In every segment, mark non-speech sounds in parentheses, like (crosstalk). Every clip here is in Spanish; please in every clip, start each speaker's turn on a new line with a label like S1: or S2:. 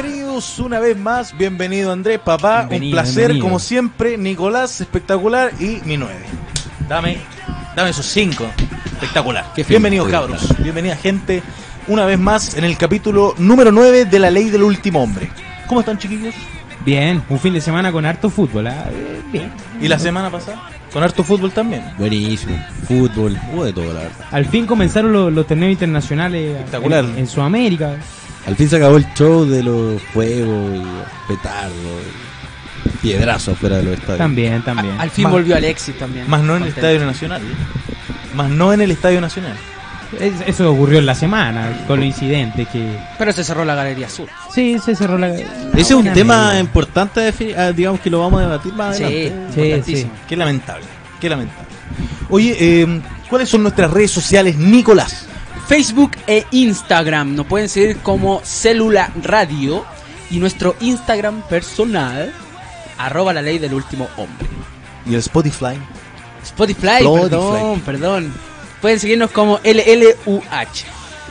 S1: Bienvenidos una vez más, bienvenido Andrés, papá, un
S2: Bienvenido,
S1: placer
S2: bienvenido.
S1: como siempre, Nicolás, espectacular y mi 9. Dame, dame esos 5, espectacular.
S2: Qué fin,
S1: Bienvenidos
S2: qué
S1: cabros, bienvenida gente, una vez más en el capítulo número 9 de la ley del último hombre. ¿Cómo están chiquillos?
S2: Bien, un fin de semana con harto fútbol. ah, eh, Bien.
S1: ¿Y la semana pasada? Con harto fútbol también.
S3: Buenísimo. Fútbol, hubo de todo, la verdad.
S2: Al fin comenzaron los, los torneos internacionales ah,
S1: Espectacular.
S2: En, en Sudamérica.
S3: Al fin se acabó el show de los fuegos, y los petardos, y piedrazos fuera de los estadios.
S2: También, también.
S4: A- Ah, Al fin
S1: Más-
S4: volvió Alexis también.
S1: Más no en el
S4: Contento.
S1: Estadio Nacional. Más no en el Estadio Nacional.
S2: Es- eso ocurrió en la semana, con los incidentes que...
S4: Pero se cerró la Galería Sur.
S2: Sí, se cerró la...
S3: Ese es un
S2: Una
S3: tema
S2: media.
S3: importante, de fi- ah, digamos que lo vamos a debatir más
S4: Sí,
S3: adelante.
S2: Sí,
S4: importantísimo.
S1: Qué lamentable, qué lamentable. Oye, eh, ¿cuáles son nuestras redes sociales, Nicolás?
S4: Facebook e Instagram. Nos pueden seguir como Célula Radio. Y nuestro Instagram personal, arroba la ley del último hombre.
S1: Y el Spotify.
S4: Spotify,
S1: Spotify.
S4: perdón, perdón. Pueden seguirnos como LLUH.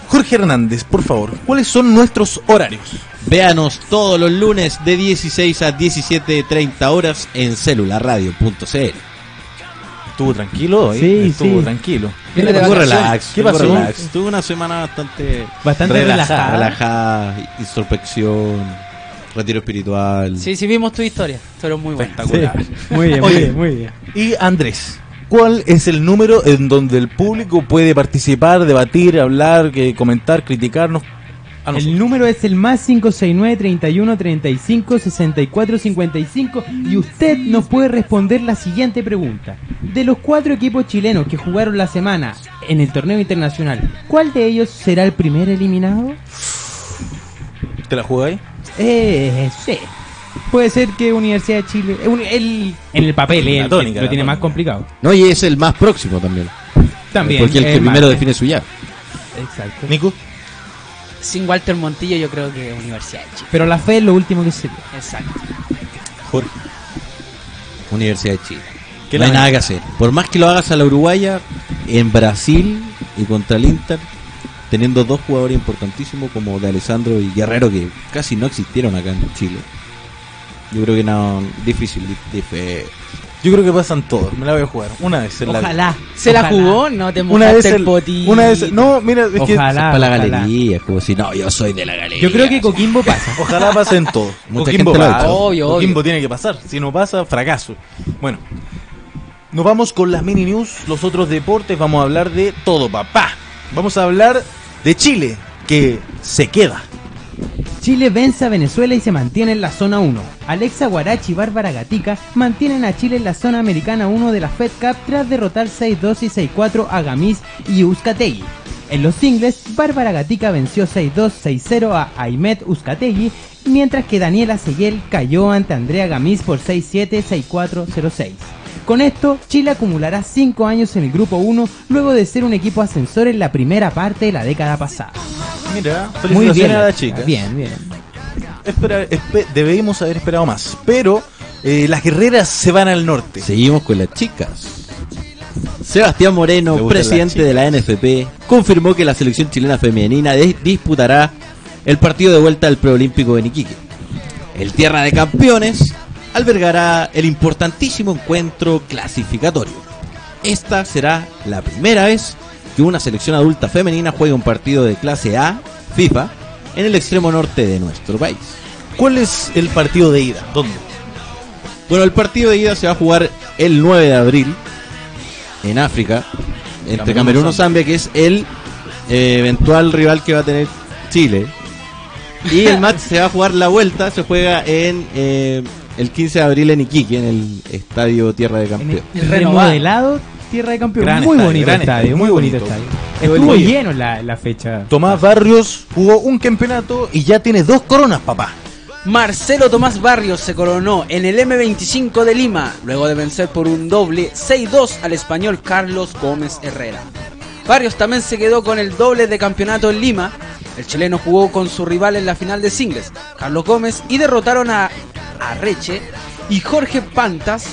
S1: Jorge Hernández, por favor, ¿cuáles son nuestros horarios?
S3: Véanos todos los lunes de 16 a 17.30 horas en celularradio.cl.
S1: Estuvo tranquilo hoy.
S2: Sí,
S1: estuvo
S2: sí.
S1: tranquilo.
S4: Yo le
S3: Estuvo
S4: vacaciones.
S3: relax.
S1: ¿Qué
S3: estuvo
S1: pasó?
S3: relax. Tuve una semana bastante
S2: Bastante relajada.
S3: relajada, introspección, retiro espiritual.
S4: Sí, sí, vimos tu historia. Fueron muy
S1: Pues
S4: buenas.
S2: Sí. Muy bien, muy
S1: Oye.
S2: bien, muy bien.
S1: Y Andrés, ¿cuál es el número en donde el público puede participar, debatir, hablar, que- comentar, criticarnos? A nosotros?
S2: El número es el más 569-31-35-64-55 y usted nos puede responder la siguiente pregunta. De los cuatro equipos chilenos que jugaron la semana en el torneo internacional, ¿cuál de ellos será el primer eliminado?
S1: ¿Te la jugáis?
S2: Eh, sí. Puede ser que Universidad de Chile... eh, un- el- en el papel, eh,
S1: La
S2: el-
S1: tónica,
S2: lo
S1: la
S2: tiene más
S1: tónica.
S2: complicado.
S3: No, y es el más próximo también.
S2: También.
S3: porque el que
S2: es más-
S3: primero define su llave.
S2: Exacto.
S1: Nico,
S4: Sin Walter Montillo, yo creo que Universidad de Chile.
S2: Pero la fe es lo último que se...
S4: Exacto.
S1: Jorge.
S3: Universidad de Chile.
S1: Qué
S3: no hay
S1: lamentable.
S3: nada que hacer. Por más que lo hagas a la Uruguaya, en Brasil y contra el Inter, teniendo dos jugadores importantísimos como de Alessandro y Guerrero que casi no existieron acá en Chile. Yo creo que no, difícil, dif-
S1: Yo creo que pasan todos. Me la voy a jugar una vez en la vida.
S2: Ojalá.
S4: ¿Se la
S2: ojalá.
S4: jugó? No te
S1: Una vez,
S4: mojaste el
S1: el-
S4: potito.
S1: una vez. No, mira, es que.
S2: Ah, Ojalá.
S3: para la
S2: ojalá.
S3: galería, es como si no, yo soy de la galería.
S2: Yo creo que Coquimbo pasa.
S1: Ojalá pasen todos.
S3: (laughs) Mucha
S1: Coquimbo
S3: gente lo ha
S1: pasa.
S3: hecho.
S4: Obvio,
S1: Coquimbo
S4: obvio.
S1: tiene que pasar. Si no pasa, fracaso. Bueno, nos vamos con las mini news, los otros deportes. Vamos a hablar de todo, papá. Vamos a hablar de Chile, que se queda.
S2: Chile vence a Venezuela y se mantiene en la zona 1. Alexa Guarachi y Bárbara Gatica mantienen a Chile en la zona americana 1 de la Fed Cup tras derrotar 6-2 y 6-4 a Gamis y Uzcategui. En los singles, Bárbara Gatica venció 6-2, 6-0 a Aymet Uzcategui, mientras que Daniela Seguel cayó ante Andrea Gamis por 6-7, 6-4, 0-6. Con esto, Chile acumulará 5 años en el grupo 1 luego de ser un equipo ascensor en la primera parte de la década pasada.
S1: Mira, felicitaciones a la chica.
S2: Bien, bien.
S1: Espera, espe- debimos haber esperado más, pero eh, las guerreras se van al norte.
S3: Seguimos con las chicas. Sebastián
S1: Me
S3: Moreno,
S1: gustan las
S3: presidente de la NFP, confirmó que la selección chilena femenina de- disputará el partido de vuelta al preolímpico de Iquique. El Tierra de Campeones albergará el importantísimo encuentro clasificatorio. Esta será la primera vez que una selección adulta femenina juega un partido de clase A, FIFA, en el extremo norte de nuestro país.
S1: ¿Cuál es el partido de ida? ¿Dónde?
S3: Bueno, el partido de ida se va a jugar el 9 de abril en África, entre Camerún y Zambia, que es el eh, eventual rival que va a tener Chile. Y el match se va a jugar (laughs) la vuelta, se juega en eh, el 15 de abril en Iquique, en el Estadio Tierra de
S2: En el,
S3: Campeón.
S4: El renovado.
S2: remodelado Tierra de Campeones.
S1: Gran
S2: muy
S1: estadio,
S2: bonito
S1: gran
S2: estadio,
S1: estadio,
S2: muy
S1: muy
S2: bonito
S1: bonito.
S2: estadio.
S1: Muy
S2: Estuvo
S1: bonito.
S2: lleno la, la fecha.
S1: Tomás Barrios jugó un campeonato y ya tiene dos coronas, papá.
S4: Marcelo Tomás Barrios se coronó en el M25 de Lima, luego de vencer por un doble 6-2 al español Carlos Gómez Herrera. Barrios también se quedó con el doble de campeonato en Lima. El chileno jugó con su rival en la final de singles, Carlos Gómez, y derrotaron a Arreche y Jorge Pantas,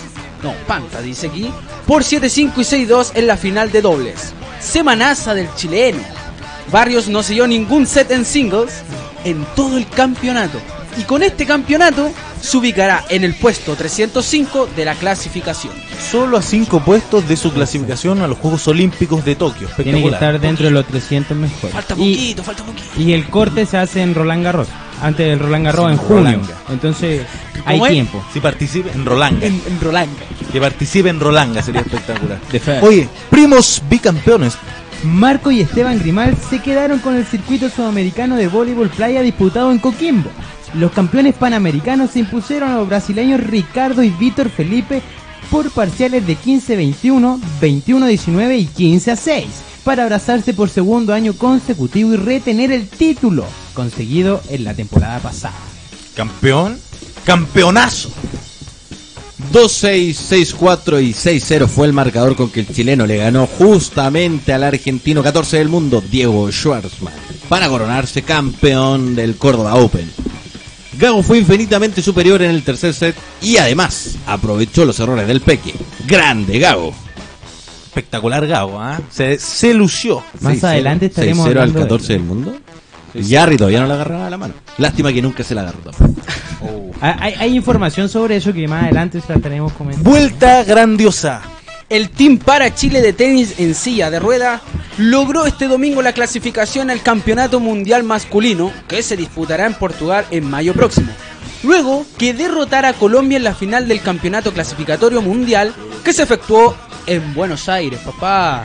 S4: no, Pantas dice aquí, por 7-5 y 6-2 en la final de dobles. Semanaza del chileno. Barrios no selló ningún set en singles en todo el campeonato. Y con este campeonato se ubicará en el puesto 305 de la clasificación.
S1: Solo a cinco puestos de su clasificación a los Juegos Olímpicos de Tokio.
S2: Tiene que
S1: Espectacular.
S2: estar dentro de los 300 mejores.
S4: Falta
S2: Y,
S4: poquito, falta poquito.
S2: y el corte se hace en Roland Garros. Antes del Roland Garros, en junio.
S1: Roland.
S2: Entonces, hay
S4: ¿Cómo es?
S2: tiempo.
S1: Si participe en Rolanga.
S4: En, en Roland.
S1: Que participe en Rolanga sería espectacular.
S3: De fe.
S1: Oye, primos bicampeones.
S2: Marco y Esteban Grimal se quedaron con el circuito sudamericano de voleibol playa disputado en Coquimbo. Los campeones panamericanos se impusieron a los brasileños Ricardo y Víctor Felipe por parciales de 15-21, 21-19 y 15-6 para abrazarse por segundo año consecutivo y retener el título conseguido en la temporada pasada.
S1: Campeón. Campeonazo.
S3: 2-6, 6-4 y 6-0 fue el marcador con que el chileno le ganó justamente al argentino 14 del mundo, Diego Schwartzman, para coronarse campeón del Córdoba Open. Gago fue infinitamente superior en el tercer set y además aprovechó los errores del Peque. Grande Gago.
S1: Espectacular Gabo, ¿ah? se, se lució.
S2: Más
S3: 6-0,
S2: adelante estaremos
S3: 6-0 al
S2: hablando de
S3: 14 del mundo. Yarry todavía no la agarraba a la mano. Lástima que nunca se la agarró tampoco.
S2: Ah, Hay, hay información sobre eso que más adelante trataremos comentando.
S1: Vuelta grandiosa.
S4: El Team para Chile de tenis en silla de rueda logró este domingo la clasificación al Campeonato Mundial Masculino que se disputará en Portugal en mayo próximo. Luego que derrotara a Colombia en la final del Campeonato Clasificatorio Mundial que se efectuó en Buenos Aires, papá.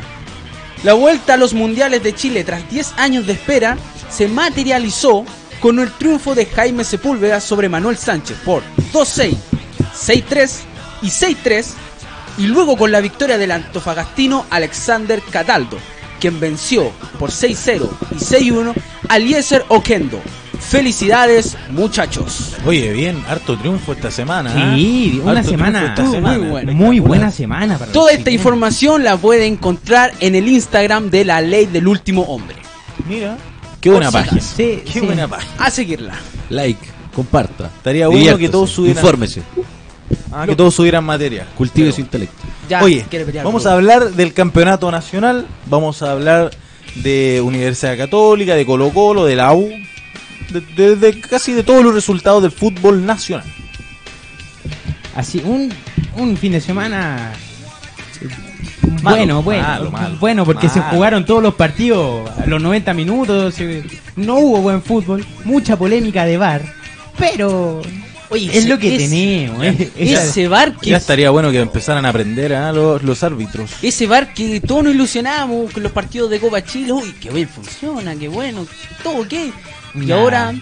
S4: La vuelta a los mundiales de Chile tras 10 años de espera se materializó con el triunfo de Jaime Sepúlveda sobre Manuel Sánchez por 2-6, 6-3 y 6-3 y luego con la victoria del antofagastino Alexander Cataldo, quien venció por 6-0 y 6-1 a Eliezer Oquendo. Felicidades muchachos.
S1: Oye, bien, harto triunfo esta semana. ¿ah?
S2: Sí, una
S1: Harto
S2: semana.
S1: triunfo esta
S2: Muy
S1: semana.
S4: buena.
S2: Muy buena semana para los
S4: Toda esta
S2: chilenos.
S4: información la puede encontrar en el Instagram de la ley del último hombre.
S1: Mira, qué buena
S4: Cositas.
S1: página.
S2: Sí,
S1: qué
S2: sí.
S1: buena página.
S4: A seguirla.
S3: Like, comparta.
S1: Estaría bueno
S3: diviértase,
S1: que todos subieran-
S3: Infórmese,
S1: Ah, que todos subieran materia.
S3: cultive
S1: Pero-
S3: su intelecto.
S4: Ya,
S1: Oye,
S4: quiere pelear,
S1: vamos
S4: bro.
S1: a hablar del campeonato nacional, vamos a hablar de Universidad Católica, de Colo Colo, de la U, de, de- de casi de todos los resultados del fútbol nacional.
S2: Así, un, un fin de semana.
S1: Malo,
S2: bueno, bueno,
S1: malo, malo,
S2: bueno, porque se
S1: malo.
S2: jugaron todos los partidos a los 90 minutos, se- no hubo buen fútbol, mucha polémica de bar, pero
S4: Oye,
S2: es
S4: ese-
S2: lo que
S4: ese-
S2: tenemos. eh. Esa-
S4: Ese bar que
S1: Ya estaría bueno que empezaran a aprender a los, los árbitros.
S4: Ese bar que todos nos ilusionábamos con los partidos de Copa Chile, uy, qué bien funciona, qué bueno, todo qué. Y
S2: Nah.
S4: ahora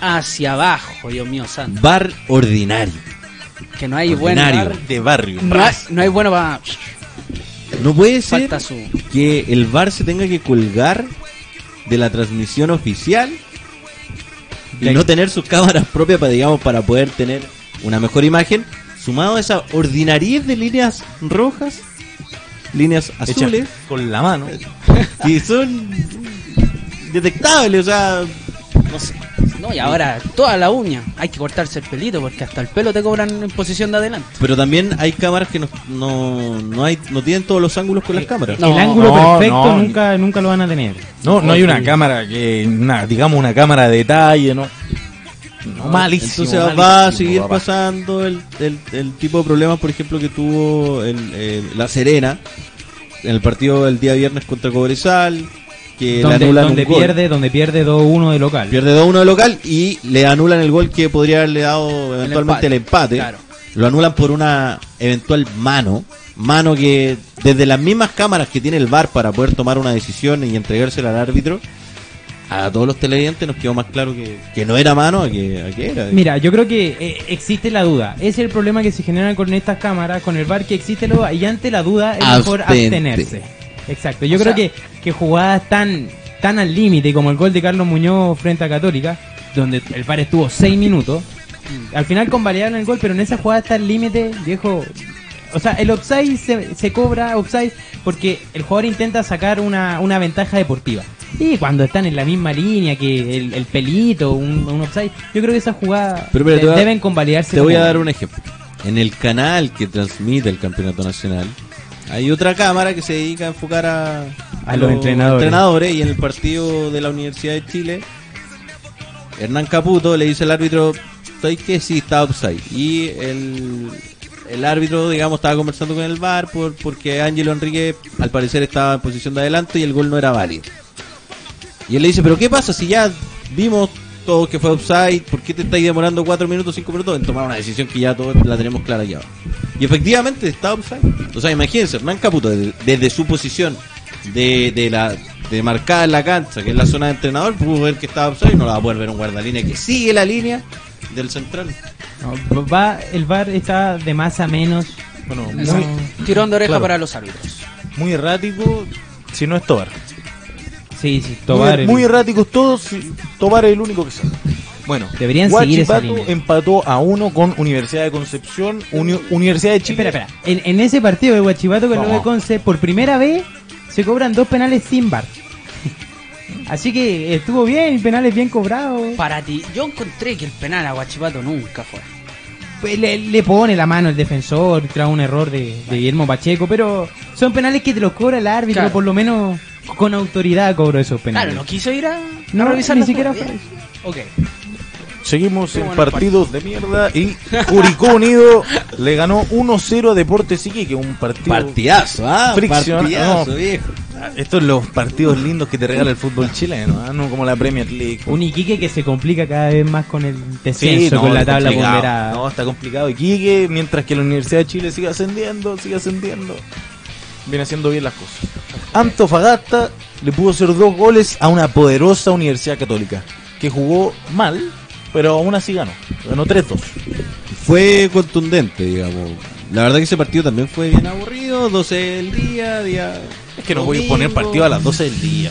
S4: hacia abajo, Dios mío santo,
S3: Bar ordinario.
S4: que no hay bueno
S3: Ordinario.
S4: bar-
S1: De barrio.
S4: no hay, no hay bueno para
S3: No puede ser
S4: falta su
S3: que el VAR se tenga que colgar de la transmisión oficial y no tener sus cámaras propias para, digamos, para poder tener una mejor imagen. Sumado a esa ordinariez de líneas rojas, líneas
S1: Hecha
S3: azules,
S1: Con la mano.
S3: que son detectables, o sea,
S4: no sé. No, y ahora toda la uña, hay que cortarse el pelito porque hasta el pelo te cobran en posición de adelante.
S3: pero también hay cámaras que no, no, no hay, no tienen todos los ángulos con las cámaras.
S4: No,
S2: el ángulo
S1: no,
S2: perfecto
S1: no.
S2: nunca nunca lo van a tener.
S1: No, no hay una cámara que, una- digamos, una cámara de detalle, ¿no? No, malísimo.
S3: Entonces
S1: malísimo,
S3: va a seguir
S1: papá.
S3: pasando el, el- el tipo de problemas, por ejemplo, que tuvo el- el- La Serena en el partido del día viernes contra Cobresal, que le
S2: Donde,
S3: anulan
S2: donde
S3: un gol.
S2: pierde, donde pierde 2-1 de local.
S3: Pierde 2-1 de local y le anulan el gol que podría haberle dado eventualmente el empate.
S4: empate, claro.
S3: Lo anulan por una eventual mano. Mano que desde las mismas cámaras que tiene el VAR para poder tomar una decisión y entregársela al árbitro, a todos los televidentes nos quedó más claro que, que no era mano, a que, a que era.
S2: Mira, yo creo que eh, existe la duda. Ese es el problema que se genera con estas cámaras, con el bar que existe la duda. Y ante la duda es mejor
S3: Abstente.
S2: abstenerse. Exacto. Yo
S4: O
S2: creo
S4: sea-
S2: que, que jugadas tan, tan al límite como el gol de Carlos Muñoz frente a Católica, donde el bar estuvo 6 minutos, al final convalidaron el gol, pero en esa jugada está el límite, viejo. O sea, el offside se, se cobra offside porque el jugador intenta sacar una, una ventaja deportiva. Y cuando están en la misma línea que el, el pelito, un, un offside, yo creo que esa jugada
S3: Pero, pero,
S2: de-
S3: te voy a-
S2: deben convalidarse.
S3: Te voy a
S2: como-
S3: dar un ejemplo. En el canal que transmite el campeonato nacional, hay otra cámara que se dedica a enfocar a,
S2: A los entrenadores.
S3: y en el partido de la Universidad de Chile Hernán Caputo le dice al árbitro, ¿sabes qué? Sí, está offside. Y el, el árbitro, digamos, estaba conversando con el VAR por, porque Ángelo Enrique al parecer estaba en posición de adelanto y el gol no era válido. Y él le dice, pero ¿qué pasa si ya vimos todo que fue offside? ¿Por qué te estáis demorando 4 minutos, 5 minutos en tomar una decisión que ya todos la tenemos clara ya? Y efectivamente está offside. O sea, imagínense, Hernán Caputo, desde, desde su posición de, de la de marcada en la cancha, que es la zona de entrenador, pudo ver que estaba offside y no la va a poder ver un guardalínea que sigue la línea del central.
S2: No, va, el bar está de más a menos.
S1: Bueno,
S2: No.
S1: muy,
S4: Tirón de oreja
S1: Claro.
S4: para los árbitros.
S1: muy errático, si no es Tobar.
S2: Sí, sí, Tobar.
S1: muy,
S2: el-
S1: muy erráticos todos, si- Tobar es el único que sabe. Bueno,
S2: Deberían seguir esa
S1: Guachipato
S2: línea.
S1: empató a uno con Universidad de Concepción, Uni- Universidad de Chile.
S2: Espera, espera. En, en ese partido de Guachipato con
S1: Vamos.
S2: de Conce, por primera vez se cobran dos penales sin bar. (laughs) Así que estuvo bien, penales bien cobrados.
S4: Para ti, yo encontré que el penal a Guachipato nunca fue.
S2: Pues Le, le pone la mano el defensor tras un error de, de Guillermo Pacheco, pero son penales que te los cobra el árbitro,
S4: Claro.
S2: por lo menos con autoridad cobró esos penales.
S4: Claro, no quiso ir a, a
S2: No,
S4: revisar
S2: ni
S4: la
S2: siquiera
S4: jugada.
S2: fue
S4: Ok.
S1: Seguimos
S4: Qué
S1: en
S4: buenos
S1: partidos de mierda y Curicó Unido le ganó 1-0 a Deportes Iquique, un partido...
S3: Partidazo, ah,
S1: Fricción,
S3: partidazo,
S1: no.
S3: viejo.
S1: Estos son los partidos lindos que te regala el fútbol chileno, ¿ah? no como la Premier League.
S2: Un Iquique que se complica cada vez más con el
S1: Sí,
S2: descenso,
S1: no,
S2: con la
S1: está
S2: tabla
S1: complicado.
S2: ponderada.
S1: No, está complicado. Iquique, mientras que la Universidad de Chile sigue ascendiendo, sigue ascendiendo. Viene haciendo bien las cosas. Antofagasta le pudo hacer dos goles a una poderosa Universidad Católica, que jugó mal, pero aún así ganó. Ganó 3-2.
S3: Fue contundente, digamos. La verdad que ese partido también fue bien aburrido, 12 del día, día...
S1: Es que no voy a poner
S3: domingo.
S1: partido a las 12 del día.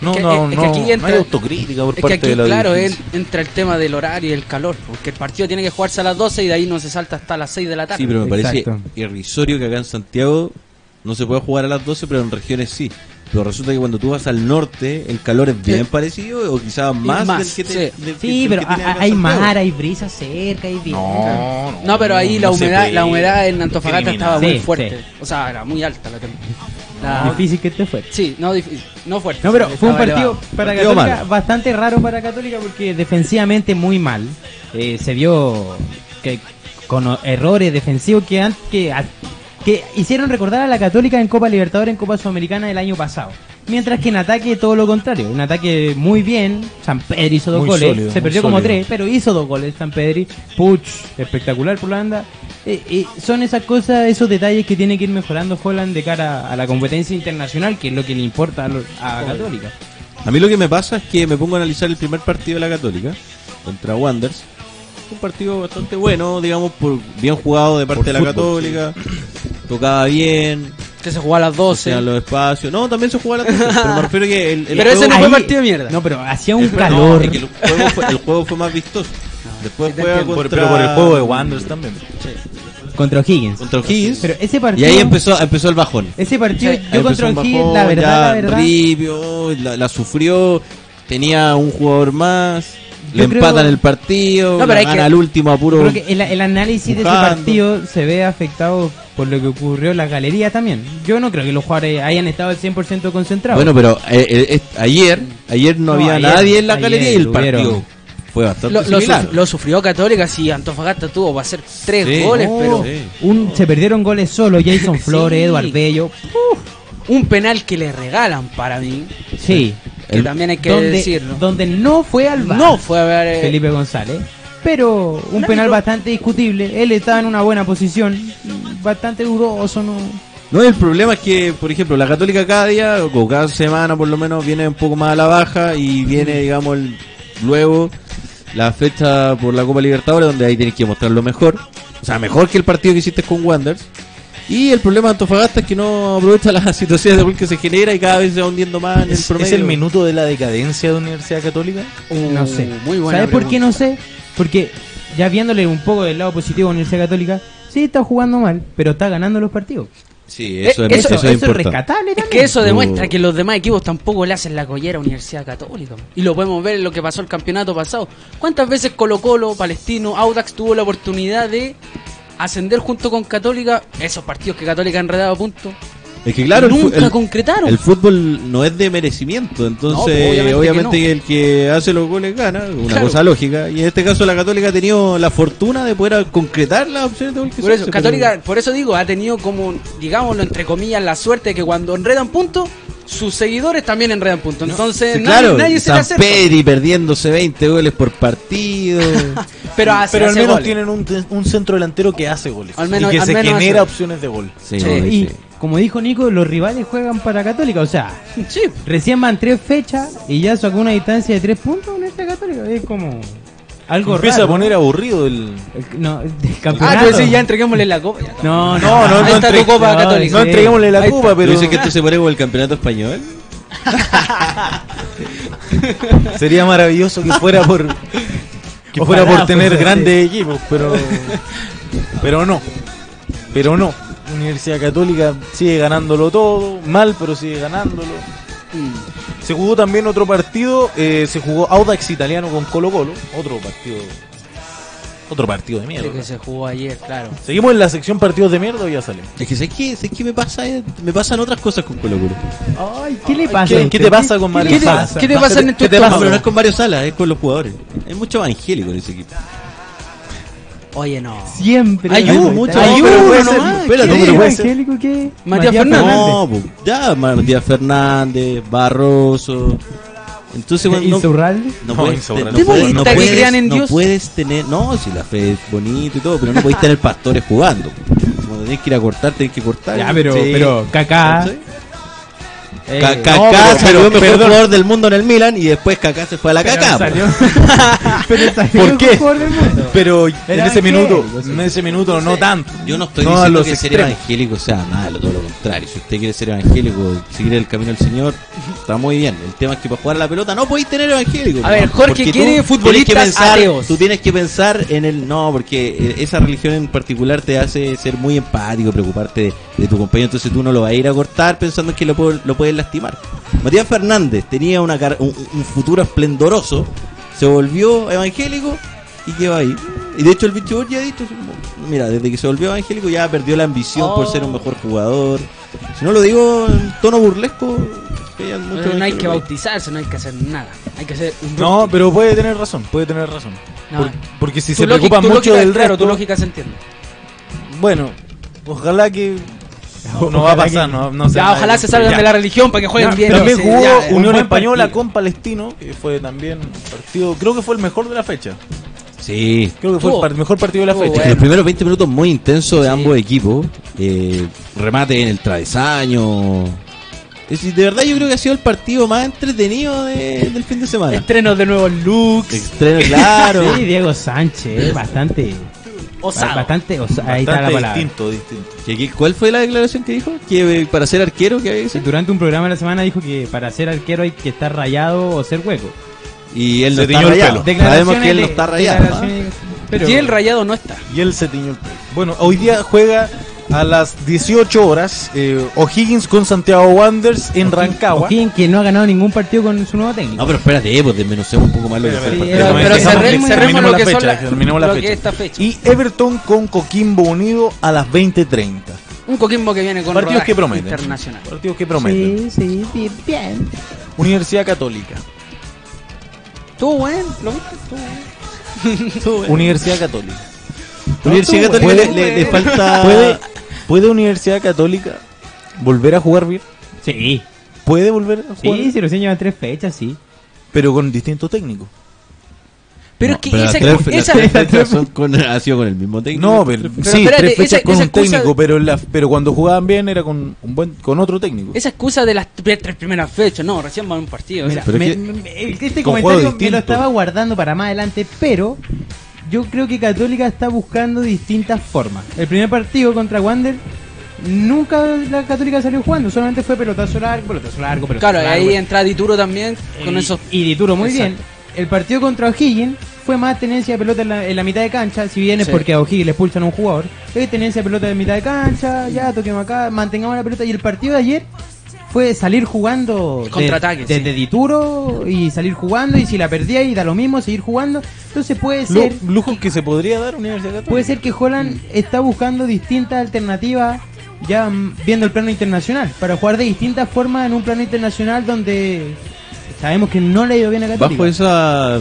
S1: No,
S4: Es que-
S1: no,
S4: es que
S1: no,
S4: aquí
S1: no
S4: entra-
S1: hay autocrítica por
S4: Es que
S1: parte
S4: aquí,
S1: de la
S4: claro,
S1: dirigencia.
S4: en- entra el tema del horario y el calor, porque el partido tiene que jugarse a las 12 y de ahí no se salta hasta las 6 de la tarde.
S3: Sí, pero me parece
S2: Exacto.
S3: irrisorio que acá en Santiago no se pueda jugar a las 12, pero en regiones sí. Pero resulta que cuando tú vas al norte, el calor es bien
S4: Eh,
S3: parecido o quizás más, del
S4: más,
S3: que te-
S4: sí.
S3: del que-
S2: Sí,
S3: del
S2: pero
S3: que tiene
S2: a-
S3: acá
S2: hay
S3: en Santiago.
S2: mar, hay brisa cerca, hay viento.
S1: No, no,
S4: No, pero ahí la
S1: no se
S4: humedad,
S1: puede.
S4: la humedad en Antofagasta
S1: Criminal.
S4: estaba muy
S2: Sí,
S4: fuerte.
S2: sí.
S4: O sea, era muy alta la tem- la-
S2: Difícil que este fuera.
S4: Sí, no difícil, no fuerte.
S2: No, pero
S4: sino que
S2: fue un
S4: estaba
S2: partido
S4: elevado.
S2: para
S3: Partido
S2: Católica
S3: malo.
S2: bastante raro para Católica porque defensivamente muy mal. Eh, se vio que con o- errores defensivos que, an- que, a- que hicieron recordar a la Católica en Copa Libertadores, en Copa Sudamericana del año pasado. Mientras que en ataque todo lo contrario, un ataque muy bien, San Pedro hizo dos
S1: Muy
S2: goles,
S1: sólido,
S2: se
S1: muy
S2: perdió como
S1: sólido.
S2: tres, pero hizo dos goles San Pedri, Puch, espectacular por la banda. Eh, eh, son esas cosas, esos detalles que tiene que ir mejorando Holland de cara a la competencia internacional, que es lo que le importa a, lo- a Católica.
S3: A mí lo que me pasa es que me pongo a analizar el primer partido de la Católica contra Wanderers. Un partido bastante bueno, digamos, por, bien jugado de parte
S1: Por
S3: de la
S1: fútbol,
S3: Católica. Tocaba bien,
S4: que se jugó a las 12.
S3: hacían los espacios. No, también se jugaba la atención, pero me refiero que el, el
S4: Pero ese
S3: juego-
S4: no fue partido de mierda.
S2: No, pero hacía un
S3: el juego- Este no,
S2: calor.
S3: es que el, juego fue, el juego fue más vistoso.
S1: Ah.
S3: Después
S4: sí te
S3: juega
S4: entiendo.
S1: Por-
S3: contra,
S1: Pero por el juego de Wanderers también.
S2: Contra O'Higgins.
S3: contra O'Higgins.
S2: Pero ese
S3: Y
S2: partido.
S3: ahí empezó, empezó el bajón.
S2: Ese partido,
S4: Sí.
S2: yo
S3: Empezó
S2: contra
S3: un
S2: O'Higgins,
S3: bajón,
S2: la verdad, la
S3: ya
S2: verdad.
S3: Ribio, la, la sufrió, tenía un jugador más,
S2: Yo
S3: le
S2: creo-
S3: empatan el partido,
S4: No, pero
S3: la
S4: hay
S3: gana
S4: que-
S3: al último a puro...
S2: Creo que el, el análisis de ese
S3: Buscando.
S2: partido se ve afectado por lo que ocurrió en las galerías también. Yo no creo que los jugadores hayan estado al 100% concentrados.
S3: Bueno, pero eh, eh, es- ayer, ayer
S2: No,
S3: no, había
S2: ayer-
S3: nadie en la
S2: ayer
S3: galería y el
S2: tuvieron.
S3: partido fue bastante
S4: Lo, lo
S3: similar.
S4: suf- lo sufrió Católica, sí, Antofagasta tuvo para hacer tres
S3: Sí.
S4: goles,
S3: Oh.
S4: pero
S3: Sí.
S2: Un, se perdieron goles solo, Jason
S4: (laughs) Sí.
S2: Flores, Eduard Bello.
S4: un penal que le regalan para mí,
S2: Sí.
S4: que
S3: El-
S4: también hay que
S2: Donde,
S4: decirlo.
S2: donde no fue al VAR
S4: no fue a ver eh,
S2: Felipe González. Pero un
S4: árbitro-
S2: penal bastante discutible. Él estaba en una buena posición. Bastante dudoso, ¿no?
S3: No, el problema es que, por ejemplo, la Católica cada día, o cada semana por lo menos, viene un poco más a la baja y viene, digamos, el- luego la fecha por la Copa Libertadores, donde ahí tenés que mostrarlo mejor. O sea, mejor que el partido que hiciste con Wanderers. Y el problema de Antofagasta es que no aprovecha (laughs) las situaciones de gol que se genera y cada vez se va hundiendo más en el
S1: ¿Es,
S3: promedio.
S1: es el minuto de la decadencia de Universidad Católica?
S2: No sé.
S4: Mm, muy buena
S2: ¿Sabes por qué
S4: pregunta.
S2: no sé? Porque ya viéndole un poco del lado positivo a Universidad Católica, sí está jugando mal, pero está ganando los partidos.
S3: Sí, eso,
S4: Eh,
S3: es,
S4: eso-
S3: eso es
S4: eso
S3: importante.
S2: rescatable
S4: Es
S2: también.
S4: que eso demuestra
S3: Oh.
S4: que los demás equipos tampoco le hacen la collera a Universidad Católica. man. Y lo podemos ver en lo que pasó el campeonato pasado. ¿Cuántas veces Colo Colo, Palestino, Audax tuvo la oportunidad de ascender junto con Católica? Esos partidos que Católica ha enredado a punto.
S3: Es que claro, el fu-
S4: Nunca
S3: el-
S4: concretaron.
S3: El fútbol no es de merecimiento, entonces
S4: No, pues, obviamente
S3: obviamente,
S4: que no.
S3: el que hace los goles gana, una
S4: Claro.
S3: cosa lógica. Y en este caso la Católica ha tenido la fortuna de poder concretar las opciones de gol que
S4: Por
S3: se
S4: eso,
S3: hace,
S4: Católica,
S3: pero-
S4: por eso digo, ha tenido como, digámoslo entre comillas, la suerte de que cuando enredan puntos, sus seguidores también enredan puntos. Entonces,
S3: Sí,
S4: nadie,
S3: claro,
S4: nadie se le
S3: San
S4: acerca.
S3: Pedri perdiéndose 20 goles por
S4: (laughs)
S3: partido.
S4: Pero, hace-
S1: Pero al
S4: hace
S1: menos
S4: goles.
S1: tienen un, te- un centro delantero que hace goles.
S4: Al menos-
S1: y que
S4: al
S1: se
S4: menos hace
S1: genera
S4: goles.
S1: opciones de gol.
S3: Sí,
S4: Sí.
S3: no,
S2: Y
S3: sí.
S2: como dijo Nico, los rivales juegan para Católica. O sea,
S4: Sí,
S2: recién van tres fechas y ya sacó una distancia de tres puntos con esta Católica. Es como algo
S1: Empieza
S2: raro.
S1: a poner aburrido el.
S2: El- No, de
S4: Ah,
S2: campeonato.
S4: tú decís, ya entreguémosle la copa. ya.
S1: No,
S2: No, no,
S1: no,
S4: Ahí
S1: no,
S4: está tu
S1: entre-
S4: copa
S2: no,
S4: católica.
S1: No
S2: Sí.
S1: entreguémosle la
S4: Ahí está.
S1: copa,
S3: Pero
S1: pero.
S3: dice que esto se pone con el campeonato español.
S1: Sería maravilloso que fuera por que
S2: Ojalá
S1: fuera por tener
S2: fuese así.
S1: grandes equipos, pero pero no. Pero no. Universidad Católica sigue ganándolo todo, mal, pero sigue ganándolo. Se jugó también otro partido, eh, se jugó Audax Italiano con Colo Colo, otro partido otro partido de mierda.
S4: Lo que se jugó ayer, claro.
S1: Seguimos en la sección partidos de mierda o ya salimos.
S3: Es que sé que, sé que me, pasa, Eh, me pasan otras cosas con Colo Colo.
S2: Ay, ¿qué le pasa?
S1: ¿Qué-
S2: a usted?
S1: qué te pasa con Mario
S2: ¿Qué le
S1: Sala?
S2: pasa?
S4: ¿Qué te pasa en tu
S1: ¿Qué te
S3: No,
S1: pasa?
S3: pero no
S4: estómago?
S3: es con Mario Salas, es con los jugadores. Hay mucho evangélico en ese equipo.
S4: Oye, no.
S2: Siempre.
S4: Ay,
S2: Ay,
S4: hubo
S2: ay,
S4: mucho-
S2: ay,
S4: Ay,
S1: pero
S4: uno
S1: puede ser,
S4: nomás,
S1: espérate,
S2: ¿qué?
S1: pero puede ser.
S2: ¿Evangélico qué?
S4: Matías Fernández.
S3: No, pues, ya, Matías Fernández, Barroso.
S2: Eh,
S3: Entonces, bueno, no, este
S2: Insaurralde.
S3: no
S1: No,
S3: puedes,
S1: Insaurralde, no
S3: tener- no puedes,
S4: puede.
S3: no
S4: ¿Te
S3: puedes-
S4: crean en
S3: no
S4: Dios?
S3: puedes tener, no, si la fe es bonito y todo, pero no podés tener pastores jugando. Como tenés que ir a cortar, tenés que cortar.
S2: Ya, pero,
S3: Sí.
S2: pero, Kaká.
S3: ¿Cachai?
S2: eh,
S3: Ca- Kaká
S1: no, pero-
S3: salió
S1: pero-
S3: mejor
S1: perdón.
S3: jugador del mundo en el Milan y después Kaká se fue a la
S2: pero
S3: Kaká. (laughs)
S2: salió- pero salió
S1: ¿Por
S2: el
S1: qué?
S2: mejor del mundo.
S1: Pero en ese
S2: evangélico,
S1: minuto,
S2: sí.
S1: en ese minuto no tanto.
S3: Yo no estoy
S1: No, a
S3: diciendo
S1: los
S3: que ser
S1: extremos.
S3: evangélico sea malo, todo lo contrario. Si usted quiere ser evangélico, seguir el camino del Señor, está muy bien. El tema es que para jugar a la pelota no podéis tener evangélico.
S4: A ver, Jorge
S3: Porque tú
S4: quiere
S3: tienes que
S4: futbolistas
S3: pensar-
S4: ateos.
S3: Tú tienes que pensar en el no, porque eh, esa religión en particular te hace ser muy empático, preocuparte de, de tu compañero. Entonces tú no lo vas a ir a cortar pensando que lo, po- lo puedes lastimar. Matías Fernández tenía una car- un, un futuro esplendoroso, se volvió evangélico y quedó ahí. Y de hecho el bicho Borgia ha dicho, así como, mira, desde que se volvió evangélico ya perdió la ambición por ser un
S4: Oh.
S3: mejor jugador. Si no lo digo en tono burlesco, que hay mucho
S4: No hay que
S3: evangélico.
S4: bautizarse, no hay que hacer nada. Hay que hacer un
S1: No, pero puede tener razón, puede tener razón.
S4: No.
S1: Por- porque si
S4: Tu
S1: se
S4: lógica-
S1: preocupan
S4: tu
S1: mucho
S4: lógica,
S1: del
S4: claro, tu
S1: resto,
S4: lógica se entiende.
S1: bueno, ojalá que no, no va a
S2: Ojalá
S1: pasar,
S2: que-
S1: no, no sea
S4: Ya,
S1: nada
S4: ojalá
S1: de-
S4: se salgan
S1: Ya.
S4: de la religión para que jueguen bien.
S1: También
S4: Sí,
S1: jugó
S4: ya, eh.
S1: Unión
S2: buen
S1: Española
S2: partido.
S1: con Palestino, que fue también un partido, creo que fue el mejor de la fecha.
S3: Sí,
S1: Creo que fue el
S4: Estuvo-
S1: par- mejor partido de la
S4: estuvo
S1: fecha.
S3: Es que
S4: Bueno.
S3: Los primeros 20 minutos muy intensos de
S4: Sí.
S3: ambos equipos. eh, remate en el travesaño. Es decir, de verdad yo creo que ha sido el partido más entretenido de- del fin de semana.
S4: Estrenos de nuevos looks.
S3: Estreno, claro.
S4: (laughs)
S2: Sí, Diego Sánchez, eh, bastante.
S4: Osado.
S2: Bastante osa- Ahí está la
S1: Bastante
S2: palabra.
S1: distinto, distinto.
S3: ¿Qué- qué- ¿Cuál fue la declaración que dijo? Que eh, para ser arquero, que había que ser?
S2: Durante un programa de la semana dijo que para ser arquero hay que estar rayado o ser hueco.
S3: Y él
S1: Se
S3: no está
S1: tiñó el
S3: rayado.
S1: pelo.
S3: Sabemos que él
S2: de-
S3: no está rayado. ¿ah?
S2: declaraciones- Pero,
S4: Y el rayado no está.
S1: Y él se tiñó el pelo. Bueno, hoy día juega a las 18 horas eh, O'Higgins con Santiago Wanderers en Rancagua.
S2: O'Higgins que no ha ganado ningún partido con su nuevo técnico.
S3: No, pero espérate, eh, pues desmenucemos un poco más lo que fue el
S2: Sí,
S3: partido.
S4: Pero,
S1: Terminemos-
S4: pero
S1: terminemos- terminemos
S4: cerremos- cerremos
S1: la
S4: lo que son
S1: fecha,
S4: la-
S1: terminemos la
S4: lo que
S1: fecha.
S4: es esta fecha.
S1: Y Everton con Coquimbo Unido a las 20.30.
S4: Un Coquimbo que viene con
S1: Partidos
S4: rodaje
S1: que prometen.
S4: internacional.
S1: Partidos que prometen.
S2: sí, sí, bien.
S1: Universidad Católica.
S4: Tú, bueno, lo viste tú. weón.
S1: Universidad Católica.
S3: Universidad
S1: No, tú,
S3: Católica le,
S1: güey.
S3: le- le falta.
S1: ¿Puede, ¿Puede Universidad Católica volver a jugar bien?
S2: Sí,
S1: ¿Puede volver a jugar
S2: sí,
S1: bien?
S2: si recién llevan tres fechas, sí.
S1: Pero con distinto técnico.
S4: Pero
S3: No,
S4: es que
S3: pero las
S4: esa,
S3: tres- las
S1: (laughs)
S4: esa-
S3: tres fechas son con- ha sido con el mismo técnico.
S1: No, pero,
S4: Pero
S1: sí,
S4: espérate,
S1: tres fechas
S4: esa-
S1: con
S4: esa
S1: un
S4: excusa-
S1: técnico, pero, la- pero cuando jugaban bien era con un buen, con otro técnico.
S4: esa excusa de las tres tres primeras fechas, no, recién van un partido. o
S2: Mira,
S4: sea,
S3: pero
S2: me-
S3: es que-
S2: me-
S1: con
S2: este comentario
S1: juegos
S2: me lo
S1: distintos.
S2: estaba guardando para más adelante, pero yo creo que Católica está buscando distintas formas. El primer partido contra Wander, nunca la Católica salió jugando, solamente fue pelotazo largo, pelotazo largo, pelotazo
S4: claro,
S2: largo.
S4: ahí entra Dituro también con
S2: Y-
S4: esos.
S2: Y Dituro muy
S4: Exacto.
S2: bien. El partido contra O'Higgins fue más tenencia de pelota en la, en la mitad de cancha, si bien es
S4: Sí.
S2: porque a O'Higgins le expulsan a un jugador. Es tenencia de pelota en mitad de cancha, ya toquemos acá, mantengamos la pelota. Y el partido de ayer fue salir jugando de-
S4: Contraataque,
S2: desde
S4: sí.
S2: Dituro y salir jugando. Y si la perdía y da lo mismo, seguir jugando. Entonces puede
S1: Lu-
S2: ser,
S1: lujo que se podría dar Universidad Católica.
S2: puede ser que Holland está buscando distintas alternativas ya mm, viendo el plano internacional, para jugar de distintas formas en un plano internacional donde sabemos que no le ha ido bien a Católica.
S3: Bajo esa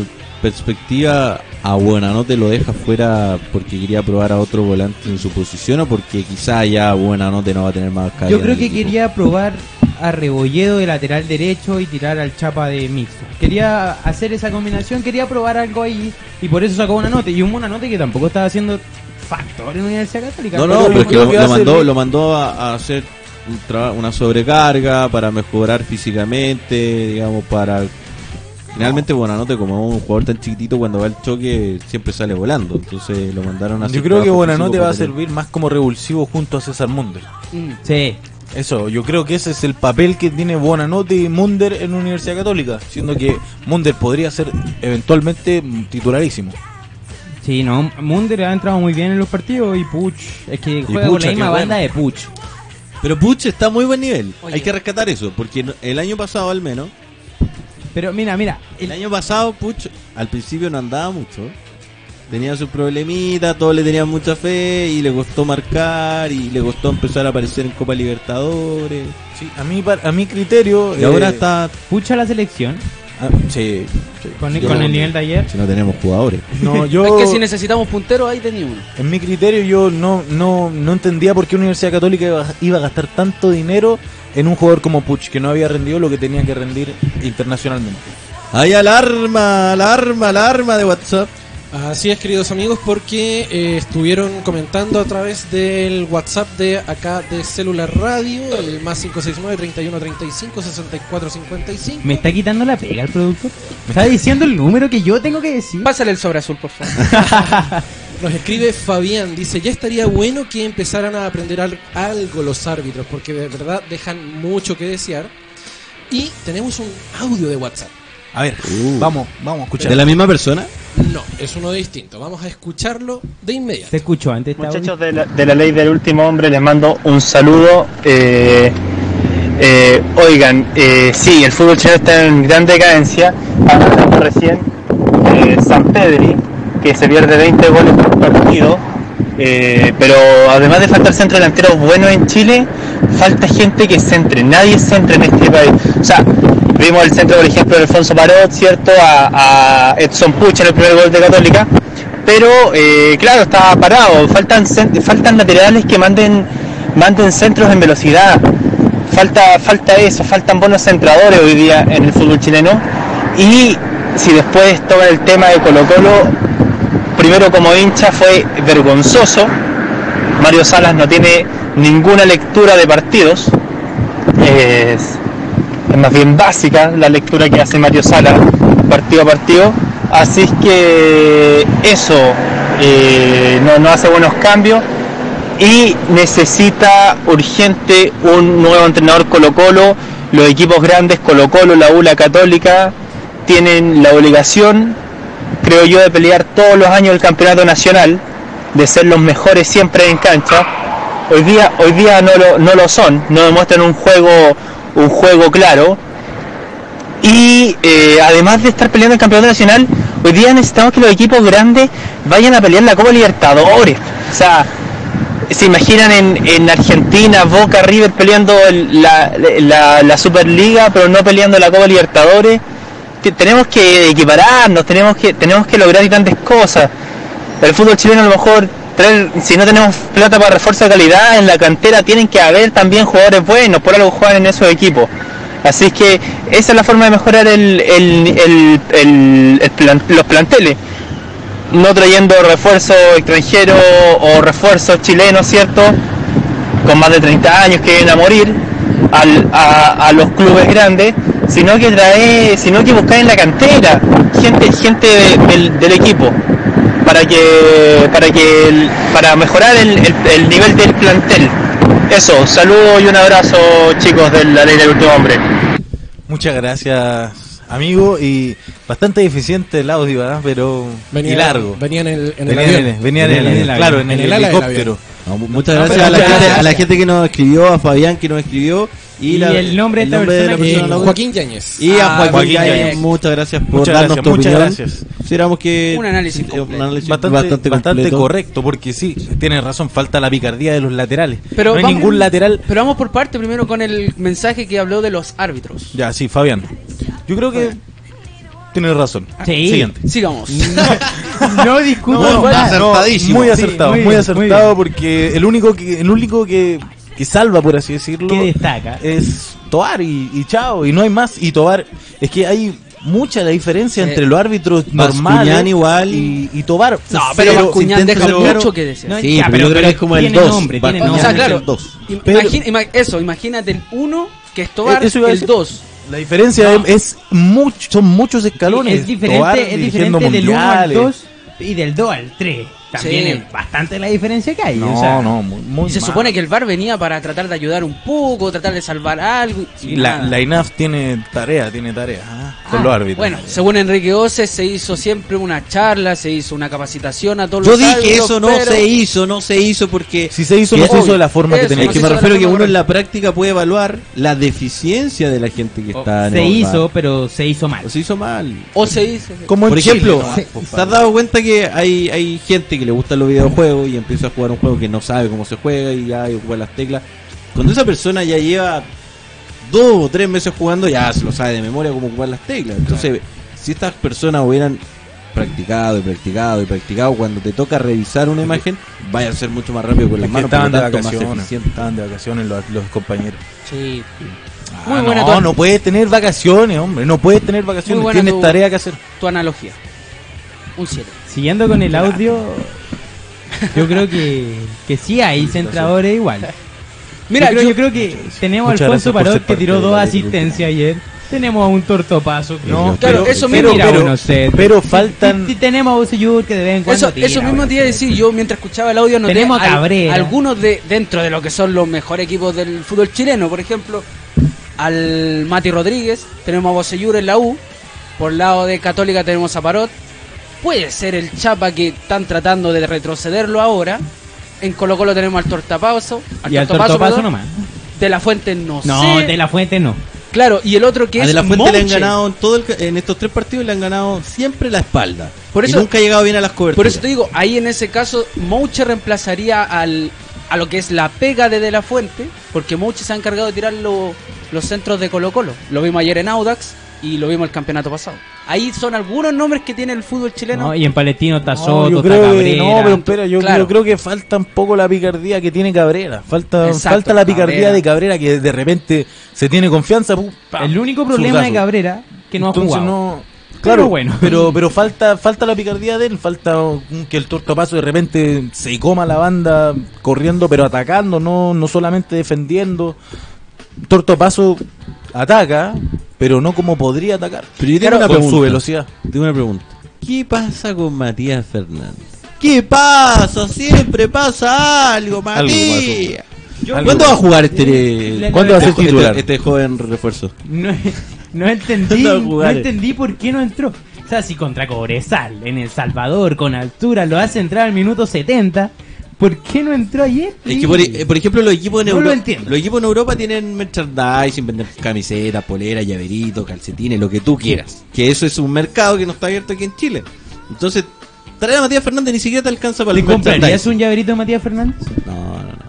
S3: perspectiva, a Buenanote lo deja fuera porque quería probar a otro volante en su posición o porque quizá ya Buenanote no va a tener más calidad.
S2: Yo
S3: en
S2: creo
S3: el
S2: que
S3: equipo?
S2: quería probar a Rebolledo de lateral derecho y tirar al Chapa de mixto. Quería hacer esa combinación, quería probar algo ahí y por eso sacó una nota. Y un Bonanote que tampoco estaba haciendo factor en la Universidad Católica.
S3: No, no,
S1: Pero
S3: pero es que
S1: lo
S3: lo,
S1: que
S3: lo
S1: hace
S3: mandó,
S1: el-
S3: lo mandó a, a hacer un traba- una sobrecarga para mejorar físicamente, digamos, para... Finalmente, Buenanote, como es un jugador tan chiquitito, cuando va el choque siempre sale volando. Entonces lo mandaron a hacer
S1: Yo creo que
S3: trabajo
S1: Buenanote
S3: físico
S1: va a
S3: para tener-
S1: servir más como revulsivo junto a César Munder.
S4: Mm.
S2: Sí,
S1: Eso, yo creo que ese es el papel que tiene Buenanote y Munder en la Universidad Católica, siendo que Munder podría ser eventualmente titularísimo.
S2: sí, no. Munder ha entrado muy bien en los partidos y Puch. Es que juega con
S1: Pucha,
S2: la misma
S1: qué bueno.
S2: banda de Puch.
S3: Pero Puch está a muy buen nivel.
S4: Oye.
S3: Hay que rescatar eso, porque no- el año pasado al menos,
S2: Pero mira, mira.
S3: el año pasado Puch al principio no andaba mucho. Tenía sus problemitas, todos le tenían mucha fe y le costó marcar y le costó empezar a aparecer en Copa Libertadores.
S1: Sí, a mí par- a mi criterio
S3: Y ahora
S1: eh,
S3: está...
S2: Puch a la selección
S1: ah, sí, sí.
S2: con,
S3: Yo
S2: con
S3: no-
S2: el nivel de ayer.
S3: Si no tenemos jugadores.
S1: (laughs) No, yo
S4: Es que si necesitamos punteros, ahí tenía uno.
S1: En mi criterio yo no, no, no entendía por qué Universidad Católica iba, iba a gastar tanto dinero en un jugador como Puch, que no había rendido lo que tenía que rendir internacionalmente.
S3: Hay alarma, alarma, alarma de WhatsApp.
S5: Así es, queridos amigos, porque eh, estuvieron comentando a través del WhatsApp de acá de Celular Radio, el más 569 31 35 64 55.
S2: Me está quitando la pega el productor. Me está diciendo el número que yo tengo que decir.
S4: Pásale el sobre azul,
S1: (laughs)
S4: por favor.
S5: Nos escribe Fabián, dice, ya estaría bueno que empezaran a aprender al- algo los árbitros, porque de verdad dejan mucho que desear. Y tenemos un audio de WhatsApp.
S1: A ver,
S3: Uh.
S1: vamos, vamos a escuchar.
S3: ¿De la misma persona?
S5: No, es uno distinto. Vamos a escucharlo de inmediato.
S2: Se escuchó antes. esta
S6: Muchachos de la, de la ley del último hombre, les mando un saludo. eh, eh, oigan, eh, sí, el fútbol chileno está en gran decadencia. Hablamos recién eh, San Pedri, que se pierde 20 goles por partido. eh, pero además de faltar centro delantero bueno en Chile, falta gente que centre. Nadie centra en este país. O sea, vimos el centro, por ejemplo, de Alfonso Parot, ¿cierto? A, a Edson Pucha en el primer gol de Católica pero eh, claro, estaba parado. Faltan, cen- faltan laterales que manden, manden centros en velocidad. Falta, falta eso, faltan buenos centradores hoy día en el fútbol chileno. Y si después toca el tema de Colo Colo, primero como hincha fue vergonzoso. Mario Salas no tiene ninguna lectura de partidos. Es, es más bien básica la lectura que hace Mario Sala partido a partido. Así es que eso eh, no, no hace buenos cambios y necesita urgente un nuevo entrenador Colo Colo. Los equipos grandes Colo Colo, la U, la Católica tienen la obligación, creo yo, de pelear todos los años el campeonato nacional, de ser los mejores siempre en cancha hoy día hoy día no lo, no lo son no demuestran un juego un juego claro y eh, además de estar peleando el campeonato nacional hoy día necesitamos que los equipos grandes vayan a pelear la Copa Libertadores o sea se imaginan en, en Argentina Boca River peleando el- la, la- la Superliga pero no peleando la Copa Libertadores Te- tenemos que equipararnos tenemos que tenemos que lograr grandes cosas el fútbol chileno a lo mejor traer, si no tenemos plata para refuerzo de calidad en la cantera tienen que haber también jugadores buenos por algo juegan en esos equipos así es que esa es la forma de mejorar el, el- el- el- el plan- los planteles no trayendo refuerzos extranjeros o refuerzos chilenos cierto con más de 30 años que vienen a morir al- a, a los clubes grandes, sino que trae, sino que buscar en la cantera gente, gente de- del, del equipo para que para que el- para mejorar el, el- el nivel del plantel. Eso, saludo y un abrazo chicos de la ley del último hombre.
S1: Muchas gracias, amigo, y bastante eficiente el audio, ¿verdad? Pero y largo.
S5: Venía en el, en el
S1: Venía
S5: avión.
S1: en el- venía en el-
S3: Venía en el
S1: claro,
S3: avión.
S1: en el
S5: En el ala del
S1: helicóptero.
S3: No, mu- muchas
S5: No,
S3: gracias, a,
S5: pero
S3: la
S5: muchas
S3: gente, a la
S5: gracias.
S3: gente que nos escribió, a Fabián que nos escribió,
S2: Y el nombre de esta persona que-
S5: Eh, Joaquín Yáñez.
S3: Y a
S4: Ah,
S3: Joaquín,
S1: Joaquín
S3: Yáñez,
S4: Yáñez.
S3: muchas gracias por
S1: Muchas
S3: darnos
S1: gracias,
S3: tu
S1: muchas
S3: opinión.
S1: gracias.
S3: Consideramos que
S4: Un análisis
S3: eh,
S4: completo.
S3: análisis
S1: Bastante, bastante,
S3: completo.
S1: correcto, porque sí, tienes razón, falta la picardía de los laterales.
S4: Pero
S1: no hay
S4: vamos-
S1: ningún lateral.
S4: Pero vamos por parte primero con el mensaje que habló de los árbitros.
S1: Ya, sí, Fabián. Yo creo que tienes razón.
S2: Sí.
S1: Siguiente.
S4: Sigamos.
S2: (laughs) No discuto.
S1: No,
S2: más.
S3: acertadísimo.
S1: Muy
S2: Sí,
S1: acertado,
S2: muy
S1: muy,
S2: bien,
S1: acertado,
S2: muy bien.
S1: porque el único que, el único que, que salva, por así decirlo,
S2: Que destaca.
S1: Eh, es Tobar y, y Chao, y no hay más. Y Tobar, es que hay mucha la diferencia
S4: Sí.
S1: entre los árbitros normales
S3: Bascuñán igual.
S1: y, y Tobar.
S4: No,
S1: Cero-
S4: pero Bascuñán
S1: se
S4: deja
S1: intenta-
S4: mucho que desear.
S2: No,
S3: Sí,
S2: ya,
S3: pero, yo creo que es como el
S2: tiene
S3: 2.
S2: nombre, tiene
S4: o
S2: nombre.
S4: sea, claro.
S3: El 2.
S4: im-
S1: Pero-
S4: imagina- ima- eso, imagínate el 1 que es Tobar,
S1: Eh, eso iba a
S4: el
S1: decir.
S4: 2.
S1: La diferencia es,
S4: No.
S1: es mucho, son muchos escalones.
S2: Es diferente,
S1: Tobar
S2: es
S1: dirigiendo
S2: diferente del 1 al
S1: mundiales.
S2: 2 y del 2 al 3. También
S4: Sí.
S2: es bastante la diferencia que hay.
S1: No,
S2: o sea,
S1: no, muy, muy
S4: Y se
S1: mal.
S4: supone que el VAR venía para tratar de ayudar un poco, tratar de salvar algo. y-
S1: Sí,
S4: y
S1: la,
S4: nada.
S1: la INAF tiene tarea, tiene tarea ah, con los árbitros.
S4: Bueno, según Enrique Oces se hizo siempre una charla, se hizo una capacitación a todos
S3: Yo
S4: los
S3: dije,
S4: árbitros,
S3: eso no
S4: pero-
S3: se hizo, no se hizo porque...
S1: si se hizo,
S3: que
S1: no se
S3: obvio,
S1: hizo de la forma que
S4: eso,
S1: tenía
S3: Es
S4: no
S1: que
S3: que
S4: se
S3: me
S4: hizo de la
S3: refiero que
S4: forma
S3: uno en la práctica puede evaluar la deficiencia de la gente que está en
S2: Oh, se
S3: el
S2: hizo,
S3: bar.
S2: pero se hizo mal.
S3: O se hizo mal.
S4: O se hizo.
S1: Como en
S3: Por
S1: Chile,
S3: ejemplo,
S1: nomás,
S3: se-
S1: po,
S3: ¿te has dado cuenta que hay, hay gente que le gustan los videojuegos y empieza a jugar un juego que no sabe cómo se juega y ya y ocupa las teclas? Cuando esa persona ya lleva dos o tres meses jugando, ya se lo sabe de memoria cómo ocupar las teclas. Entonces, si estas personas hubieran practicado y practicado y practicado, cuando te toca revisar una imagen, vaya a ser mucho más rápido con
S1: Es
S3: las
S1: que
S3: manos, por lo
S1: estaban de
S3: tanto, más
S1: vacaciones,
S3: eficiente.
S1: estaban de vacaciones los, los compañeros.
S4: Sí.
S1: Ah,
S4: Muy buena
S1: no,
S4: tu-
S1: no puedes tener vacaciones, hombre, no puedes tener vacaciones,
S4: Muy buena
S1: tienes
S4: tu-
S1: tarea que hacer.
S4: Tu analogía. Un 7.
S2: Siguiendo con el audio, yo creo que, que sí hay centradores igual. Mira, yo creo, yo creo que tenemos a
S1: Muchas
S2: Alfonso
S1: gracias por
S2: Parot
S1: ser
S2: que
S1: parte
S2: tiró
S1: de
S2: dos
S1: la
S2: asistencias ayer. Tenemos a un tortopaso. que-
S1: No,
S4: Claro, eso
S2: pero-
S4: mismo.
S2: mira,
S1: pero,
S2: uno set.
S1: pero
S2: Sí,
S1: faltan
S2: tenemos a Useyur que de vez en cuando
S4: Eso,
S2: tira,
S4: eso mismo
S2: bueno,
S4: te iba a
S2: sí.
S4: decir yo mientras escuchaba el audio. Noté
S2: Tenemos a
S4: al-
S2: Cabrera.
S4: algunos de dentro de lo que son los mejores equipos del fútbol chileno. Por ejemplo, al Mati Rodríguez. Tenemos a Bosellur en la U. Por lado de Católica tenemos a Parot. Puede ser el Chapa que están tratando de retrocederlo ahora. En Colo Colo tenemos al Tortapaso.
S2: Y al
S4: Tortapazo,
S2: tortopaso
S4: perdón.
S2: nomás.
S4: De la Fuente no,
S2: No,
S4: sé.
S2: de la fuente no.
S4: Claro, y el otro que
S3: A Ah,
S4: es
S3: De La Fuente le han
S4: Monche.
S3: ganado en, todo el ca- en estos tres partidos le han ganado siempre la espalda.
S4: Por
S3: Y
S4: eso-
S3: nunca ha llegado bien a las coberturas.
S4: Por eso te digo, ahí en ese caso, Mouche reemplazaría al, a lo que es la pega de De La Fuente, porque Mouche se ha encargado de tirar lo- los centros de Colo-Colo. Lo vimos ayer en Audax y lo vimos el campeonato pasado. Ahí son algunos nombres que tiene el fútbol chileno.
S2: No, y en Palestino está
S1: No,
S2: Soto,
S1: yo
S2: está
S1: creo que,
S2: Cabrera.
S1: no, pero espera, yo,
S4: Claro.
S1: yo creo que falta un poco la picardía que tiene Cabrera. Falta,
S4: Exacto,
S1: falta la picardía
S4: Cabrera.
S1: de Cabrera que de repente se tiene confianza. pum, pam,
S2: El único problema de
S1: zurdazo.
S2: Cabrera que no
S1: Entonces
S2: ha jugado.
S1: no-
S2: Pero
S1: Claro, pero
S2: bueno.
S1: pero, falta falta la picardía de él, falta un- que el tortopaso de repente se coma la banda corriendo, pero atacando, no no solamente defendiendo. Tortopaso ataca, pero no como podría atacar.
S3: Pero yo tengo
S1: Claro,
S3: una
S1: con
S3: pregunta.
S1: su velocidad.
S3: Tengo una pregunta. ¿Qué pasa con Matías Fernández? ¿Qué pasa? Siempre pasa algo, Matías.
S1: Algo
S3: ¿Cuándo va a
S1: pasa.
S3: jugar este,
S2: La- ¿Cuándo va a
S1: ser
S3: este-
S1: titular?
S3: este joven refuerzo?
S2: No, no entendí,
S3: Anda a
S2: no
S3: jugar, eh.
S2: entendí por qué no entró. O sea, si contra Cobresal, en El Salvador, con altura, lo hace entrar al minuto 70, ¿por qué no entró ayer?
S3: Es que por, eh, por ejemplo, los equipos en
S2: No lo
S3: Europa.
S2: entiendo.
S3: los equipos en Europa tienen merchandising, venden camisetas, poleras, llaveritos, calcetines, lo que tú quieras. Que eso es un mercado que no está abierto aquí en Chile. Entonces, traer a Matías Fernández ni siquiera te alcanza para
S2: ¿Le
S3: el merchandising.
S2: comprarías un llaverito a Matías Fernández?
S3: No, no, no.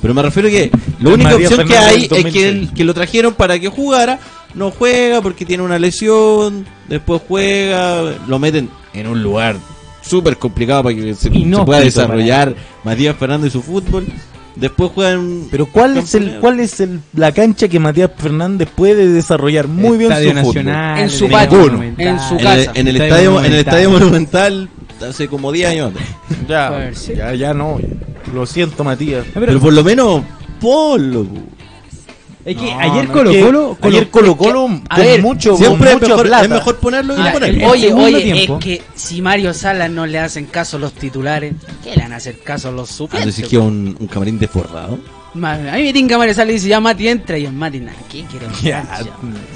S3: Pero me refiero que la única
S1: Matías
S3: opción que
S1: Fernández
S3: hay
S1: del
S3: es que, el-
S1: 2006.
S3: que lo trajeron para que jugara, no juega porque tiene una lesión, después juega, lo meten en un lugar súper complicado para que se,
S2: Inhóspito
S3: se pueda
S2: para
S3: desarrollar Matías Fernández y su fútbol. Después juega en...
S1: Pero ¿cuál es el cuál es el- la cancha que Matías Fernández puede desarrollar muy bien su
S2: Estadio
S1: fútbol?
S2: Nacional,
S4: En su
S2: Estadio
S4: patio,
S2: Monumental.
S4: en su
S3: en
S4: casa?
S3: el, en el
S2: Estadio
S3: estadio, en el
S2: Monumental.
S3: estadio Monumental hace como 10 años atrás.
S4: A ver, Ah, pues, sí.
S1: Ya ya no. Lo siento, Matías.
S2: No, Ah, pero
S3: Pero por lo menos, ponlo. pu.
S2: es que
S1: No,
S2: ayer
S1: no,
S2: Colo
S1: es que
S2: Colo, Colo-
S1: ayer Colo Colo
S4: a
S1: con
S4: ver,
S1: mucho con
S3: Siempre es
S1: mucha
S3: mejor,
S1: plata.
S3: es mejor ponerlo y
S4: Mira,
S3: ponerlo.
S2: el-
S4: oye,
S2: segundo
S4: oye,
S2: tiempo.
S4: es que si Mario Salas no le hacen caso a los titulares, ¿qué le van a hacer caso a los
S3: Ah,
S4: suplentes? Pues,
S3: entonces que un, un camarín desbordado.
S4: Ma- A mí me tinca Mario Salas y dice, ya Mati entra y yo, Mati, nada, ¿qué queremos?
S1: Ya,
S4: Ya.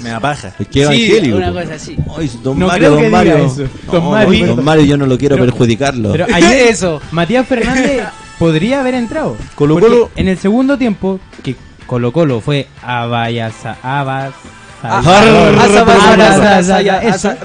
S1: me da Mm. paja.
S3: Es que evangélico,
S4: una
S3: pu.
S4: cosa así.
S3: Ay, don
S2: No
S3: Mario,
S2: creo
S3: don
S2: que diga
S3: Mario.
S2: eso. Don
S3: No,
S2: Mario.
S3: don Mario, yo no lo quiero
S2: Pero-
S3: perjudicarlo.
S2: Pero ayer
S4: Eso.
S2: Matías Fernández podría haber entrado.
S1: Colo
S2: Porque
S1: Colo-
S2: En el segundo tiempo, que Colo Colo fue Abayasa, Abas.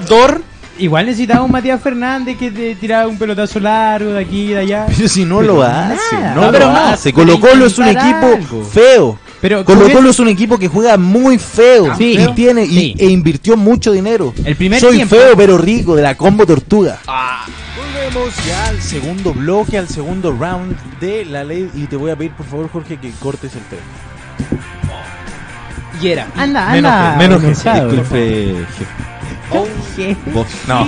S4: Dor.
S2: Igual necesitaba un Matías Fernández que te tiraba un pelotazo largo de aquí y de allá.
S1: Pero si no lo hace,
S2: nada,
S1: no
S2: pero
S1: lo
S2: no,
S1: hace.
S2: tiene
S1: Colo
S2: que
S1: Colo es un
S2: inventar
S1: equipo
S2: algo.
S1: feo.
S2: Pero
S1: Colo
S2: ¿tú
S1: Colo
S2: ves?
S1: es un equipo que juega muy feo
S2: Ah, feo.
S1: y tiene y-
S2: Sí.
S1: e invirtió mucho dinero.
S2: El primer
S1: Soy
S2: tiempo-
S1: feo pero rico de la combo tortuga. Volvemos ya al segundo bloque, al segundo round de la ley y te voy a pedir por favor Jorge que cortes el tema.
S4: Y era.
S2: Anda,
S1: Menos
S2: anda.
S1: que- menos que-
S2: Gonzalo.
S3: Disculpe, jefe.
S2: Jefe.
S3: Vos.
S1: No.
S3: Vos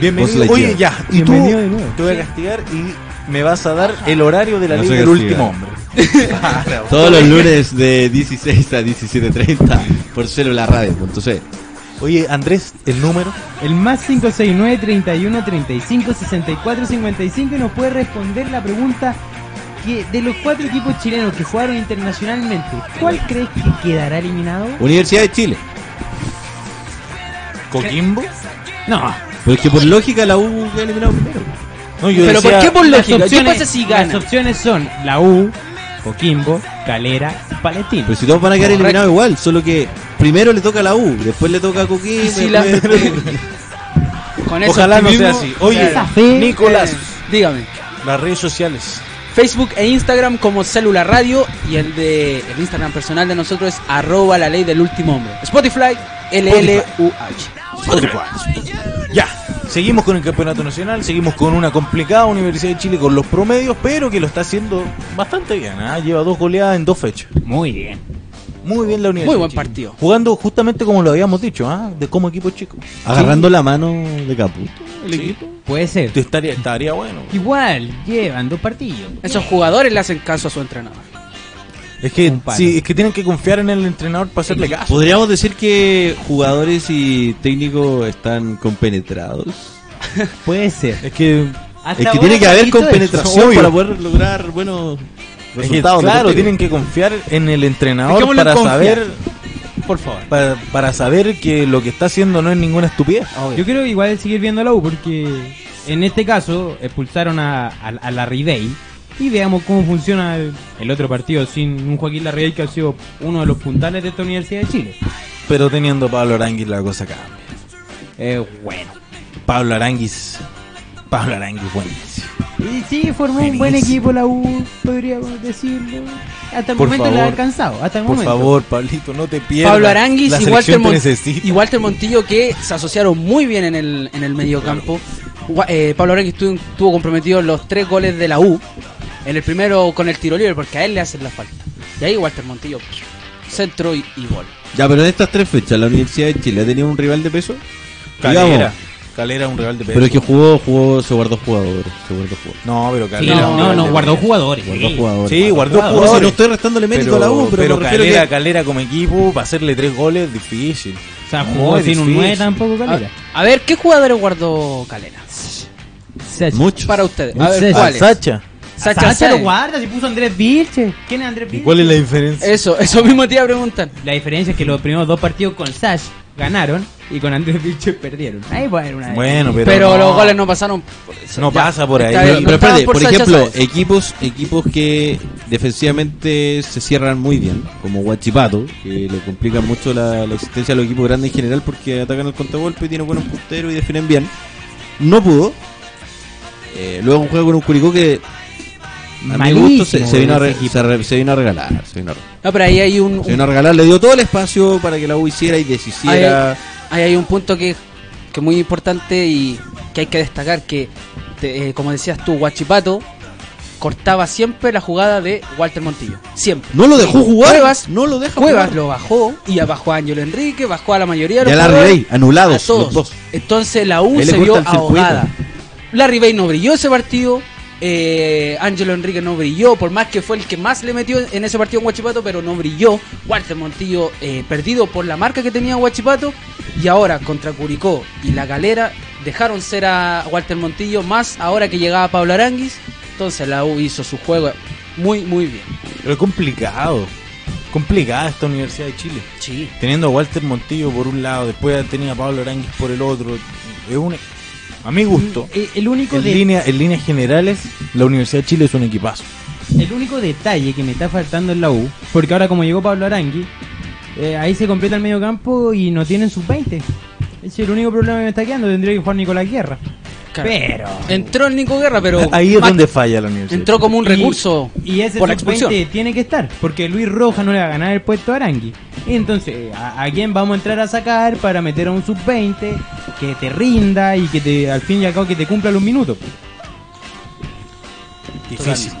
S1: Bienvenido.
S3: la
S1: Oye
S3: llevas.
S1: ya, y tú
S2: Bienvenido de nuevo.
S1: te voy a castigar y me vas a dar el horario de la
S3: No
S1: ley
S3: soy
S1: del
S3: castigado.
S1: último hombre.
S3: Todos los lunes de 16 a 17.30 por celularradio.c.
S1: Oye Andrés, el número
S2: El más 569 31 35 64 55 y nos puede responder la pregunta que de los cuatro equipos chilenos que jugaron internacionalmente, ¿cuál crees que quedará eliminado?
S3: Universidad de Chile.
S1: Coquimbo.
S2: No,
S3: Porque por lógica la U fue eliminado primero.
S1: No, yo
S4: Pero ¿por
S1: decía-
S4: qué por
S2: las
S4: lógica? ¿Qué
S2: opciones,
S4: pasa si
S2: Las
S4: gana?
S2: opciones son la U, Coquimbo, Calera, Palestino.
S3: Pero si todos van a quedar
S4: Correcto.
S3: eliminados igual, solo que primero le toca a la U, después le toca a Coquimbo.
S4: Y si la-
S3: después-
S4: (laughs) Con eso
S1: Ojalá no sea
S4: mismo-
S1: así. Oye,
S2: Esa fe-
S1: Nicolás,
S4: Eh, dígame.
S1: las redes sociales.
S4: Facebook e Instagram como Célula Radio y el de el Instagram personal de nosotros es arroba la ley del último hombre. Spotify, LLUH.
S1: Ya, seguimos con el campeonato nacional, seguimos con una complicada Universidad de Chile con los promedios, pero que lo está haciendo bastante bien. ¿ah? Lleva dos goleadas en dos fechas.
S2: Muy bien.
S1: Muy bien la Universidad.
S4: Muy buen
S1: de Chile.
S4: partido.
S1: Jugando justamente como lo habíamos dicho, ¿ah? de como equipo chico.
S3: Agarrando la mano de Caputo.
S1: el equipo.
S2: Puede ser.
S1: Estaría, estaría bueno.
S2: Igual, llevan dos partidos.
S4: Esos jugadores le hacen caso a su entrenador.
S1: Es que,
S2: Un palo.
S1: sí, es que tienen que confiar en el entrenador para hacerle caso.
S3: Podríamos decir que jugadores y técnicos están compenetrados.
S2: Puede ser.
S1: Es que,
S2: Hasta
S3: Es que
S2: ahora
S3: tiene que
S2: no he
S3: haber
S2: visto eso,
S3: compenetración
S2: obvio.
S3: para poder lograr buenos
S1: es que,
S3: resultados.
S1: claro,
S3: deportivos.
S1: tienen que confiar en el entrenador
S4: Dejémoslo en
S1: para
S4: confiar.
S1: saber,
S2: Por favor.
S1: para, para saber que lo que está haciendo no es ninguna estupidez.
S2: Yo creo que igual seguir viendo a la U porque en este caso expulsaron a, a, a Larribey y veamos cómo funciona el, el otro partido sin un Joaquín Larribey que ha sido uno de los puntales de esta Universidad de Chile.
S1: Pero teniendo a Pablo Aranguis la cosa acá.
S2: Eh, bueno.
S1: Pablo Aranguis. Pablo Aranguis, buenísimo.
S2: Y sí, formó un buen
S1: Buenísimo.
S2: equipo la U, podríamos decirlo. Hasta el
S1: Por
S2: momento la ha
S1: favor.
S2: alcanzado, hasta el
S1: Por
S2: momento.
S1: favor, Pablito, no te pierdas.
S4: Pablo Aranguis
S1: La
S4: y Walter,
S1: selección este te
S4: Mon-
S1: necesita.
S4: y Walter Montillo que se asociaron muy bien en el, en el mediocampo. Gua- eh, Pablo Aranguis tuvo, tuvo comprometidos los tres goles de la U. En el primero con el tiro libre porque a él le hacen la falta. Y ahí Walter Montillo centro y, y gol.
S3: Ya, pero en estas tres fechas, la Universidad de Chile ha tenido un rival de peso.
S1: Calera.
S3: Digamos,
S1: Calera es un rival de peso.
S3: pero es que jugó, jugó, se guardó jugadores. Se guardó jugadores.
S1: No, pero
S2: Sí,
S1: Calera.
S2: no,
S1: es
S2: no,
S1: un
S2: no,
S1: rival de
S2: guardó
S1: peso.
S2: jugadores.
S3: Guardó jugadores.
S1: Sí, guardó
S3: Por eso
S1: jugadores.
S3: no estoy restándole mérito
S1: Pero,
S3: a la U, pero,
S1: pero
S3: me refiero
S1: Calera,
S3: que-
S1: Calera como equipo, para hacerle tres goles, difícil.
S2: O sea, jugó
S1: Muy
S2: sin un
S1: difícil. Ah,
S2: 9 tampoco,
S4: A,
S2: Calera.
S4: a ver, ¿qué jugadores guardó Calera?
S2: Sacha.
S3: Muchos.
S4: Para ustedes. A ver,
S2: Sacha.
S1: Ah,
S4: ¿cuáles?
S1: Sacha.
S4: Sacha
S2: Sacha lo
S4: Sáenz.
S2: guarda, si puso Andrés Vilche. ¿Quién es Andrés Vilche?
S1: es la diferencia?
S2: Eh,
S4: Eso, eso mismo te iba a preguntar.
S2: La diferencia es que los primeros dos partidos con Sash ganaron y con Andrés Vilches perdieron. Ahí va a haber una
S1: Bueno, pero.
S4: Pero, los
S1: no,
S4: goles no pasaron. por eso.
S1: No
S4: Ya.
S1: pasa por ahí.
S4: Está
S3: Pero,
S4: bien,
S3: pero
S4: no
S3: espérate,
S4: estaban
S3: por,
S4: Sacha
S3: ejemplo,
S4: Sáenz.
S3: equipos equipos que defensivamente se cierran muy bien, como Guachipato, que le complica mucho la, la existencia a los equipos grandes en general porque atacan al contragolpe, tienen buenos punteros y definen bien. No pudo. Eh, luego juega con un Curicó que a mi
S2: Malísimo,
S3: gusto se, se vino a
S2: ese
S3: re-
S2: equipo.
S3: se re- se vino a regalar. Se vino a, re-
S4: No, pero ahí hay un,
S3: se vino a regalar, le dio todo el espacio para que la U hiciera y deshiciera.
S4: ahí hay un punto que, que es muy importante y que hay que destacar que, te- eh, como decías tú, Guachipato cortaba siempre la jugada de Walter Montillo. Siempre.
S3: No lo dejó jugar.
S4: Cuevas,
S3: no lo deja
S4: Cuevas
S3: jugar.
S4: lo bajó y ya bajó a Ángelo Enrique, bajó a la mayoría de
S3: Ya
S4: los
S3: la
S4: jugadores,
S3: Rey, anulados
S4: a
S3: los
S4: todos.
S3: dos.
S4: Entonces la U
S3: Él le
S4: se vio
S3: corta el circuito.
S4: ahogada. Larry Bay no brilló ese partido. eh, Ángelo Enrique no brilló, por más que fue el que más le metió en ese partido en Guachipato, pero no brilló. Walter Montillo eh, perdido por la marca que tenía Guachipato. Y ahora contra Curicó y la galera dejaron ser a Walter Montillo, más ahora que llegaba Pablo Aranguis. Entonces la U hizo su juego muy, muy bien.
S1: Pero es complicado. Complicada esta Universidad de Chile.
S4: Sí.
S1: teniendo a Walter Montillo por un lado, después tenía a Pablo Aranguis por el otro. Es un, a mi gusto,
S2: El, el único
S4: Mm,
S1: en,
S2: de,
S1: línea, en líneas generales, la Universidad de Chile es un equipazo.
S2: El único detalle que me está faltando en la U, porque ahora como llegó Pablo Arangui, eh, ahí se completa el medio campo y no tienen sus 20. Ese es el único problema que me está quedando, tendría que jugar Nicolás Guerra.
S4: Claro.
S2: Pero...
S4: Entró el Nico Guerra, pero
S1: Ahí es
S4: más-
S1: donde falla la universidad.
S4: entró como un recurso
S2: Y, y ese
S4: por la expulsión.
S2: sub-20 tiene que estar, porque Luis Roja no le va a ganar el puesto a Arangui. Y entonces, ¿a, a quién vamos a entrar a sacar para meter a un sub-20 que te rinda y que te, al fin y al cabo que te cumpla los minutos?
S1: Difícil.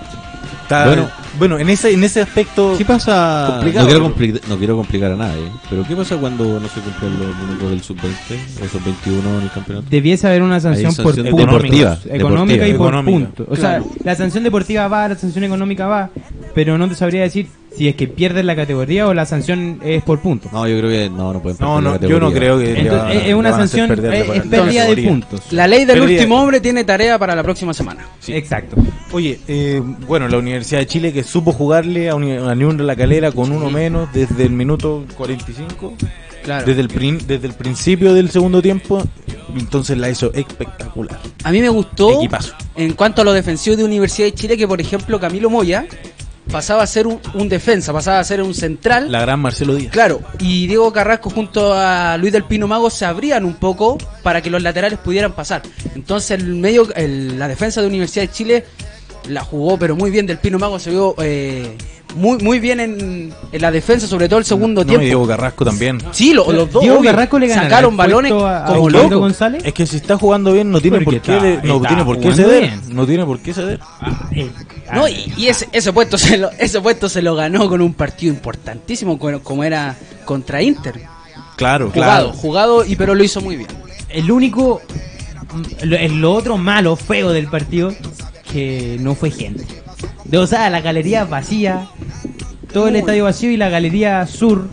S1: Está-
S3: Bueno.
S1: bueno, en ese, en ese aspecto.
S3: ¿Qué pasa?
S1: Complicado,
S3: no, quiero compli- no quiero complicar a nadie, pero ¿qué pasa cuando no se cumplen los minutos del sub-20 o sub-21 en el campeonato?
S2: Debiese haber una sanción,
S3: Hay sanción
S2: por puntos.
S1: punto.
S3: deportiva,
S2: Económica y
S3: deportiva.
S2: por
S1: Económica.
S2: punto. O sea, la sanción deportiva va, la sanción económica va, pero no te sabría decir si es que pierdes la categoría o la sanción es por punto.
S3: No, yo creo que no, no pueden
S1: No,
S3: perder
S1: no, yo
S3: la
S1: no
S3: categoría.
S1: creo que. le
S2: Entonces,
S1: van a-
S2: es- es
S1: le
S2: una
S1: van a hacer
S2: sanción,
S1: perder la-
S2: es, es
S1: la
S2: pérdida de
S1: categoría.
S2: puntos.
S4: La ley del
S1: Pérdida.
S4: último hombre tiene tarea para la próxima semana.
S1: Sí.
S2: Exacto.
S1: Oye, eh, bueno, la Universidad de Chile que supo jugarle a, Uni- a Unión de la Calera con uno menos desde el minuto 45,
S4: Claro.
S1: desde, el prin- desde el principio del segundo tiempo, entonces la hizo espectacular.
S4: A mí me gustó
S1: Equipazo.
S4: en cuanto a los defensivos de Universidad de Chile que, por ejemplo, Camilo Moya pasaba a ser un, un defensa, pasaba a ser un central.
S1: La gran Marcelo Díaz.
S4: Claro, y Diego Carrasco junto a Luis del Pino Mago se abrían un poco para que los laterales pudieran pasar. Entonces el medio, el- la defensa de Universidad de Chile la jugó pero muy bien. Del Pino Mago se vio eh, muy, muy bien en, en la defensa, sobre todo el segundo
S1: No,
S4: tiempo.
S1: y Diego Carrasco también.
S4: Sí, lo- los dos
S2: Diego
S4: obvio,
S2: Carrasco le ganará
S4: sacaron
S2: el
S4: balones
S2: puesto a- a
S4: como
S2: Osvaldo
S4: locos.
S2: González.
S1: Es que si está jugando bien no tiene
S2: Porque
S1: por qué,
S2: está-
S1: de- no
S2: está
S1: tiene por qué
S2: jugando
S1: ceder,
S2: bien.
S1: no tiene por qué ceder.
S4: No, y, y ese, ese puesto se lo, ese puesto se lo ganó con un partido importantísimo co- como era contra Inter.
S1: Claro,
S4: Jugado,
S1: claro.
S4: jugado y pero lo hizo muy bien.
S2: El único. Lo, el- lo otro malo, feo del partido, que no fue gente. De- o sea, la galería vacía, todo el estadio vacío y la galería sur.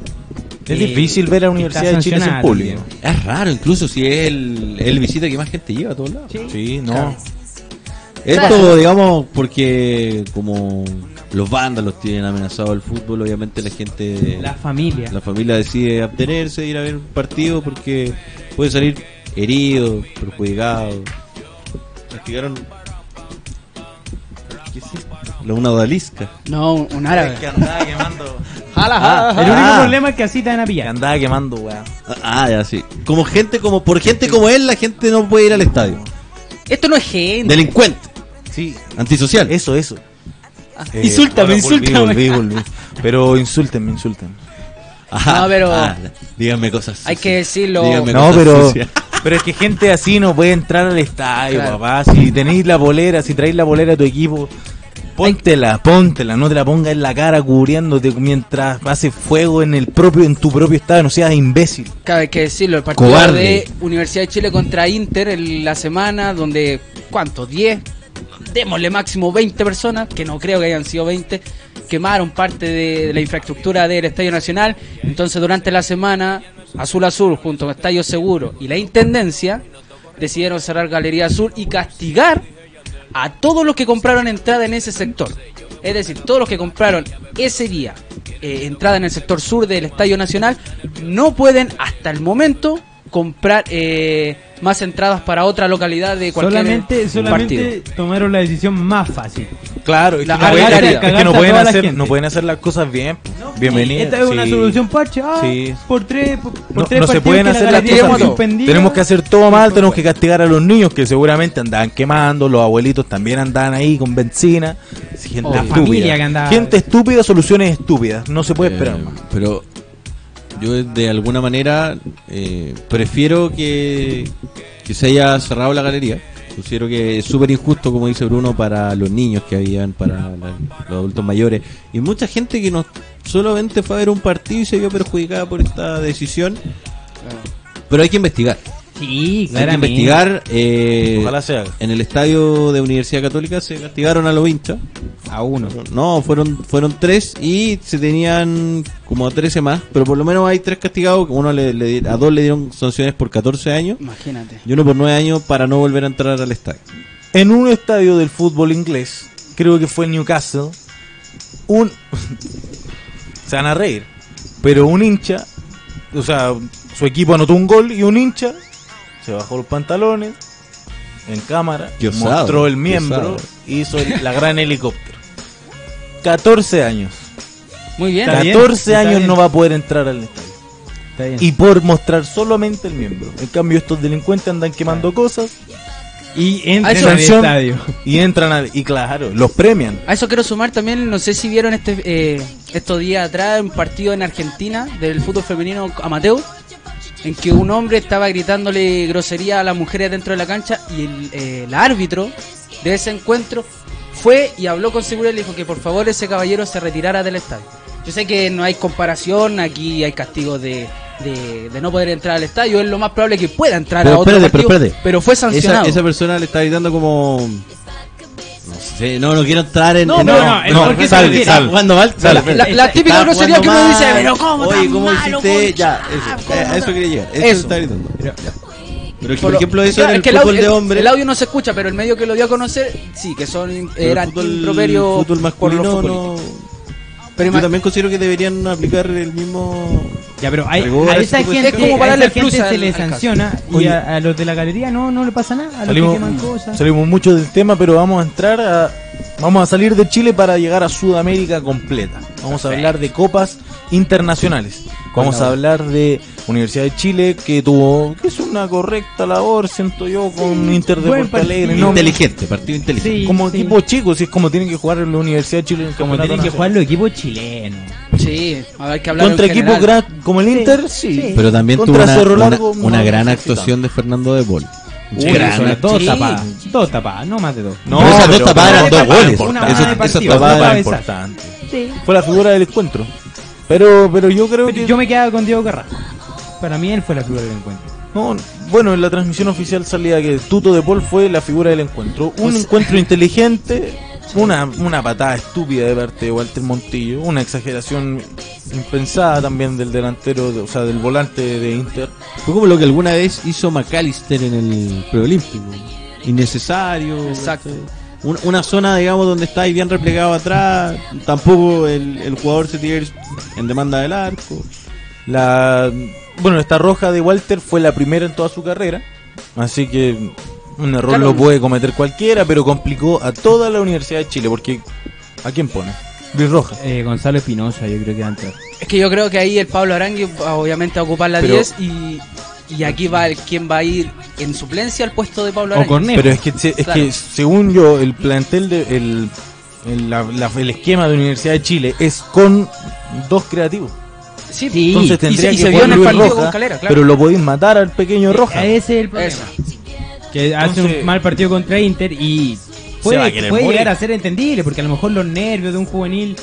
S1: Es
S2: eh,
S1: difícil ver a la
S2: que
S1: Universidad
S2: está
S1: de Chile sin
S2: sancionada
S1: público.
S2: también.
S3: eh, Es raro, incluso si es el, el visita que más gente lleva a todos lados.
S1: Sí, no.
S4: Claro.
S3: Esto, digamos, porque como los vándalos tienen amenazado el fútbol, obviamente la gente,
S2: La
S3: la,
S2: familia.
S3: familia decide abstenerse de ir a ver un partido porque puede salir herido, perjudicado. Practicaron. ¿Qué es esto? La- Una odalisca.
S4: No, un árabe.
S1: andaba quemando,
S4: Jala,
S2: el único
S1: Ah.
S2: problema es que así te van a
S1: que
S2: pillar.
S1: andaba quemando, weá.
S3: Ah, ya sí. Como gente como por gente como él, la gente no puede ir al estadio.
S4: Esto no es gente.
S3: Delincuente,
S1: Sí,
S3: antisocial.
S1: Eso, eso. Eh,
S4: Insúltame,
S1: ahora volví,
S4: insúltame.
S1: volví, volví. Pero insúltenme, insúltenme.
S3: Ajá.
S4: No, pero-
S3: Ah, díganme cosas.
S4: Hay
S3: sucias.
S4: que decirlo.
S3: Díganme
S1: No,
S3: cosas
S1: pero,
S3: sucias.
S1: (laughs) pero es que gente así no puede entrar al estadio,
S4: Claro.
S1: papá. Si tenéis la bolera, si traéis la bolera a tu equipo, póntela, póntela. No te la pongas en la cara cubriéndote mientras hace fuego en el propio, en tu propio estadio. No seas imbécil.
S4: Claro, hay que decirlo, el partido
S3: Cobarde.
S4: de Universidad de Chile contra Inter en la semana donde, ¿cuánto? 10, démosle máximo 20 personas, que no creo que hayan sido 20, quemaron parte de, de la infraestructura del Estadio Nacional, entonces durante la semana Azul Azul junto con Estadio Seguro y la Intendencia decidieron cerrar Galería Azul y castigar a todos los que compraron entrada en ese sector. Es decir, todos los que compraron ese día eh, entrada en el sector sur del Estadio Nacional no pueden hasta el momento comprar eh, más entradas para otra localidad de cualquier
S2: Solamente, solamente
S4: partido.
S2: tomaron la decisión más fácil.
S1: Claro,
S4: La
S1: no, pueden,
S4: arbitraria.
S1: es que no
S2: Cagarte a
S1: pueden
S2: toda la
S1: hacer,
S2: gente.
S1: no pueden hacer las cosas bien. Bienvenido.
S2: Esta es una
S1: sí.
S2: solución parche. Ah,
S1: Sí.
S2: por tres, por, por
S1: No,
S2: tres
S1: no se
S2: partidos
S1: pueden
S2: que la
S1: hacer las
S2: galería
S1: cosas
S2: está
S1: bien.
S2: suspendida.
S1: Tenemos que hacer todo mal, tenemos que castigar a los niños que seguramente andaban quemando, los abuelitos también andaban ahí con benzina. Sí, Gente
S4: O la
S1: estúpida.
S2: oh, familia que andaba-
S1: Gente estúpida, soluciones estúpidas. No se puede
S3: Eh,
S1: esperar más.
S3: Pero yo de alguna manera eh, prefiero que, que se haya cerrado la galería. Considero que es súper injusto, como dice Bruno, para los niños que habían, para la- los adultos mayores. Y mucha gente que no solamente fue a ver un partido y se vio perjudicada por esta decisión. Pero hay que investigar.
S2: Sí,
S3: Hay que
S2: claramente.
S3: investigar. eh,
S1: Ojalá sea.
S3: en el estadio de Universidad Católica se castigaron a los hinchas.
S2: A uno.
S3: No, fueron, fueron tres y se tenían como 13 más, pero por lo menos hay tres castigados, uno le, le di- a dos le dieron sanciones por 14 años
S4: Imagínate.
S3: y uno por 9 años para no volver a entrar al estadio.
S1: En un estadio del fútbol inglés, creo que fue Newcastle, un. (laughs) se van a reír, pero un hincha, o sea, su equipo anotó un gol y un hincha se bajó los pantalones en cámara,
S3: Qué osado,
S1: mostró el
S3: qué
S1: miembro,
S3: osado.
S1: hizo el- la gran (laughs) helicóptero. 14 años.
S4: Muy bien.
S2: Está bien,
S1: 14
S2: está
S1: años
S2: bien.
S1: no va a poder entrar al estadio.
S2: Está bien.
S1: Y por mostrar solamente el miembro. En cambio, estos delincuentes andan quemando cosas
S2: Y entra
S4: Ah,
S2: en
S4: eso-
S2: el
S1: sanción.
S2: estadio.
S1: y entran al. Y claro, los premian.
S4: A eso quiero sumar también, no sé si vieron este eh, estos días atrás un partido en Argentina del fútbol femenino amateur, en que un hombre estaba gritándole grosería a las mujeres dentro de la cancha y el, eh, el árbitro de ese encuentro fue y habló con seguridad y le dijo que por favor ese caballero se retirara del estadio. Yo sé que no hay comparación, aquí hay castigos de, de- de no poder entrar al estadio, es lo más probable que pueda entrar
S3: Pero
S4: a otro
S3: espérate, pero
S4: partido,
S3: espérate.
S4: fue
S3: Esa,
S4: sancionado.
S3: esa persona le está gritando como. No sé, no, no quiero entrar en.
S4: No,
S3: en-
S4: no,
S2: no,
S1: no,
S2: ¿por qué se
S1: sal,
S2: refiere?
S1: sal.
S3: Jugando mal.
S1: Sale,
S3: Sale.
S4: la, la
S2: Está-
S4: típica
S3: Está
S4: grosería que
S3: jugando
S4: uno dice,
S3: mal.
S4: pero cómo
S3: Oye,
S4: tan
S3: ¿cómo
S4: malo,
S3: hiciste?
S4: concha?
S3: Ya, eso, eh, a eso quería llegar. Eso,
S4: Eso.
S3: está gritando.
S2: Pero-
S3: Pero es que, por
S4: Solo-
S3: ejemplo, eso
S4: Claro,
S3: en
S4: es
S3: el
S4: que
S3: fútbol
S4: audio-
S3: de
S4: el-
S3: hombre.
S4: El audio no se escucha, pero el medio que lo dio a conocer, sí, que son
S3: pero el
S4: eran
S3: fútbol-
S4: improperio
S3: fútbol masculino
S4: por los
S3: no-
S4: futbolistas. Pero
S3: Yo
S4: ima-
S3: también considero que deberían aplicar el mismo.
S2: Ya, pero hay,
S3: Rigor,
S2: a
S3: ese
S2: esa
S3: tipo de
S2: gente,
S4: cosas. Es como para
S2: a esa
S4: darle
S2: gente
S4: plus al-
S2: se le
S4: al caso.
S2: sanciona ¿eh? y
S1: Oye.
S2: a, a los de la galería no, no le pasa nada. A los que
S1: Salimos,
S2: queman cosas.
S1: salimos mucho del tema, pero vamos a entrar a. Vamos a salir de Chile para llegar a Sudamérica completa. Vamos a hablar de copas internacionales. Vamos a hablar de Universidad de Chile que tuvo que es una correcta labor, siento yo, con Inter de
S2: buen
S1: Porto Alegre.
S2: partido.
S1: No,
S3: inteligente, partido inteligente.
S2: Sí,
S1: como
S2: sí.
S1: equipo chico, si es como tienen que jugar en la Universidad de Chile en el
S2: Como
S1: campeonato
S2: tienen que jugar
S1: nacional.
S2: los equipos chilenos.
S4: sí, a ver que hablar
S1: contra
S4: en general.
S1: equipos gran- como el Inter, sí.
S2: sí.
S3: Pero también tuvo
S1: Contra
S3: una,
S1: Cerro
S3: una-
S1: Largo,
S3: una
S1: no,
S3: gran
S1: no sé si
S3: actuación de Fernando de Bol.
S2: Uy, sobre
S3: gran
S2: todo
S4: sí.
S2: tapadas. Dos tapadas, no más de dos.
S1: No,
S3: Pero esas dos
S1: pero-
S3: tapadas eran
S2: una
S3: dos
S2: tapada
S3: goles.
S2: importante.
S3: Esas-
S2: Una tapada
S3: esas
S2: de partido,
S3: tapadas
S2: una
S3: eran
S2: tapada
S3: importantes.
S1: importante. Fue la figura del encuentro. Pero, pero yo creo
S2: Pero
S1: que.
S2: Yo me quedaba con Diego Carrasco. Para mí él fue la figura del encuentro.
S1: No, bueno, en la transmisión oficial salía que Tuto de Paul fue la figura del encuentro. Un
S3: Pues-
S1: encuentro inteligente, una, una patada estúpida de parte de Walter Montillo, una exageración impensada también del delantero, de- o sea, del volante de Inter.
S3: Fue como lo que alguna vez hizo McAllister en el preolímpico. Innecesario.
S4: Exacto.
S3: Un- una zona, digamos, donde estáis bien replegado atrás. Tampoco el, el jugador se tiene en demanda del arco.
S1: La, bueno, esta roja de Walter fue la primera en toda su carrera, así que un error
S4: Claro.
S1: lo puede cometer cualquiera, pero complicó a toda la Universidad de Chile, porque ¿a quién pone? Luis Roja.
S2: Eh, Gonzalo Espinosa, yo creo que va a entrar.
S4: Es que yo creo que ahí el Pablo Arangui va, obviamente a ocupar la
S1: Pero-
S4: 10 y, y aquí va el quien va a ir en suplencia al puesto de Pablo
S2: O
S4: Arangui.
S2: Cornejo.
S1: Pero es que, se- es
S4: Claro.
S1: que según yo, el plantel de el, el- la- la- el esquema de Universidad de Chile es con dos creativos.
S4: Sí,
S2: Sí.
S1: Entonces
S4: y se-
S1: tendría
S4: y
S1: que
S4: se vio
S1: jugar
S4: en el
S1: Luis
S4: partido
S1: Roja,
S4: con Calera, claro.
S1: pero lo podéis matar al pequeño Roja.
S2: Eh, Ese es el problema.
S4: Eso.
S2: Que hace
S1: Entonces-
S2: un mal partido contra Inter y
S1: va a
S2: puede,
S1: querer
S2: puede
S1: morir.
S2: llegar a ser entendible, porque a lo mejor los nervios de un juvenil.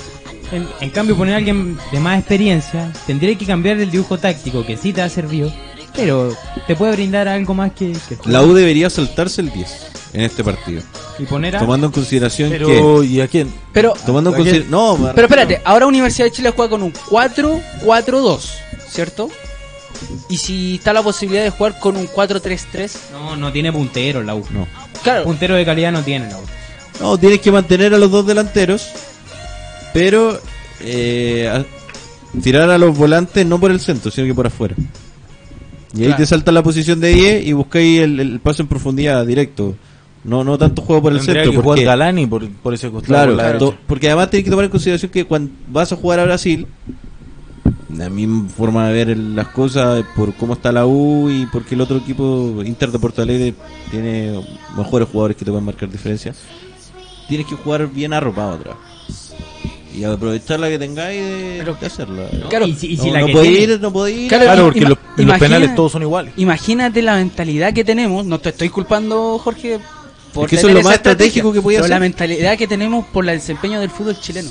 S2: En, en cambio, poner a alguien de más experiencia, tendría que cambiar el dibujo táctico, que sí te ha servido, pero te puede brindar algo más que. que-
S3: La U debería saltarse el 10 en este partido.
S2: y poner a.
S3: Tomando en consideración que.
S1: pero, ¿y a quién?
S4: Pero,
S3: Tomando en
S1: ¿A quién?
S3: consideración. No, me
S4: Pero
S3: refiero-
S4: espérate, ahora Universidad de Chile juega con un 4-4-2, ¿cierto? Y si está la posibilidad de jugar con un 4-3-3,
S2: No, no tiene puntero la U.
S3: No.
S4: claro,
S2: Puntero de calidad no tiene la U.
S3: No, tienes que mantener a los dos delanteros, pero eh, a- tirar a los volantes no por el centro, sino que por afuera. Y ahí
S4: Claro.
S3: te salta la posición de 10 y buscáis el, el paso en profundidad directo. No, no tanto juego por el
S1: Tendría
S3: centro.
S1: que jugar
S3: porque,
S1: Galani por, por ese costado.
S3: claro,
S1: por la
S3: to-
S1: derecha.
S3: porque además tienes que tomar en consideración que cuando vas a jugar a Brasil, la misma forma de ver el- las cosas, por cómo está la U y porque el otro equipo, Inter de Porto Alegre, tiene mejores jugadores que te pueden marcar diferencia, tienes que jugar bien arropado atrás. Y aprovechar la que tengáis de,
S4: Pero-
S3: de hacerla.
S4: Claro,
S2: y si, y
S3: No-
S2: si la
S3: no
S2: que
S3: podéis
S2: tiene-
S3: ir, no podéis ir.
S4: Claro,
S1: Claro,
S4: im-
S1: porque
S4: ima-
S1: los- y los
S4: imagina-
S1: penales todos son iguales.
S4: imagínate la mentalidad que tenemos, no te estoy culpando Jorge por
S3: Es que eso
S4: tener
S3: es lo
S4: esa
S3: más
S4: estrategia,
S3: estratégico que podía
S4: pero la
S3: hacer.
S4: mentalidad que tenemos por el desempeño del fútbol chileno.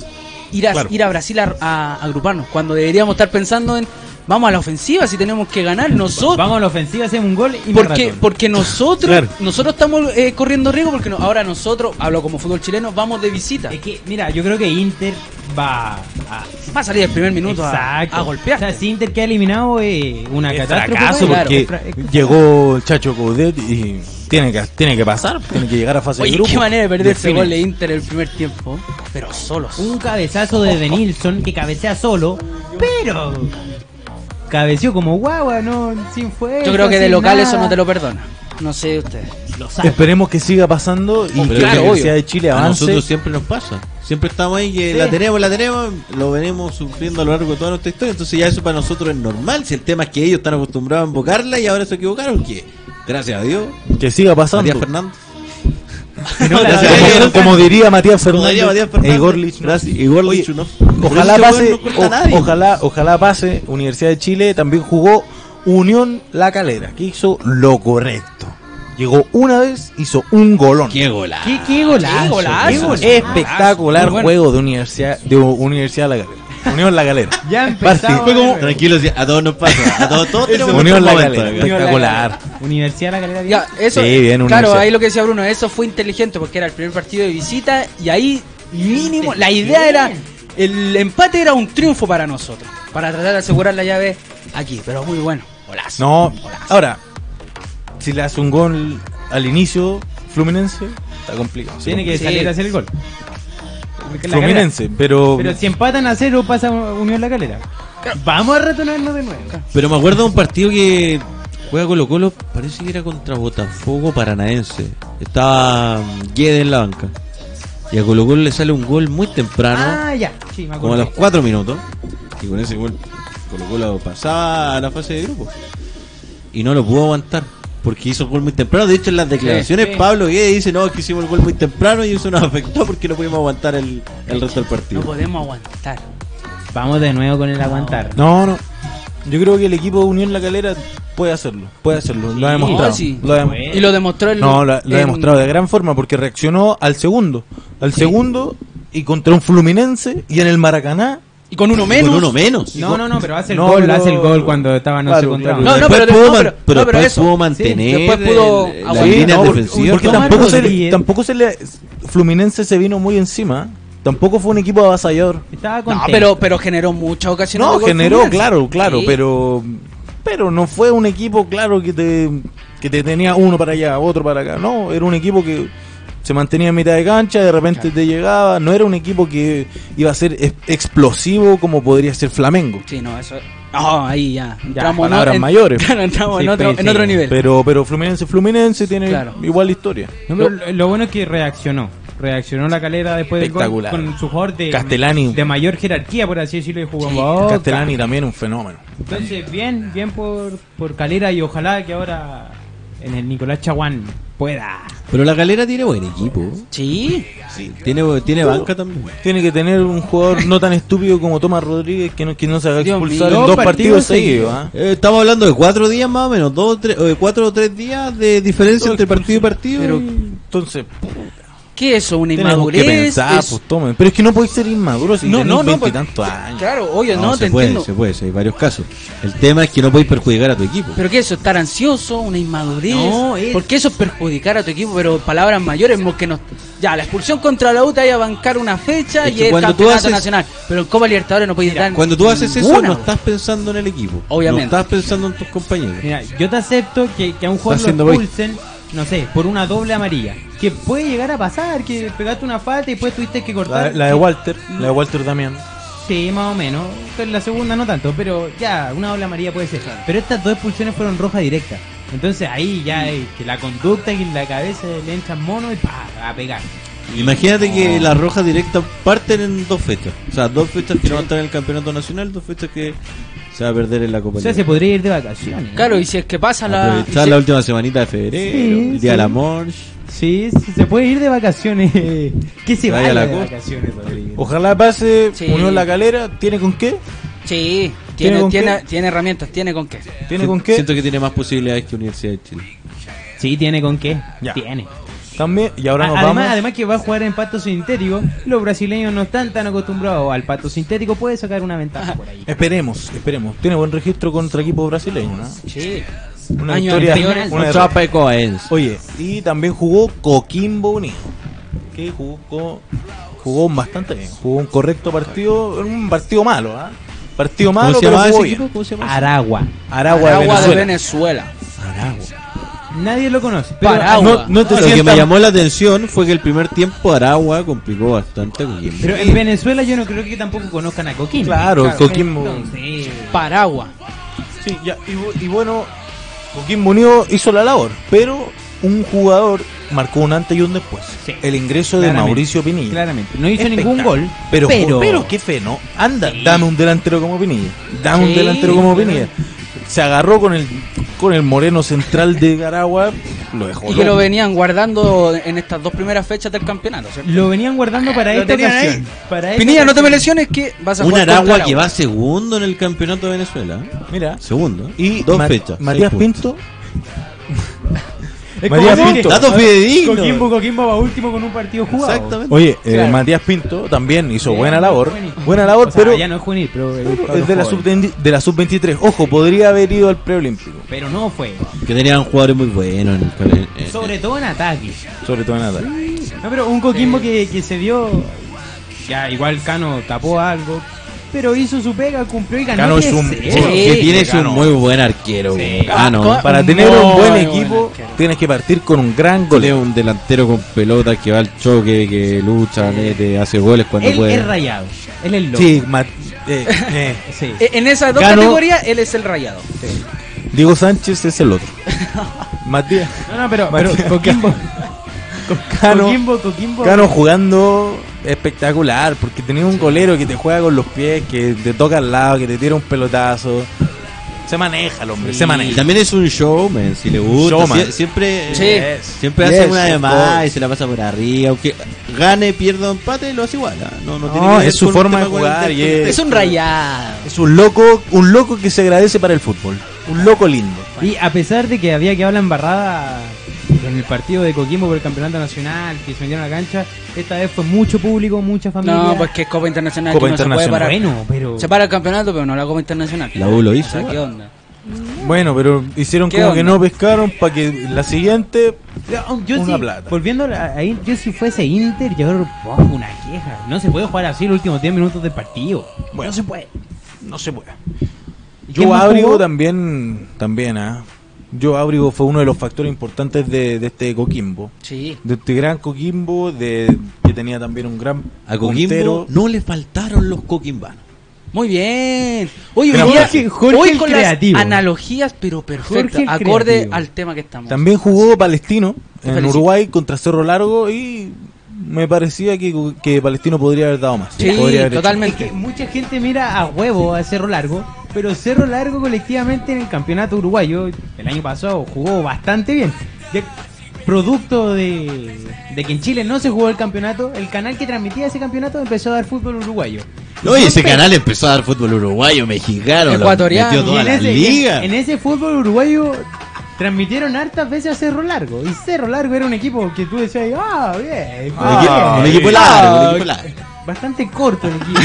S4: Ir a,
S1: Claro.
S4: ir a Brasil a, a agruparnos, cuando deberíamos estar pensando en vamos a la ofensiva si tenemos que ganar nosotros.
S2: Vamos a la ofensiva, hacemos un gol y
S4: Porque,
S2: maratón.
S4: porque nosotros
S1: Claro.
S4: nosotros estamos eh, corriendo riesgo porque no- ahora nosotros, hablo como fútbol chileno, vamos de visita.
S2: Es que, mira, yo creo que Inter va a,
S4: Va a salir el primer minuto a,
S2: Exacto.
S4: a golpear.
S2: O sea, si Inter queda eliminado eh, una
S1: Es
S2: catástrofe.
S1: fracaso
S2: pues,
S1: porque
S2: claro. Es fra-
S1: llegó el Chacho Coudet y tiene que, tiene que pasar, tiene que llegar a fase
S4: Oye,
S1: de grupo.
S4: qué manera de perder ese
S1: Define.
S4: gol de Inter el primer tiempo. Pero solos.
S2: Un cabezazo de Denilson que cabecea solo, pero cabeceó como guagua, no sin fuerza.
S4: Yo creo que de
S2: sin
S4: local
S2: nada.
S4: eso no te lo perdona. No sé ustedes.
S2: Lo sabe.
S1: Esperemos que siga pasando y
S3: Pero
S1: que
S3: claro,
S1: la Universidad de Chile
S3: A
S1: avance.
S3: nosotros siempre nos pasa. Siempre estamos ahí, que
S2: Sí.
S3: la tenemos, la tenemos, lo venimos sufriendo a lo largo de toda nuestra historia. Entonces ya eso para nosotros es normal. Si el tema es que ellos están acostumbrados a invocarla y ahora se equivocaron, que gracias a Dios,
S1: Que siga pasando.
S3: Matías Fernández.
S1: Como-
S3: Gracias a Dios,
S1: como, diría Matías
S3: como
S1: Fernández,
S3: diría Matías Fernández.
S1: Igor Lichnowsky.
S3: Gracias, Igor
S1: Oye,
S3: Lichnowsky. Pero
S1: Ojalá
S3: ese weón
S1: pase,
S3: no corta a
S1: o-
S3: nadie.
S1: ojalá, ojalá pase. Universidad de Chile también jugó Unión La Calera, que hizo lo correcto. Llegó una vez, hizo un golón.
S3: Qué golazo.
S2: ¿Qué, qué golazo?
S4: Qué golazo.
S2: qué golazo.
S1: Espectacular
S4: Muy bueno.
S1: juego de Universidad de Universidad La Calera. Unión La Calera.
S2: (laughs) Ya empezamos.
S1: Fue como-
S3: Tranquilo, sí, a todos nos pasa. A todos,
S1: (laughs)
S3: todos tenemos
S1: Unión
S3: nuestros
S1: La
S3: momentos,
S1: Calera.
S3: acá.
S1: Espectacular.
S2: Universidad de la Calera.
S4: Ya, eso,
S1: Sí, bien, una
S4: claro,
S1: universidad.
S4: ahí lo que decía Bruno, eso fue inteligente porque era el primer partido de visita y ahí mínimo, la idea era, el empate era un triunfo para nosotros, para tratar de asegurar la llave aquí, pero muy bueno, golazo.
S1: No, ahora, si le hace un gol al inicio, Fluminense, está complicado.
S2: Tiene que
S4: Sí.
S2: salir a hacer el gol. Porque la
S1: Fluminense, pero,
S2: Calera- Pero si empatan a cero, pasa Unión La Calera. Vamos a retornarnos de nuevo.
S3: Pero me acuerdo de un partido que juega Colo Colo, parece que era contra Botafogo Paranaense. Estaba Guedes en la banca. Y a Colo Colo le sale un gol muy temprano,
S2: Ah, ya. Sí, me
S3: como a
S2: acuerdo.
S3: los 4 minutos. Y con ese gol Colo Colo pasaba a la fase de grupo. Y no lo pudo aguantar. Porque hizo el gol muy temprano. De hecho, en las declaraciones,
S2: Sí, sí.
S3: Pablo Guedes dice: No, es que hicimos el gol muy temprano y eso nos afectó porque no pudimos aguantar el, el resto del
S4: No pues,
S3: partido.
S4: podemos aguantar.
S2: Vamos de nuevo con el aguantar.
S1: No, no. Yo creo que el equipo de Unión La Calera puede hacerlo. Puede hacerlo. lo ha demostrado.
S4: sí.
S1: Lo ha dem-
S2: Bueno.
S4: Y lo demostró el...
S1: No, lo, ha- lo ha
S4: en-
S1: demostrado de gran forma porque reaccionó al segundo. Al segundo y contra un Fluminense y en el Maracaná.
S4: Y con uno menos.
S3: Con uno menos.
S2: No, no, no, pero hace el
S1: No,
S2: gol,
S1: lo-
S2: hace el gol cuando estaban no
S1: Claro,
S2: se encontraban.
S1: claro.
S4: No, no,
S3: Después
S4: pero,
S3: pudo
S4: no,
S3: man-
S4: pero-
S3: pero
S4: no, pero
S3: después
S4: eso.
S3: pudo mantener
S4: después pudo
S3: el-
S4: aguantar.
S3: las líneas
S1: no,
S3: defensivas.
S1: porque
S2: Tomás
S1: tampoco se, le-
S2: Rodríguez.
S1: tampoco se le. Fluminense se vino muy encima. Tampoco fue un equipo avasallador.
S2: Estaba
S4: No,
S2: contento.
S4: pero, pero generó muchas ocasiones. de
S1: No,
S4: gol
S1: generó,
S4: Fluminense.
S1: claro, claro,
S4: Sí.
S1: pero pero no fue un equipo claro que te que te tenía uno para allá, otro para acá. No, era un equipo que se mantenía en mitad de cancha, de repente te llegaba, no era un equipo que iba a ser es- explosivo como podría ser Flamengo.
S4: Sí, no, eso... No, ahí ya. Entramos en,
S1: palabras
S4: en- (laughs)
S1: mayores.
S4: Claro, entramos
S2: Sí,
S4: en, otro,
S2: sí,
S4: en otro
S2: sí.
S4: nivel.
S1: Pero pero Fluminense Fluminense tiene
S4: Claro.
S1: igual historia.
S2: No, pero lo, lo bueno es que reaccionó. Reaccionó la calera después del gol
S1: Espectacular.
S2: con su jugador de,
S1: Castellani.
S2: de mayor jerarquía, por así decirlo, y jugó en Boca.
S1: Castellani también un fenómeno.
S2: Entonces, bien, bien por, por calera y ojalá que ahora en el Nicolás Chaguán pueda.
S3: Pero la galera tiene buen equipo.
S4: Sí.
S3: Tiene, tiene banca también.
S1: Tiene que tener un jugador no tan estúpido como Tomás Rodríguez que no, que no se haga
S4: Dios mío.
S1: expulsar en
S3: Dos
S1: dos partidos
S3: partidos
S1: seguidos. ¿ah?
S3: Eh, estamos hablando de cuatro días más o menos, dos, o tres, eh, cuatro o tres días de diferencia entre partido y partido.
S1: Pero
S3: y-
S1: ¿ah? entonces
S4: ¿Qué es eso? ¿Una
S1: Tenemos que
S4: inmadurez?
S1: pensar,
S4: Es-
S1: pues tomen. Pero es que no podéis ser inmaduros si
S4: No,
S1: tenéis
S4: no, no,
S1: 20
S4: pues-
S1: tantos años.
S4: Claro, oye, no,
S3: No,
S4: te
S3: se puede,
S4: entiendo.
S3: se puede, hay varios casos. El tema es que no podéis perjudicar a tu equipo.
S4: Pero qué es eso, estar ansioso, una inmadurez.
S2: No, es-
S4: Porque eso es perjudicar a tu equipo, pero palabras mayores, como que nos. Ya, la expulsión contra la U te va a bancar una fecha
S3: Es
S4: y
S3: que
S4: el
S3: cuando tú
S4: campeonato
S3: haces-
S4: nacional. Pero en Copa Libertadores no podéis dar.
S3: Cuando tú haces eso,
S4: ninguna,
S3: no
S4: bro.
S3: estás pensando en el equipo.
S4: Obviamente.
S3: No estás pensando en tus compañeros.
S2: Mira, yo te acepto que, que a un
S3: Está
S2: jugador
S3: haciendo
S2: lo expulsen, no sé, por una doble amarilla. Que puede llegar a pasar, que pegaste una falta y después tuviste que
S1: La,
S2: cortar.
S1: la de Walter, la de Walter también.
S2: Sí, más o menos. En la segunda no tanto, pero ya, una doble amarilla puede ser. Pero estas dos expulsiones fueron roja directa. Entonces ahí ya eh, que la conducta y la cabeza le entran mono y pa, a pegar.
S3: Imagínate que las rojas directas parten en dos fechas. O sea, dos fechas que no van a estar en el campeonato nacional, dos fechas que se va a perder en la Copa.
S2: O sea, se
S3: Libertadores.
S2: podría ir de vacaciones.
S4: Claro, y si es que pasa la. y
S3: Aprovechar
S4: si-
S3: la última semanita de febrero,
S2: Sí,
S3: el día del
S2: sí.
S3: amor.
S2: Sí, sí, se puede ir de vacaciones. (laughs) ¿Qué se
S3: Vaya
S2: vaya
S3: la
S2: de
S3: costa.
S2: vacaciones, Rodrigo?
S1: Ojalá pase
S4: Sí.
S1: Unión La Calera. ¿Tiene con qué?
S4: Sí,
S1: ¿Tiene
S4: tiene,
S1: con
S4: tiene,
S1: qué?
S4: tiene herramientas, tiene con qué.
S1: ¿Tiene con qué?
S3: Siento que tiene más posibilidades que Universidad de Chile.
S2: Sí, tiene con qué.
S1: Ya.
S2: Tiene.
S1: También. Y ahora
S2: A-
S1: nos
S2: además,
S1: vamos.
S2: además que va a jugar en pato sintético, los brasileños no están tan acostumbrados al pato sintético, puede sacar una ventaja por ahí.
S1: Esperemos, esperemos. Tiene buen registro contra equipos brasileños. ¿no?
S4: Sí.
S1: Una
S4: Años
S1: victoria.
S4: anteriores.
S1: Una derrota.
S3: Chapa de Coaens.
S1: Oye, y también jugó Coquimbo Unido. Que jugó, co- jugó bastante bien. Jugó un correcto partido. Un partido malo, ¿ah? Partido malo, pero jugó bien.
S3: ¿Cómo se llamaba?
S2: Aragua.
S1: Aragua, de
S4: Agua de
S1: Venezuela.
S4: Venezuela.
S2: Nadie lo conoce, pero
S4: Para- Aragua.
S1: ah, No, no te
S3: No, lo que me
S1: sientas
S3: llamó la atención fue que el primer tiempo Aragua complicó bastante a Coquimbo.
S2: Pero en Venezuela yo no creo que tampoco conozcan a Coquimbo.
S1: Claro, Coquimbo.
S2: Entonces,
S4: Paragua.
S1: Sí, ya, y, bu- y bueno, Coquimbo Unido hizo la labor, pero un jugador marcó un antes y un después.
S2: Sí.
S1: El ingreso de
S2: Claramente.
S1: Mauricio Pinilla.
S2: Claramente. No hizo ningún
S1: Espectacular.
S2: gol.
S1: Pero,
S2: pero,
S1: pero, qué fe, ¿no? Anda, dame un delantero como Pinilla. Dame
S2: Sí,
S1: un delantero como
S2: claro.
S1: Pinilla. Se agarró con el con el moreno central de Garagua, lo dejó.
S4: Y que lo
S1: loco.
S4: venían guardando en estas dos primeras fechas del campeonato. ¿cierto?
S2: lo venían guardando para
S4: Lo
S2: esta
S4: tenían ahí.
S2: ocasión. Para esta
S4: Pinilla, no te me
S2: ocasión.
S4: lesiones que vas a
S3: Un
S4: jugar contra
S3: Aragua que
S4: Aragua.
S3: va segundo en el campeonato de Venezuela. ¿eh?
S1: Mira.
S3: Segundo.
S1: Y
S3: dos
S1: Ma-
S3: fechas.
S1: Matías
S3: seis puntos.
S1: Pinto.
S2: Es
S1: María
S2: como
S1: Pinto.
S3: Datos fidedignos.
S2: Coquimbo, Coquimbo va último con un partido jugado.
S3: Exactamente.
S1: Oye, eh,
S2: Claro.
S1: Matías Pinto también hizo
S2: Bien,
S1: buena labor.
S2: buenísimo.
S1: Buena labor,
S2: O sea,
S1: pero
S2: ya no es juvenil, pero el cabro
S1: es de la,
S2: joven.
S1: sub de la sub-23. Ojo, podría haber ido al preolímpico.
S2: Pero no fue.
S3: Que tenían jugadores muy buenos. en el- con el- eh,
S2: Sobre todo en ataque.
S1: Sobre todo en Natal.
S2: No, pero un Coquimbo que, que se dio. Ya, igual Cano tapó algo. Pero hizo su pega, cumplió y ganó.
S1: Cano es un-
S2: 3-0.
S3: eh, que tienes
S1: ganó.
S3: un muy buen arquero.
S2: Sí.
S3: Ah, no.
S1: Para
S4: Muy
S1: tener un buen
S4: buen
S1: equipo,
S4: arquero.
S1: tienes que partir con un gran
S3: Tiene
S1: gol.
S3: un delantero con pelota que va al choque, que lucha, mete, hace goles cuando
S2: Él
S3: puede.
S2: es rayado. Él es loco.
S1: Sí, Mat- eh, (laughs) eh.
S2: Sí.
S4: Eh, En esas dos
S1: Ganó-
S4: categorías, él es el rayado.
S1: eh, Diego Sánchez es el (laughs) otro. Matías
S2: No, no, pero, pero
S1: Matías
S2: Coquimbo,
S1: Cano,
S2: Coquimbo, Coquimbo.
S1: Cano jugando espectacular, porque tenía un golero que te juega con los pies, que te toca al lado, que te tira un pelotazo. Se maneja el hombre, se
S3: Y
S1: maneja.
S3: también es un showman, si le gusta.
S1: Showman.
S3: Sie- siempre eh,
S4: Sí.
S3: siempre
S1: Yes,
S3: hace una de
S1: of
S3: más
S1: course.
S3: y se la pasa por arriba. Aunque gane, pierda o empate, lo hace igual. ¿ah? No, no, tiene
S1: No,
S3: que ver
S1: es su
S3: con un
S1: forma
S3: tema
S1: de
S3: con
S1: jugar
S3: el-
S1: y
S3: con el-
S1: es-
S4: Es un rayado.
S1: Es un loco, un loco que se agradece para el fútbol. Un loco lindo.
S2: Y a pesar de que había quedado la embarrada en el partido de Coquimbo por el campeonato nacional, que se metieron a la cancha, esta vez fue mucho público, mucha familia.
S4: No, pues que es Copa Internacional.
S1: Copa
S4: que no se puede
S1: Internacional.
S4: parar.
S2: bueno, pero.
S4: Se para el campeonato, pero no la Copa Internacional.
S3: La U lo hizo,
S4: O sea, ¿qué
S3: bueno.
S4: onda?
S1: Bueno, pero hicieron
S4: ¿Qué
S1: como que
S4: onda?
S1: no pescaron para que la siguiente
S2: yo
S1: una
S2: sí,
S1: plata.
S2: volviendo a- ahí, yo si fuese Inter, yo pongo una queja. No se puede jugar así los últimos 10 minutos del partido.
S1: Bueno.
S2: no se puede.
S1: no se puede.
S2: ¿Y quién
S1: Yo
S2: más
S1: Abrigo
S2: jugó?
S1: también, también, ¿ah? Yo Abrigo fue uno de los factores importantes de, de este Coquimbo.
S4: Sí.
S1: De este gran Coquimbo, de, que tenía también un gran
S3: A Coquimbo
S1: puntero.
S3: no le faltaron los coquimbanos.
S4: Muy bien. Oye, hoy,
S1: Gran
S4: día-
S2: Jorge- Jorge
S4: hoy
S2: el
S4: con
S2: creativo.
S4: las analogías, pero
S2: Jorge
S4: perfectas,
S2: el
S4: acorde
S2: creativo.
S4: al tema que estamos.
S1: También jugó Palestino
S4: Te
S1: en
S4: felicito.
S1: Uruguay contra Cerro Largo y me parecía que, que Palestino podría haber dado más.
S4: Sí,
S1: Podría haber hecho.
S2: Es
S4: totalmente.
S2: que mucha gente mira a huevo a Cerro Largo, pero Cerro Largo colectivamente en el campeonato uruguayo el año pasado jugó bastante bien. De- producto de, de que en Chile no se jugó el campeonato, el canal que transmitía ese campeonato empezó a dar fútbol uruguayo.
S3: No, y ese
S2: Rompe-
S3: canal empezó a dar fútbol uruguayo, mexicano, lo
S4: Ecuatoriano.
S3: metió
S2: Y
S3: toda
S2: en,
S3: la
S2: ese,
S3: liga.
S2: en- en ese fútbol uruguayo transmitieron hartas veces a Cerro Largo. Y Cerro Largo era un equipo que tú decías, ah, bien.
S3: Un equipo- Ah, un equipo
S2: bien".
S3: largo, un equipo largo.
S2: Bastante corto el equipo.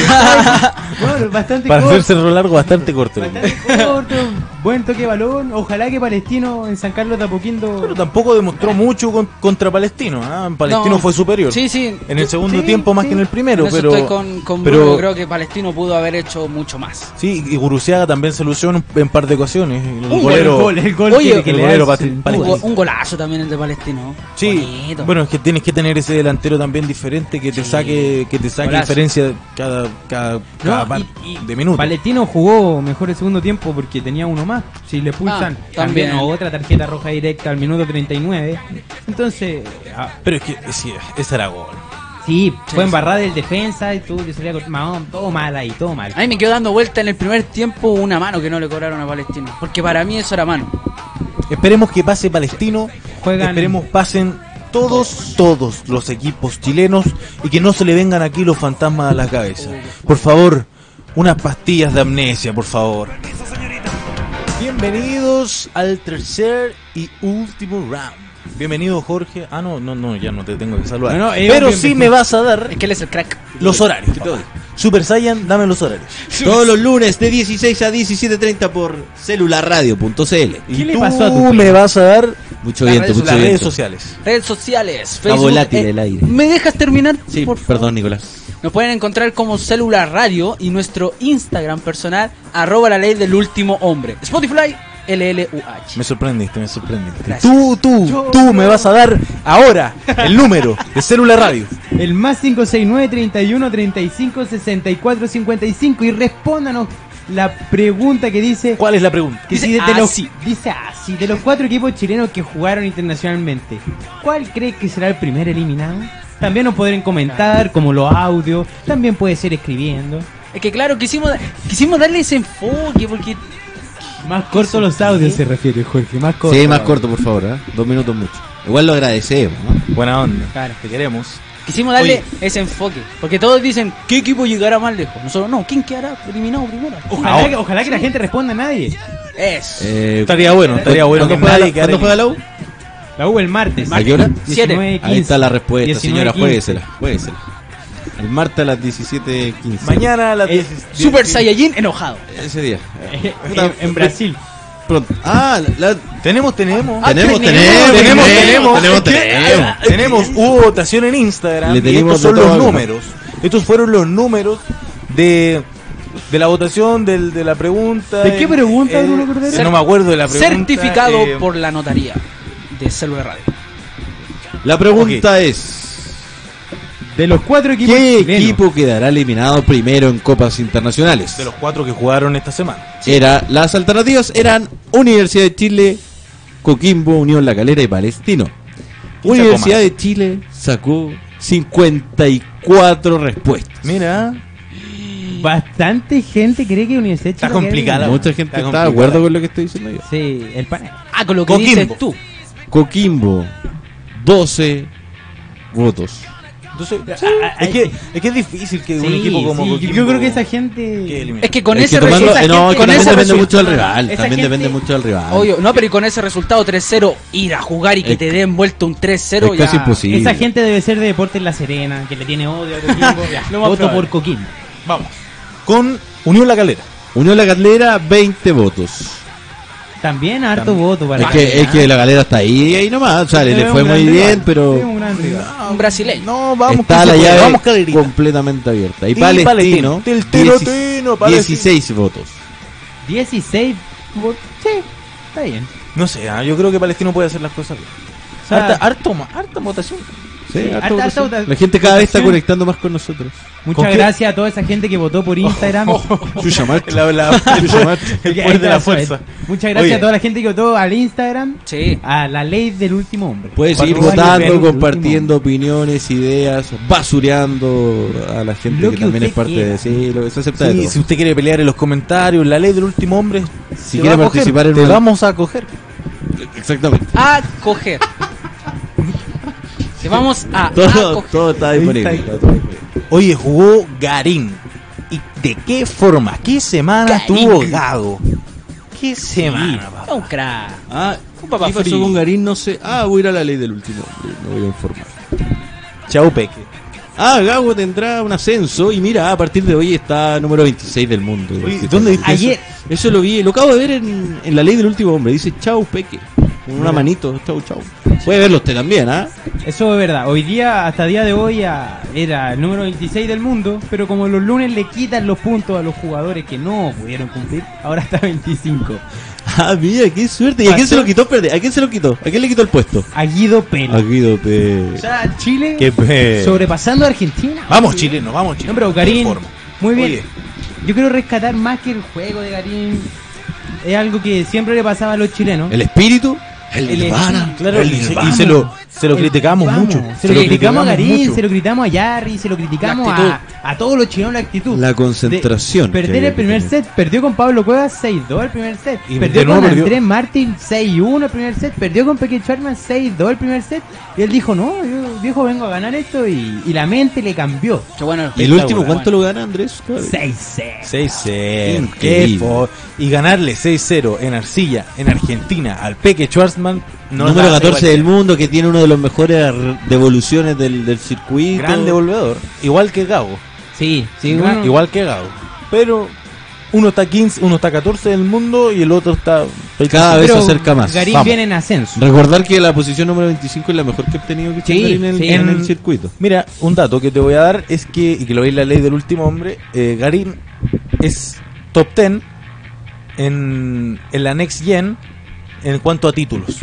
S2: Bueno, bastante
S1: Para
S2: corto.
S1: hacer Cerro Largo bastante corto.
S2: Bastante corto, buen toque de balón. Ojalá que Palestino en San Carlos de Apoquindo.
S1: Pero tampoco demostró mucho con- contra Palestino. ¿ah? Palestino
S4: No.
S1: fue superior.
S4: Sí, sí.
S1: En el segundo
S2: Sí,
S1: tiempo más
S2: sí.
S1: que en el primero,
S4: En eso
S1: pero
S4: estoy con, con
S1: pero-
S4: Bruno, Creo que Palestino pudo haber hecho mucho más.
S1: Sí, y Guruciaga también se lució en un en par de ocasiones. El
S4: gol,
S1: golero.
S2: el gol, el gol
S4: Oye,
S2: que, que
S1: el
S2: le
S1: golero
S2: da
S1: Patri-
S2: sin
S1: Patri-
S2: duda.
S4: Un, go- un golazo también el de Palestino.
S1: Sí,
S4: Bonito.
S1: bueno, es que tienes que tener ese delantero también diferente que te
S4: Sí.
S1: saque que te saque
S4: Golazo.
S1: diferencia cada cada, cada
S2: No,
S1: par
S2: y- y
S1: de minutos.
S2: Palestino jugó mejor el segundo tiempo porque tenía uno más. Si le pulsan
S4: Ah,
S2: también
S4: también.
S2: otra tarjeta roja directa al minuto 39. Entonces, ah,
S1: Pero es que sí, ese era gol.
S2: sí,
S4: sí.
S2: fue embarrada el defensa y tuvo que salir a cortar. Mahón, todo mal ahí, todo mal.
S4: A mí me quedó dando vuelta en el primer tiempo una mano que no le cobraron a Palestino. Porque para mí eso era mano.
S1: Esperemos que pase Palestino,
S2: Juegan-
S1: esperemos pasen todos todos los equipos chilenos y que no se le vengan aquí los fantasmas a la cabeza. Por favor, unas pastillas de amnesia, por favor. Bienvenidos al tercer y último round. Bienvenido Jorge. Ah, no, no, no, ya no te tengo que saludar.
S2: No, no, eh,
S1: Pero
S2: bien-
S1: sí me vas a dar
S4: Es que él es el crack.
S1: Los horarios. papá. Super Saiyan, dame los horarios.
S3: (laughs) Todos los lunes de 16 a 17.30 por celularradio.cl.
S2: ¿Qué
S1: y
S2: le
S1: tú
S2: pasó a tu
S1: me vas a dar
S3: Mucho
S1: las
S3: viento,
S1: redes-
S3: mucho
S1: las redes
S3: viento.
S1: sociales.
S4: Redes sociales. eh,
S3: volátil el aire.
S4: ¿Me dejas terminar?
S3: Sí,
S4: por favor?
S3: perdón, Nicolás.
S4: Nos pueden encontrar como Célula Radio y nuestro Instagram personal, arroba la ley del último hombre. Spotify, LLUH.
S1: Me sorprendiste, me sorprendiste.
S4: Gracias.
S1: Tú, tú,
S2: Yo-
S1: tú me vas a dar ahora el número de Célula Radio.
S2: El más 569 31 35 64 55 y respóndanos la pregunta que dice
S1: ¿Cuál es la pregunta?
S2: que
S4: Dice
S2: si de los-
S4: así.
S2: dice así. Maxi, de los cuatro equipos chilenos que jugaron internacionalmente, ¿cuál cree que será el primer eliminado? También nos podrán comentar, como los audios, también puede ser escribiendo.
S4: Es que claro, quisimos, quisimos darle ese enfoque porque
S2: Más corto los audios se refiere, Jorge, más corto.
S3: Sí, más corto, por favor, ¿eh? dos minutos mucho. Igual lo agradecemos. ¿no?
S1: Buena onda.
S2: Claro.
S1: Te queremos.
S4: quisimos darle ese enfoque. Porque todos dicen, ¿qué equipo llegará más lejos? Nosotros no, ¿quién quedará eliminado primero?
S2: Ojalá, que, ojalá que la gente responda a nadie.
S4: Eso.
S3: Eh,
S1: Estaría bueno, estaría bueno.
S3: ¿Cuándo
S1: que
S3: juega,
S1: nadie
S3: la-
S1: quedara
S3: ¿cuándo juega la U?
S2: La U el martes.
S3: ¿A qué hora?
S4: Siete.
S2: 19,
S3: Ahí está la respuesta,
S2: 19,
S3: señora.
S2: 15.
S3: Juéguesela, juéguesela. El martes a las 17.15.
S1: Mañana a las 10.
S4: Super Saiyajin enojado.
S3: Ese día.
S2: Eh, en, en Brasil.
S3: Pronto. Ah, la-
S1: Tenemos, tenemos.
S4: Ah,
S3: tenemos, tenemos,
S4: tenemos,
S1: tenemos, tenemos,
S3: tenemos, tenemos.
S1: tenemos, tenemos. Hubo votación en Instagram.
S3: Le
S1: y
S3: tenemos
S1: estos son
S3: de
S1: los
S3: todo acá.
S1: números. Estos fueron los números de, de la votación, del, de la pregunta.
S2: ¿De qué
S1: en-
S2: pregunta,
S1: en-
S2: Bruno Cordero?
S1: No me acuerdo de la pregunta.
S4: Certificado
S1: eh,
S4: por la notaría de Celular Radio.
S3: La pregunta es:
S2: De los cuatro equipos
S3: ¿Qué
S2: chilenos.
S3: equipo quedará eliminado primero en Copas Internacionales?
S1: De los cuatro que jugaron esta semana.
S3: Era, las alternativas eran Universidad de Chile, Coquimbo, Unión La Calera y Palestino.
S1: ¿Quién sacó
S3: Universidad
S1: más?
S3: de Chile sacó 54 respuestas.
S1: Mira,
S2: Bastante gente cree que Universidad de
S1: Está
S2: Chile va a quedar
S1: complicada,
S2: eliminada.
S3: Mucha gente
S1: Está
S3: está de
S1: complicado.
S3: acuerdo con lo que estoy diciendo yo.
S2: Sí, el panel.
S4: Ah, con lo que
S1: Coquimbo.
S4: dices tú.
S3: Coquimbo, 12 votos.
S1: entonces es que es, que es difícil que un
S2: Ah, Sí,
S1: equipo como
S2: sí,
S1: Coquimbo
S2: yo creo que esa
S1: quede
S2: gente.
S1: eliminado.
S4: Es que con
S3: Es
S4: ese
S3: que tomando-
S4: resultado.
S3: eh, no,
S2: gente-
S3: que
S4: con
S3: también
S4: ese
S3: depende
S4: resu-
S3: mucho del rival.
S2: Esa
S3: También
S2: gente-
S3: depende mucho del rival.
S4: Obvio, no, pero y con ese resultado 3-0, ir a jugar y que
S3: Es-
S4: te den vuelta un 3-0
S3: es
S4: ya.
S3: casi imposible.
S2: Esa gente debe ser de Deportes La Serena, que le tiene odio a Coquimbo.
S1: (laughs)
S4: Lo más
S2: Voto
S4: probable.
S2: por Coquimbo.
S1: Vamos. Con Unión La Calera.
S3: Unión La Calera, 20 votos.
S2: También harto
S1: También.
S2: voto para
S3: Es que, es que La Galera está ahí, ahí nomás. O sea, le, le fue muy bien, pero
S4: Un brasileño.
S1: No, vamos,
S3: está
S1: que
S3: la
S1: se puede.
S3: llave
S1: vamos Calerita.
S3: completamente abierta. Y,
S1: Y
S3: Palestino,
S1: Palestino, del Terotino,
S3: 10
S1: Palestino.
S3: 16 votos.
S2: 16 votos. Sí, está bien.
S1: No sé, ah, yo creo que Palestino puede hacer las cosas bien.
S2: O sea,
S1: harta, harto, ma- harta votación.
S3: Sí, harta
S2: harta-
S3: votación.
S2: harta
S3: la gente cada vez está
S2: votación.
S3: conectando más con nosotros.
S2: muchas
S1: ¿con qué?
S2: gracias a toda esa gente que
S1: (laughs)
S2: votó por Instagram.
S3: Chucha, Marta. (laughs)
S1: La, la- (laughs) el poder el
S2: (laughs) Ya,
S1: poder Oh, de la
S2: eso es.
S1: fuerza.
S2: Muchas gracias
S1: Oye.
S2: a toda la gente que votó al Instagram,
S4: Sí.
S2: a la ley del último hombre.
S3: Puedes seguir
S1: Cuatro años,
S3: votando,
S1: ven,
S3: compartiendo opiniones, ideas, basureando a la gente
S2: Lo
S3: que,
S2: que
S3: también es
S2: usted
S3: parte de
S2: quiera.
S3: sí, lo que se acepta de
S1: Sí,
S3: todo.
S1: si usted quiere pelear en los comentarios, la ley del último hombre,
S3: Si
S1: te
S3: quiere
S1: va a coger,
S3: participar en
S1: te
S3: una-
S1: vamos a coger.
S3: Exactamente.
S4: A coger. Te vamos a,
S3: (laughs)
S4: a
S3: Todo,
S4: coger.
S3: todo está disponible.
S1: Ahí está.
S3: está todo disponible.
S1: Oye, jugó Garín. ¿Y de qué forma? ¿Qué semana
S4: Garín.
S1: tuvo Gago? ¿Qué semana, papá?
S4: Es Un crack.
S3: Ah,
S4: Un papá
S3: ¿qué pasó
S4: frío.
S3: con Garín? No sé. Ah, voy a ir a la ley del último. hombre, No voy a informar.
S1: Chau, Peque.
S3: Ah, Gago tendrá un ascenso y mira, a partir de hoy está número 26 del mundo.
S1: Oye, ¿dónde viste
S3: Ayer.
S1: eso?
S3: Eso, lo vi, lo acabo de ver en, en la ley del último hombre. Dice chau, Peque. Con una manito, chau, chau. Puede verlo usted también, ¿ah?
S2: Eso es verdad. Hoy día, hasta día de hoy, a- era el número 26 del mundo, pero como los lunes le quitan los puntos a los jugadores que no pudieron cumplir, ahora está 25.
S3: (laughs) Ah, mira, qué suerte. ¿Y a quién se lo quitó? Espérate, ¿a quién se lo quitó? ¿A quién le quitó el puesto?
S2: A Guido Pelo.
S3: A Guido
S2: O
S3: Peque.
S2: sea, Chile
S1: Qué pe-
S2: sobrepasando a Argentina.
S1: Vamos, chileno, vamos,
S2: No,
S1: chileno.
S2: pero
S1: Qué
S2: Garín,
S1: forma.
S2: muy bien.
S1: Oye.
S2: Yo quiero rescatar más que el juego de Garín. Es algo que siempre le pasaba a los chilenos.
S3: ¿El espíritu? El
S2: El
S3: Nirvana.
S1: Claro, eh,
S3: El
S1: y, se, y
S3: Nirvana.
S1: se lo, se lo
S2: El-
S1: criticamos
S2: Eh, vamos,
S1: mucho.
S2: Se lo criticamos a Garín,
S1: mucho.
S2: se lo criticamos a Yarry, se lo criticamos
S4: La
S2: a, a todos los chilenos la actitud.
S3: La concentración
S2: De perder
S3: que-
S2: el primer
S3: que-
S2: set, perdió con Pablo Cuevas 6-2 el primer set,
S1: Y de
S2: perdió
S1: nuevo
S2: con
S1: perdió.
S2: Andrés Martín 6-1 el primer set, perdió con Peque Charman 6-2 el primer set. Y él dijo, no, yo viejo vengo a ganar esto y, y la mente le cambió.
S4: Qué bueno.
S3: ¿Y el último cuánto lo gana Andrés?
S2: 6-6.
S1: 6-0.
S3: Increíble.
S1: qué fo- Y ganarle 6-0 en Arcilla, en Argentina, al Peque Schwarzman. la
S3: Número
S1: hace
S3: 14 del
S1: cualquiera.
S3: mundo que tiene uno de los mejores devoluciones del, del circuito.
S1: Gran devolvedor. Igual que Gago.
S2: Sí, sí,
S1: Gran-
S2: bueno.
S1: Igual que Gago. Pero uno está 15, uno está 14 del mundo y el otro está.
S3: Cada vez se
S2: Pero
S3: acerca más.
S2: Garín
S3: Vamos.
S2: viene en ascenso.
S3: Recordar que la posición número 25 es la mejor que ha obtenido Cristian
S2: Sí,
S3: Garín en, el-
S2: sí.
S3: en el circuito.
S1: Mira, un dato que te voy a dar es que, y que lo veis en la ley del último hombre, eh, Garín es top 10 en, en la Next Gen en cuanto a títulos.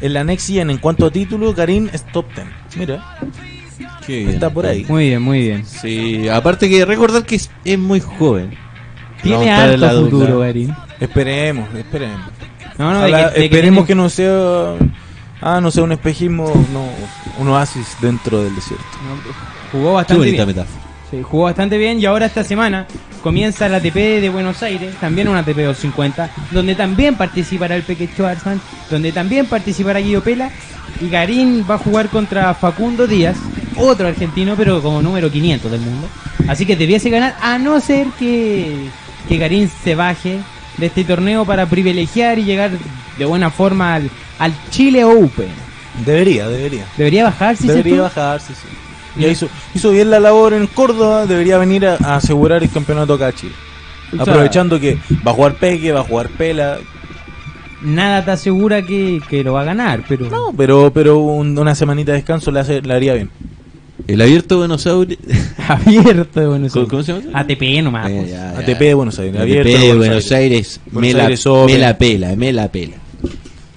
S1: En la Next Gen en cuanto a títulos, Garín es top 10. Mira, está por ahí.
S2: Muy bien, muy bien.
S3: Sí, aparte que recordar que es, es muy joven.
S2: Tiene
S3: Vamos a estar al
S2: harto
S3: lado,
S2: futuro,
S3: claro.
S2: Garín.
S1: Esperemos, esperemos.
S2: No, no, de
S1: Ojalá-
S2: que- de que
S1: esperemos que,
S2: tienen-
S1: no sea ah, no sea un espejismo, no, un oasis dentro del desierto.
S2: Jugó
S3: Qué
S2: bastante
S3: bonita
S2: bien.
S3: metáfora.
S2: Sí, jugó bastante bien y ahora esta semana comienza la ATP de Buenos Aires, también una ATP 250, donde también participará el Peque Schwarzman, donde también participará Guido Pela y Garín va a jugar contra Facundo Díaz, otro argentino pero como número 500 del mundo. Así que debiese ganar a no ser que, que Garín se baje de este torneo para privilegiar y llegar de buena forma al, al Chile Open.
S1: Debería, debería.
S2: Debería bajar si
S1: debería bajar, sí, sí. Ya hizo, hizo bien la labor en Córdoba, debería venir a, a asegurar el campeonato acá a Chile.
S2: O sea-
S1: Aprovechando que va a jugar Peque, va a jugar Pela.
S2: Nada te asegura que, que lo va a ganar, pero...
S1: No, pero, pero un- una semanita de descanso le, hace- le haría bien.
S3: El abierto de Buenos Aires. (laughs)
S2: (laughs) abierto de Buenos
S3: ¿Cómo,
S2: Aires.
S3: cómo se llama?
S2: ATP
S1: Ah,
S2: nomás.
S3: Eh,
S2: pues.
S3: ya, ya.
S1: ATP de Buenos Aires.
S3: ATP
S1: abierto
S3: de Buenos Aires.
S1: Buenos
S3: Me la-
S1: Aires Open.
S3: me la pela, me la pela.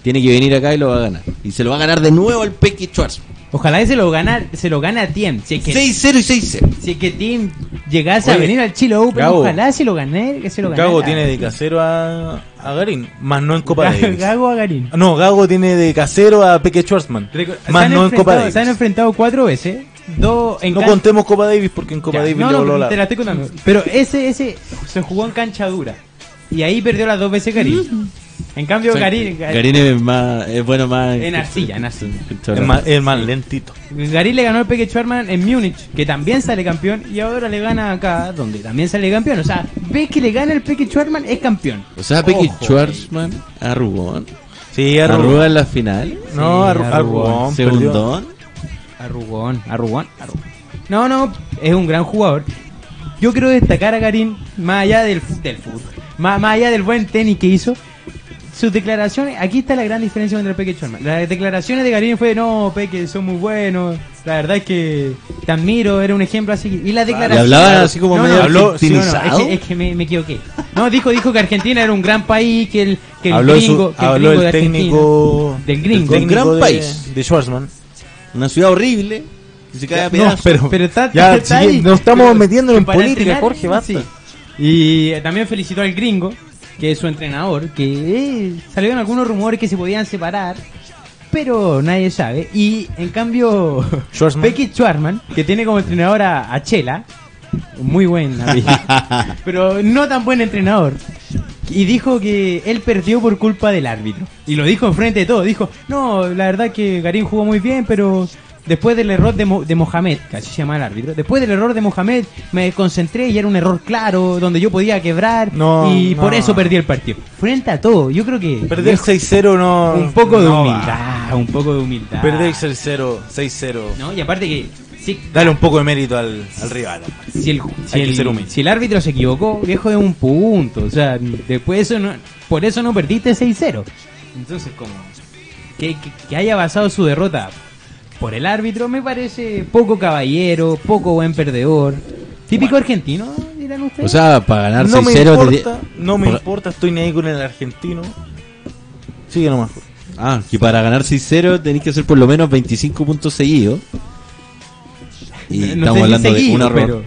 S3: Tiene que venir acá y lo va a ganar. Y se lo va a ganar de nuevo al Pequi Schwartz.
S2: Ojalá que se lo gana, se lo gane a Tiem. Si es que,
S3: 6-0 y 6-0.
S2: si es que Tiem llegase a
S1: Oye,
S2: venir al Chile Open,
S1: Gago.
S2: ojalá se lo gané, que se lo ganara.
S1: Gago tiene de casero a, a Garín, más no en
S2: (laughs)
S1: Copa
S2: Gago,
S1: Davis.
S2: Gago a Garín.
S1: No, Gago tiene de casero a Peque Schwarzman.
S2: Se
S1: Más
S2: han
S1: no en Copa
S2: enfrentado-
S1: Davis.
S2: Se han enfrentado cuatro veces. Dos en
S1: No
S2: cancha-
S1: contemos Copa Davis porque en Copa
S2: Ya,
S1: Davis
S2: no,
S1: le
S2: no,
S1: voló la.
S2: te la
S1: (laughs)
S2: estoy contando. Pero ese, ese se jugó en cancha dura. Y ahí perdió las dos veces Garín. En cambio, Garín, Garín-
S3: Garín es más. Es bueno más.
S2: en arcilla, en arcilla.
S1: Es más, es más lentito.
S2: Garín le ganó al Peque Schwarman en Múnich, que también sale campeón, y ahora le gana acá, donde también sale campeón. O sea, ves que le gana el Peque Schwarman, es campeón.
S3: O sea, Pequi
S2: Ojo.
S1: eh.
S3: Schwarzman arrugó.
S1: Sí, arrugó.
S3: Arrugó en la final.
S1: No, arru-
S2: Sí, arrugó.
S1: arrugón, perdió.
S3: Segundón.
S2: Arrugón, arrugón, arrugón. No, no, es un gran jugador. Yo quiero destacar a Garín, más allá del, fu- del fútbol, más, más allá del buen tenis que hizo. Sus declaraciones, aquí está la gran diferencia entre el Peque Schwarman. Las declaraciones de Garín fue, no, Peque, son muy buenos, la verdad es que te admiro, era un ejemplo así. Y las
S3: Y
S2: declaraciones...
S3: hablaban así como
S2: No,
S3: medio
S2: no,
S1: habló- sí,
S2: No, no,
S3: argentinizado.
S2: es que, es que me, me equivoqué. No, dijo, dijo que Argentina era un gran país, que el, que el
S1: habló su-
S2: gringo, que el
S1: habló
S2: gringo
S1: el
S2: de Argentina.
S1: técnico
S2: Del gringo.
S1: el técnico
S3: Gran
S1: de-
S3: país.
S1: de Schwarzman.
S3: Una ciudad horrible. que se cae a
S1: No,
S3: pedazos.
S1: pero,
S2: Pero está,
S1: ya,
S2: está
S1: sí,
S2: ahí.
S1: nos estamos
S2: Pero-
S1: metiendo en
S2: pero para
S1: política,
S2: entrenar,
S1: Jorge, basta.
S2: sí. Y eh, también felicitó al gringo, que es su entrenador, que eh, salieron algunos rumores que se podían separar, pero nadie sabe. Y en cambio,
S1: Schwarzman.
S2: Becky Schwarman, que tiene como entrenador a, a Chela, un muy buen
S1: (laughs)
S2: amigo, pero no tan buen entrenador. Y dijo que él perdió por culpa del árbitro. Y lo dijo enfrente de todo. Dijo, no, la verdad que Garín jugó muy bien, pero después del error de, Mo- de Mohamed, que así se llama el árbitro, después del error de Mohamed me desconcentré y era un error claro, donde yo podía quebrar.
S1: No,
S2: y por
S1: no.
S2: eso perdí el partido. Frente a todo, yo creo que...
S1: Perder
S2: viejo,
S1: 6-0 no.
S2: un poco de
S1: no va.
S2: humildad, un poco de humildad.
S1: Perder 6-0, 6-0.
S2: No, y aparte que... sí,
S1: Dale un poco de mérito al, al rival.
S2: si el, si,
S1: Hay que
S2: el-
S1: ser humilde.
S2: si el árbitro se equivocó, viejo es un punto. O sea, después de eso no, por eso no perdiste 6-0. Entonces, como que, que- que haya basado su derrota por el árbitro, me parece poco caballero, poco buen perdedor. Típico argentino, dirán ustedes.
S3: O sea, para ganar
S1: No me
S3: 6-0. te-
S1: importa, no me importa, estoy ni ahí con el argentino. Sigue nomás.
S3: Ah, que para ganar 6-0 tenéis que hacer por lo menos 25 puntos seguidos. Y
S2: No sé
S3: estamos
S2: si
S3: hablando de
S2: seguido,
S3: un error.
S2: pero-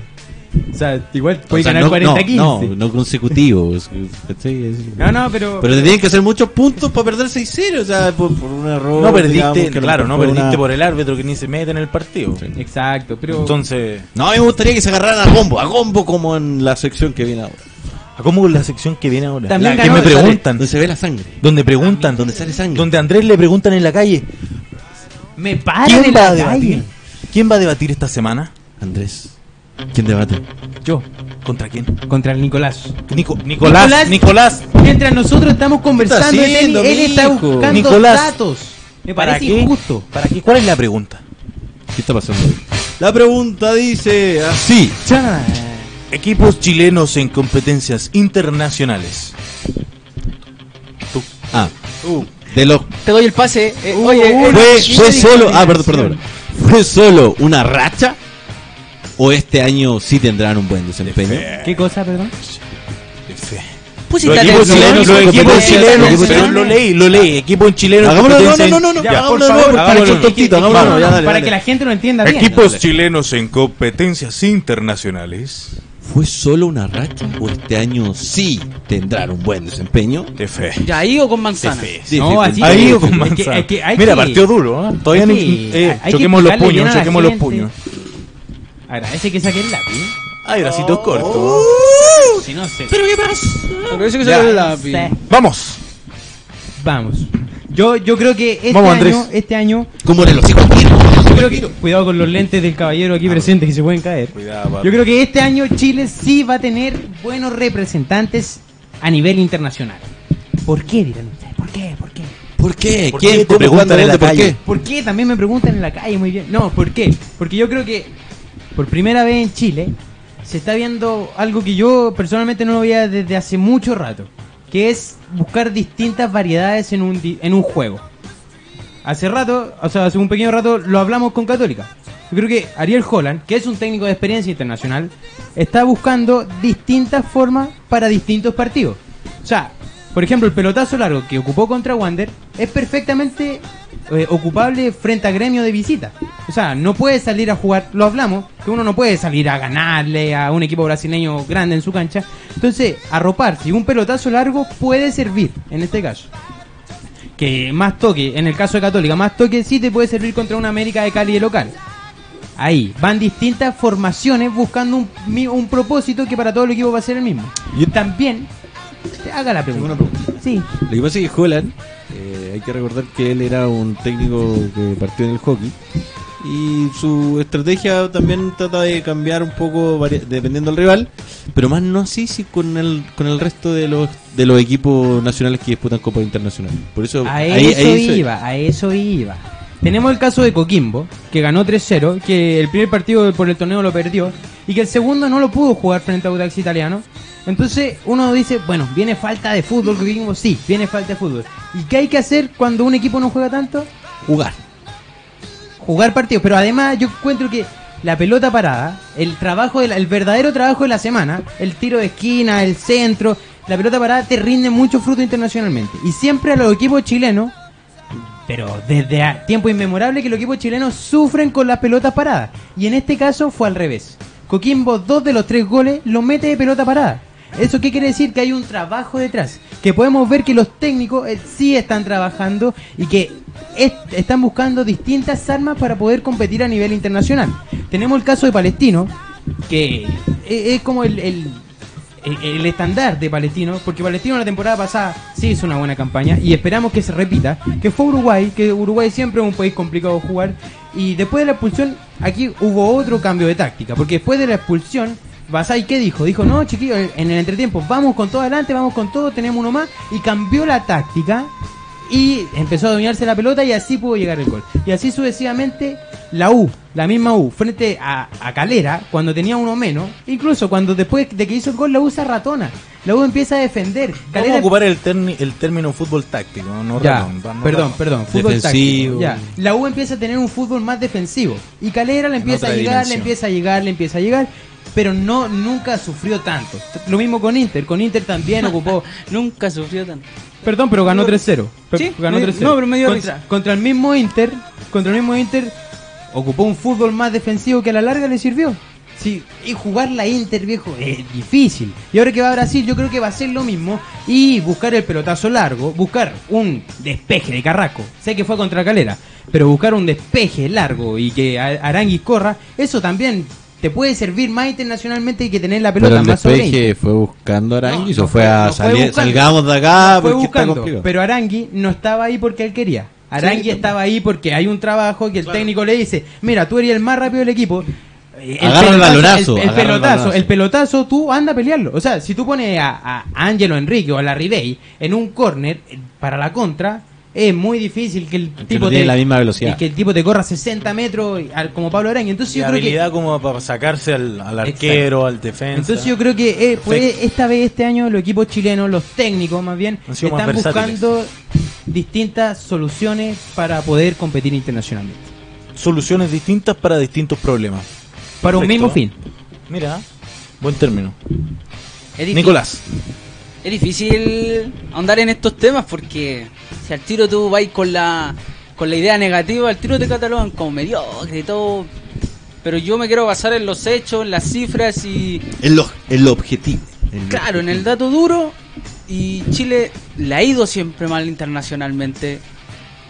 S2: o sea, igual
S3: O
S2: puede
S3: sea,
S2: ganar
S3: no,
S2: 40-15.
S3: No, no, no consecutivos. ¿cachai? Es-
S2: No, no, pero.
S3: Pero te tienen que hacer muchos puntos para perder 6-0. O sea, por, por un error.
S1: No
S3: digamos,
S1: perdiste,
S3: que a lo
S1: claro,
S3: mejor
S1: no
S3: fue
S1: perdiste
S3: una-
S1: por el árbitro que ni se mete en el partido.
S3: Sí.
S2: Exacto, pero.
S1: Entonces,
S3: No, a mí me gustaría que se agarraran a combo. A combo como en la sección que viene ahora.
S1: ¿a cómo con la sección que viene ahora?
S2: También
S1: La que
S2: ganó
S1: me
S2: el-
S1: preguntan.
S3: Donde se ve la sangre.
S1: Donde preguntan,
S3: Donde sale sangre.
S1: donde a Andrés le preguntan en la calle,
S2: me paran en
S1: ¿quién va a
S2: la calle.
S1: debatir? ¿Quién va a debatir esta semana?
S3: Andrés. ¿Quién debate?
S2: Yo,
S1: ¿Contra quién?
S2: contra el Nicolás.
S1: Nico- Nicolás,
S2: Nicolás.
S1: Nicolás.
S2: Mientras nosotros estamos conversando,
S3: ¿Qué está
S2: de tenis,
S3: haciendo,
S2: él está
S3: mijo?
S2: buscando
S1: Nicolás,
S2: datos. Me
S1: ¿Para
S2: parece
S1: qué?
S2: injusto.
S1: ¿Para qué? ¿Cuál es la pregunta?
S3: ¿Qué está pasando ahí? La pregunta dice así.
S2: Cha.
S1: Equipos chilenos en competencias internacionales.
S3: Ah.
S1: Uh.
S3: De los
S4: Te doy el pase. eh, oye, eh,
S3: Uh, fue,
S4: eh,
S3: fue
S4: eh,
S3: solo, ah, perdón, perdón. ¿Fue solo una racha? ¿O este año sí tendrán un buen desempeño?
S1: Este
S2: ¿Qué cosa, perdón?
S4: Pusiste
S1: equipos
S4: atención.
S1: chilenos, los
S4: Pusiste
S1: equipos
S4: atención.
S1: chilenos,
S4: Atención.
S1: pero lo leí, lo leí, equipo en chileno. en
S3: Hagámoslo, no,
S1: competencia
S3: no, no, no, no,
S1: en- Ya,
S3: hagámoslo
S1: por
S3: de nuevo
S1: favor,
S3: porque
S1: hagámoslo.
S3: es tontito,
S2: No,
S3: hagámoslo,
S2: no,
S3: ya, dale,
S2: para
S1: (laughs)
S3: dale.
S2: que la gente lo entienda bien.
S7: Equipos chilenos en competencias internacionales
S3: ¿Fue solo una racha o este año sí tendrán un buen desempeño?
S1: De fe.
S4: ¿Ya ahí o con manzana?
S1: fe.
S2: No,
S3: Dificultades.
S2: así
S1: Ahí
S2: es,
S1: o con
S2: es que-
S1: manzana.
S2: es que hay
S1: Mira,
S2: que-
S1: partió duro, ¿eh? Todavía
S2: hay
S1: ni-
S2: que-
S1: eh,
S2: hay que
S1: choquemos los
S2: explicarle bien
S1: puños,
S2: a la
S1: choquemos los
S2: gente.
S1: puños.
S2: Agradece que saqué el lápiz.
S1: Ay, bracitos cortos.
S2: Si no se...
S4: Agradece que
S1: Ya.
S4: sacó el lápiz.
S2: se-
S1: Vamos.
S2: Vamos. Yo, yo creo que este
S1: Vamos, Andrés.
S2: año, este año,
S3: Como de los hijos
S2: yo creo que- cuidado con los lentes del caballero aquí presente que se pueden caer.
S1: Ah, Cuidado, papi.
S2: Yo creo que este año Chile sí va a tener buenos representantes a nivel internacional. ¿Por qué dirán ustedes? ¿Por qué? ¿Por qué?
S3: ¿Por qué?
S1: ¿Por
S3: ¿Quién
S1: qué?
S3: te
S1: ¿Cómo
S3: pregunta
S1: andan en la
S3: dónde, por
S1: calle?
S3: qué?
S2: ¿Por qué? También me preguntan en la calle muy bien. No, ¿por qué? Porque yo creo que por primera vez en Chile se está viendo algo que yo personalmente no lo veía desde hace mucho rato, que es buscar distintas variedades en un, di- en un juego. Hace rato, o sea, hace un pequeño rato lo hablamos con Católica. Yo creo que Ariel Holland, que es un técnico de experiencia internacional, está buscando distintas formas para distintos partidos. O sea, por ejemplo, el pelotazo largo que ocupó contra Wander es perfectamente eh, ocupable frente a gremio de visita. O sea, no puede salir a jugar, lo hablamos, que uno no puede salir a ganarle a un equipo brasileño grande en su cancha. Entonces, arroparse y un pelotazo largo puede servir en este caso que más toque, en el caso de Católica, más toque sí te puede servir contra una América de Cali de local. Ahí, van distintas formaciones buscando un, mi- un propósito que para todo el equipo va a ser el mismo.
S3: Yo-
S2: También, haga la pregunta. Sí,
S3: Lo que pasa es que Holland, eh, hay que recordar que él era un técnico que partió en el hockey. Y su estrategia también trata de cambiar un poco vari- dependiendo del rival, pero más no así si con el, con el resto de los, de los equipos nacionales que disputan Copa Internacional. Por eso,
S2: a
S3: ahí-
S2: eso
S3: ahí se-
S2: iba, a eso iba. Tenemos el caso de Coquimbo, que ganó 3-0, que el primer partido por el torneo lo perdió, y que el segundo no lo pudo jugar frente a Audax Italiano. Entonces uno dice, bueno, viene falta de fútbol, Coquimbo, sí, viene falta de fútbol. ¿Y qué hay que hacer cuando un equipo no juega tanto?
S3: jugar.
S2: jugar partidos, pero además yo encuentro que la pelota parada, el trabajo, de la- el verdadero trabajo de la semana, el tiro de esquina, el centro, la pelota parada te rinde mucho fruto internacionalmente. Y siempre a los equipos chilenos, pero desde a- tiempo inmemorable que los equipos chilenos sufren con las pelotas paradas. Y en este caso fue al revés. Coquimbo dos de los tres goles lo mete de pelota parada. ¿Eso qué quiere decir? Que hay un trabajo detrás. Que podemos ver que los técnicos eh, sí están trabajando y que est- están buscando distintas armas para poder competir a nivel internacional. Tenemos el caso de Palestino, que e- es como el, el- el- el estándar de Palestino, porque Palestino la temporada pasada sí hizo una buena campaña y esperamos que se repita, que fue Uruguay, que Uruguay siempre es un país complicado de jugar y después de la expulsión aquí hubo otro cambio de táctica, porque después de la expulsión Basay, ¿qué dijo? Dijo, no, chiquillos, en el entretiempo, vamos con todo adelante, vamos con todo, tenemos uno más. Y cambió la táctica y empezó a dominarse la pelota y así pudo llegar el gol. Y así sucesivamente la U, la misma U, frente a, a Calera, cuando tenía uno menos, incluso cuando después de que hizo el gol la U se ratona, la U empieza a defender.
S1: Vamos a
S2: Calera-
S1: ocupar el, terni- el término fútbol táctico, no
S2: ya,
S1: ratón, vamos
S2: perdón,
S1: ratón.
S2: perdón, fútbol
S3: Defensivo.
S2: táctico. Ya. La U empieza a tener un fútbol más defensivo y Calera le empieza a
S1: otra
S2: llegar, le
S1: dimensión.
S2: empieza a llegar, le empieza a llegar, pero no nunca sufrió tanto. Lo mismo con Inter, con Inter también ocupó
S4: Nunca sufrió tanto.
S2: Perdón, pero ganó 3-0. Pe-
S4: Sí,
S2: ganó
S4: me-
S2: 3-0.
S4: no, pero me dio
S2: contra,
S4: risa.
S2: contra el mismo Inter, contra el mismo Inter ocupó un fútbol más defensivo que a la larga le sirvió. Sí, y jugar la Inter, viejo, es difícil. Y ahora que va a Brasil, yo creo que va a ser lo mismo y buscar el pelotazo largo, buscar un despeje de Carrasco. Sé que fue contra Calera, pero buscar un despeje largo y que a- Arangui corra, eso también te puede servir más internacionalmente que tener la pelota
S3: Pero el
S2: más sobre Inter.
S3: despeje fue buscando a Aranguis
S2: No,
S3: o fue
S2: no
S3: a
S2: fue
S3: salir,
S2: buscando.
S3: salgamos de acá
S2: fue
S3: porque está
S2: buscando,
S3: complicado. pues.
S2: pero Arangui no estaba ahí porque él quería. Arangui estaba ahí porque hay un trabajo que el técnico le dice, mira, tú eres el más rápido del equipo. Eh,
S3: Agarra el balonazo,
S2: El, el
S3: agarra el
S2: pelotazo,
S3: balonazo.
S2: el pelotazo, tú anda a pelearlo. O sea, si tú pones a, a Ángelo Enrique o a la Ribey en un córner eh, para la contra, es muy difícil que el tipo
S3: no
S2: te,
S3: tiene la misma velocidad.
S2: y que el tipo te corra 60 metros y- al- como Pablo Arangui. Entonces
S1: Y
S2: yo creo que
S1: habilidad como para sacarse al, al arquero, al defensa.
S2: entonces yo creo que eh, pues,
S1: Perfecto.
S2: esta vez, este año, los equipos chilenos, los técnicos más bien,
S1: Han sido más
S2: están
S1: versátiles.
S2: buscando distintas soluciones para poder competir internacionalmente.
S1: Soluciones distintas para distintos problemas.
S2: Para un
S1: Perfecto.
S2: mismo fin.
S1: Mira, buen término.
S4: Es difícil-
S1: Nicolás,
S4: Es difícil ahondar en estos temas porque si al tiro tú vas con la, con la idea negativa, al tiro te catalogan como mediocre y todo. pero yo me quiero basar en los hechos, en las cifras y,
S3: El, lo- el objetivo. El-
S4: Claro, en el dato duro. Y Chile la ha ido siempre mal internacionalmente.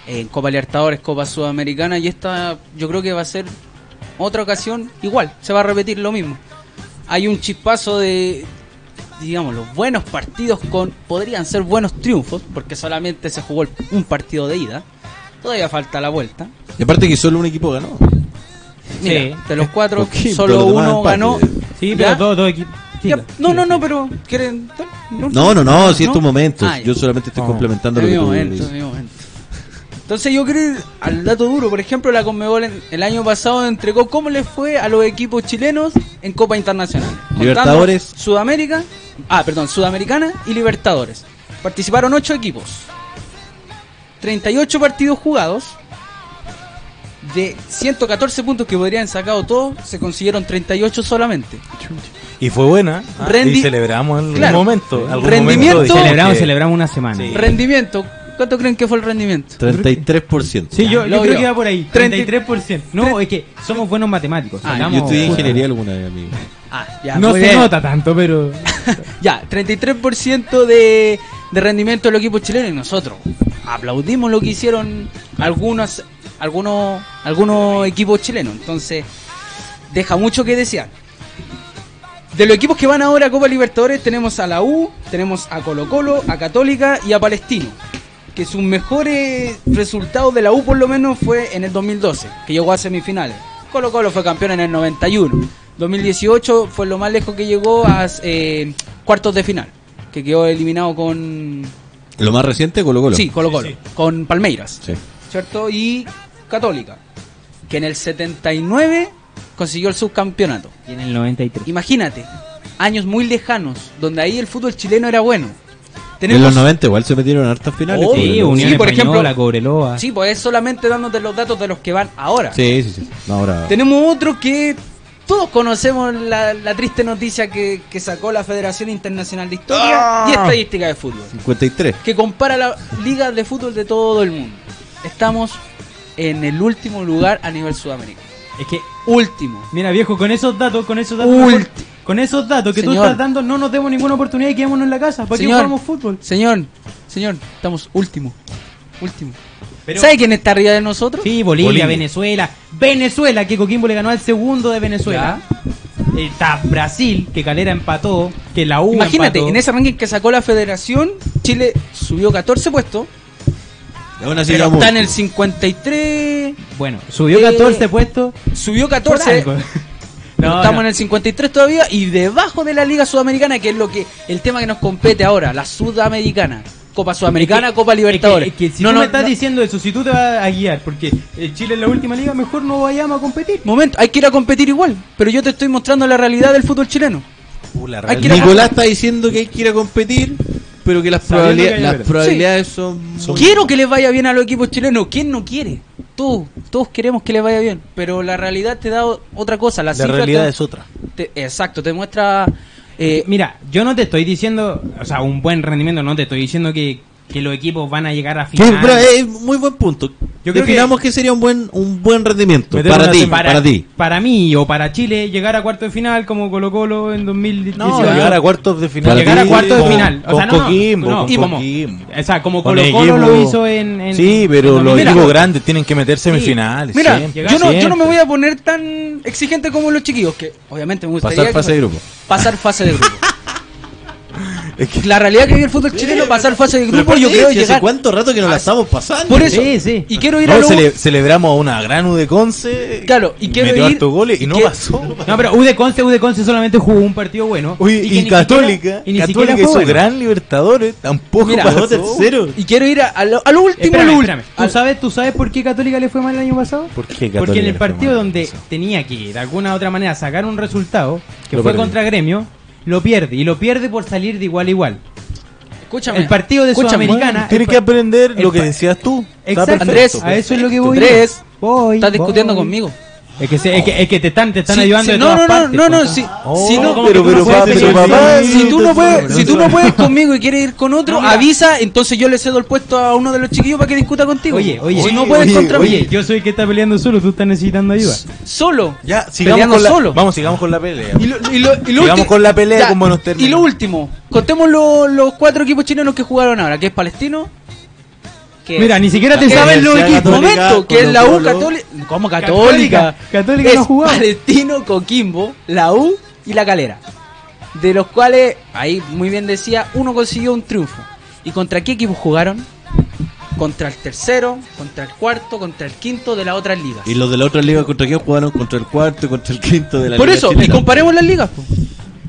S4: En Copa Libertadores, Copa Sudamericana. Y esta yo creo que va a ser otra ocasión igual. Se va a repetir lo mismo. Hay un chispazo de, digamos, los buenos partidos con podrían ser buenos triunfos. Porque solamente se jugó el- un partido de ida. Todavía falta la vuelta.
S3: Y aparte que solo un equipo ganó.
S4: Mira, de
S2: (laughs)
S4: los cuatro,
S3: ¿Por qué?
S4: solo
S3: Pero lo demás
S4: uno
S3: empate.
S4: ganó.
S2: Sí,
S4: ¿Ya?
S2: pero todo, todo equipo.
S4: Ya, no, no, no, pero ¿quieren?
S3: No, no, no, si es tu
S4: ¿No?
S3: momento.
S4: Ah, ya.
S3: Yo solamente estoy
S2: Ah.
S3: complementando
S4: Es
S3: lo
S4: mi
S3: que tú
S4: momento, es
S3: dices.
S4: mi momento. Entonces yo creo ir al dato duro, por ejemplo, la Conmebol en- el año pasado entregó cómo les fue a los equipos chilenos en Copa Internacional. Contando
S3: Libertadores.
S4: Sudamérica, ah, perdón, Sudamericana y Libertadores. Participaron 8 equipos. 38 partidos jugados. De 114 puntos que podrían sacado todos, se consiguieron 38 solamente.
S1: Y fue buena. ¿ah?
S4: Rendi-
S1: Y celebramos algún
S4: Claro.
S1: momento. Algún
S4: Rendimiento-
S1: momento dijimos
S2: Celebramos,
S1: que-
S2: celebramos una semana.
S1: Sí.
S4: Rendimiento, ¿cuánto creen que fue el rendimiento?
S3: 33%.
S2: Sí, yo,
S4: Lo
S2: yo creo
S4: vio.
S2: que va por ahí. 33%. No, es que somos buenos matemáticos.
S4: Ah,
S2: sacamos-
S3: yo estudié ingeniería alguna vez, amigo.
S4: Ah, ya,
S2: No
S4: muy
S2: se
S4: bien.
S2: nota tanto, pero.
S4: Ya, 33% de, de rendimiento del equipo chileno y nosotros aplaudimos lo que hicieron algunos, algunos, algunos equipos chilenos. Entonces, deja mucho que desear. De los equipos que van ahora a Copa Libertadores tenemos a la U, tenemos a Colo Colo, a Católica y a Palestino. Que sus mejores resultados de la U por lo menos fue en el 2012, que llegó a semifinales. Colo Colo fue campeón en el 91. 2018 fue lo más lejos que llegó a eh, cuartos de final, que quedó eliminado con...
S3: Lo más reciente, Colo Colo.
S4: Sí, Colo Colo, con Palmeiras.
S3: Sí.
S4: ¿cierto? Y Católica, que en el 79 consiguió el subcampeonato.
S2: Y en el 93.
S4: Imagínate, años muy lejanos, donde ahí el fútbol chileno era bueno.
S3: En los 90 igual se metieron hartas finales.
S4: Oh,
S3: Colo
S2: Sí,
S4: Sí,
S3: Colo.
S2: Unión
S4: por
S2: Española,
S4: ejemplo-
S2: Cobreloa.
S4: Sí, pues es solamente dándote los datos de los que van ahora.
S3: Sí, sí, sí. No, ahora.
S4: Tenemos otro que todos conocemos la, la triste noticia que, que sacó la Federación Internacional de Historia y
S2: Ah.
S4: Estadística de Fútbol.
S3: 53.
S4: que compara las ligas de fútbol de todo el mundo. Estamos en el último lugar a nivel sudamericano.
S2: Es que,
S4: Último.
S2: mira, viejo, con esos datos, con esos datos.
S4: Ulti-
S2: mejor- Con esos datos que tú
S4: Señor.
S2: estás dando, no nos demos ninguna oportunidad y quedémonos en la casa. ¿Para qué
S4: Señor.
S2: jugamos fútbol?
S4: Señor, señor, estamos último. Último.
S2: Pero-
S4: ¿Sabe quién está arriba de nosotros?
S2: Sí, Bolivia,
S1: Bolivia.
S2: Venezuela. Venezuela, que Coquimbo le ganó al segundo de Venezuela. Está Brasil, que Calera empató, que la U
S4: Imagínate,
S2: empató.
S4: en ese ranking que sacó la federación, Chile subió 14 puestos,
S3: Aún así
S4: pero
S3: llegamos
S4: está en el
S3: último.
S4: 53,
S2: Bueno, subió
S4: Eh,
S2: 14 puestos.
S4: subió
S2: por
S4: 14,
S2: algo. ¿eh?
S4: pero
S2: No,
S4: estamos
S2: no.
S4: en el 53 todavía y debajo de la Liga Sudamericana, que es lo que el tema que nos compete ahora, la Sudamericana, Copa Sudamericana,
S2: Es que-
S4: Copa Libertadores.
S2: Es que, es que si
S4: No,
S2: tú
S4: no,
S2: me estás
S4: no.
S2: diciendo eso, si tú te vas a guiar, porque eh, Chile es la última liga, mejor no vayamos a competir.
S4: Momento, hay que ir a competir igual, pero yo te estoy mostrando la realidad del fútbol chileno.
S1: Uh, la
S4: Hay que ir a-
S3: Nicolás está diciendo que hay que ir a competir, pero que las,
S2: Sabiendo
S3: probabilidad-
S2: que hay
S3: las
S2: veras.
S3: probabilidades son. muy-
S4: Quiero que les vaya bien a los equipos chilenos, ¿quién no quiere? Todos, todos queremos que les vaya bien, pero la realidad te da o- otra cosa, la,
S1: La
S4: cifra
S1: realidad
S4: te-
S1: es otra.
S4: te- exacto, te muestra eh,
S2: Mira, yo no te estoy diciendo, o sea, un buen rendimiento, no te estoy diciendo que, que los equipos van a llegar a
S3: Que-
S2: final.
S3: pero es muy buen punto.
S2: Yo creo
S3: Definamos que... sería un buen un buen rendimiento
S1: Meter
S3: para
S1: una
S3: ti,
S1: semana.
S3: para ti.
S2: Para mí o para Chile, llegar a cuarto de final como Colo Colo en 2018.
S1: No, llegar a cuartos de final.
S2: Llegar a
S1: Sí,
S2: cuartos de
S1: con-
S2: final. O
S1: Con
S2: sea, no, no,
S1: Coquimbo,
S2: no,
S1: con
S2: y como-
S1: Coquimbo.
S2: O sea, como
S1: Con
S2: Colo Colo lo
S1: equipo-
S2: hizo en... en-
S1: sí, pero
S2: en
S1: los
S2: 2018.
S1: equipos grandes tienen que meterse en finales.
S4: Mira,
S1: siempre,
S4: yo no, yo no me
S1: siempre.
S4: voy a poner tan exigente como los chiquillos, que obviamente me gustaría
S3: Pasar
S4: que-
S3: fase de grupo.
S4: pasar
S2: (laughs)
S4: fase de grupo.
S1: Es que-
S4: La realidad que vive el fútbol chileno, pasar fase de grupo, yo creo llegar.
S3: cuánto rato que nos la estamos pasando.
S4: Por eso,
S2: Sí, sí.
S4: y quiero ir
S1: No,
S4: a lo
S1: cele- celebramos a una gran U de Conce.
S4: Claro, y quiero
S1: metió
S4: ir-
S1: hartos goles y,
S4: y
S1: no
S2: (laughs)
S4: quiero-
S1: pasó. (laughs)
S2: No, pero U de Conce, U de Conce solamente jugó un partido bueno.
S1: Uy,
S2: que
S1: y,
S2: ni siquiera-
S1: Católica,
S2: y ni siquiera
S1: Católica
S2: fue
S1: hizo
S2: bueno.
S1: gran Libertadores, tampoco
S4: Mira,
S1: pasó.
S4: Y quiero ir a, a lo, a lo último,
S2: Espérame,
S4: lo
S2: espérame.
S4: último.
S2: ¿Tú sabes, ¿Tú sabes por qué Católica le fue mal el año pasado?
S1: ¿Por qué Católica
S2: Porque en
S1: le
S2: el
S1: fue
S2: partido
S1: mal?
S2: donde
S1: Eso.
S2: tenía que de alguna u otra manera sacar un resultado, que
S1: Lo
S2: fue
S1: perdió.
S2: contra Gremio, lo pierde. Y lo pierde por salir de igual a igual.
S4: Escúchame.
S2: El partido de
S4: Escúchame.
S2: Sudamericana- Americana,
S1: Tiene
S2: el
S1: que
S2: pa-
S1: aprender
S2: el
S1: lo que
S2: pa-
S1: decías tú. Está
S2: Exacto.
S1: perfecto.
S4: Andrés,
S2: a eso es lo que voy.
S4: Andrés,
S2: Voy,
S4: Estás discutiendo
S2: voy.
S4: conmigo.
S2: Es que, se- es que, es que te están, te están
S4: Sí,
S2: ayudando
S4: sí,
S2: de
S4: no,
S2: todas
S4: no, no,
S2: partes,
S4: no,
S2: po,
S4: no,
S2: acá.
S4: si,
S1: Oh,
S4: si no,
S1: ¿cómo que
S2: pero-
S1: no
S2: pero
S1: puedes
S2: papi,
S1: hacer
S2: pero
S1: eso?
S2: papá,
S1: Sí,
S4: si tú no puedes, si tú no
S1: entonces-
S4: puedes conmigo y quieres ir con otro, avisa, entonces yo le cedo el puesto a uno de los chiquillos para que discuta contigo.
S2: Oye, oye.
S4: si no puedes
S1: oye,
S4: contra
S2: Oye,
S4: mí,
S2: yo soy el que está peleando solo, tú estás necesitando ayuda.
S4: solo.
S1: Ya, sigamos
S4: Peleando
S1: con la,
S4: solo.
S1: Vamos, sigamos con la pelea.
S4: Y lo, y lo- y lo
S1: Sigamos
S4: ulti-
S1: con la pelea con buenos términos.
S4: Y lo último, contemos lo- los cuatro equipos chilenos que jugaron ahora, que es Palestino. Que
S2: Mira, ni siquiera te
S4: que-
S2: sabes los
S3: Universidad
S2: equipos.
S3: Católica,
S4: momento, que es la U
S3: Colo-Colo.
S4: Católica. ¿Cómo Católica?
S2: Católica. Católica
S4: es
S2: no ha jugado.
S4: Palestino, Coquimbo, la U y la Calera. De los cuales, ahí muy bien decía, uno consiguió un triunfo. ¿Y contra qué equipos jugaron? Contra el tercero, contra el cuarto, contra el quinto de las otras ligas.
S3: Y los de la otra liga contra quién jugaron contra el cuarto y contra el quinto de la
S4: Por
S3: liga
S4: eso, y
S3: chilena.
S4: comparemos las ligas. po.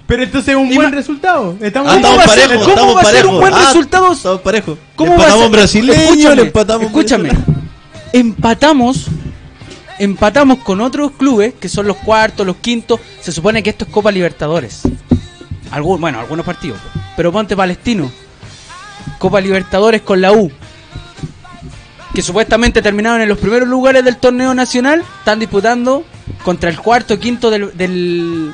S2: Pero entonces es un
S4: Y
S2: buen
S4: ma-
S2: resultado. Estamos
S3: Ah,
S4: ¿Cómo
S3: estamos
S4: va a ser-
S3: parejos,
S4: cómo
S3: estamos
S4: va a ser un
S3: parejos.
S4: buen
S3: Ah,
S4: resultado?
S3: Estamos parejos.
S4: ¿Cómo
S3: le
S4: va a
S3: empatamos
S4: ser?
S3: brasileño,
S4: Escúchame,
S3: le empatamos
S4: escúchame.
S3: venezolano.
S4: Empatamos. Empatamos con otros clubes que son los cuartos, los quintos. Se supone que esto es Copa Libertadores. Algún, bueno, algunos partidos. Pero ponte Palestino. Copa Libertadores con la U. Que supuestamente terminaron en los primeros lugares del torneo nacional. Están disputando contra el cuarto, quinto del, del,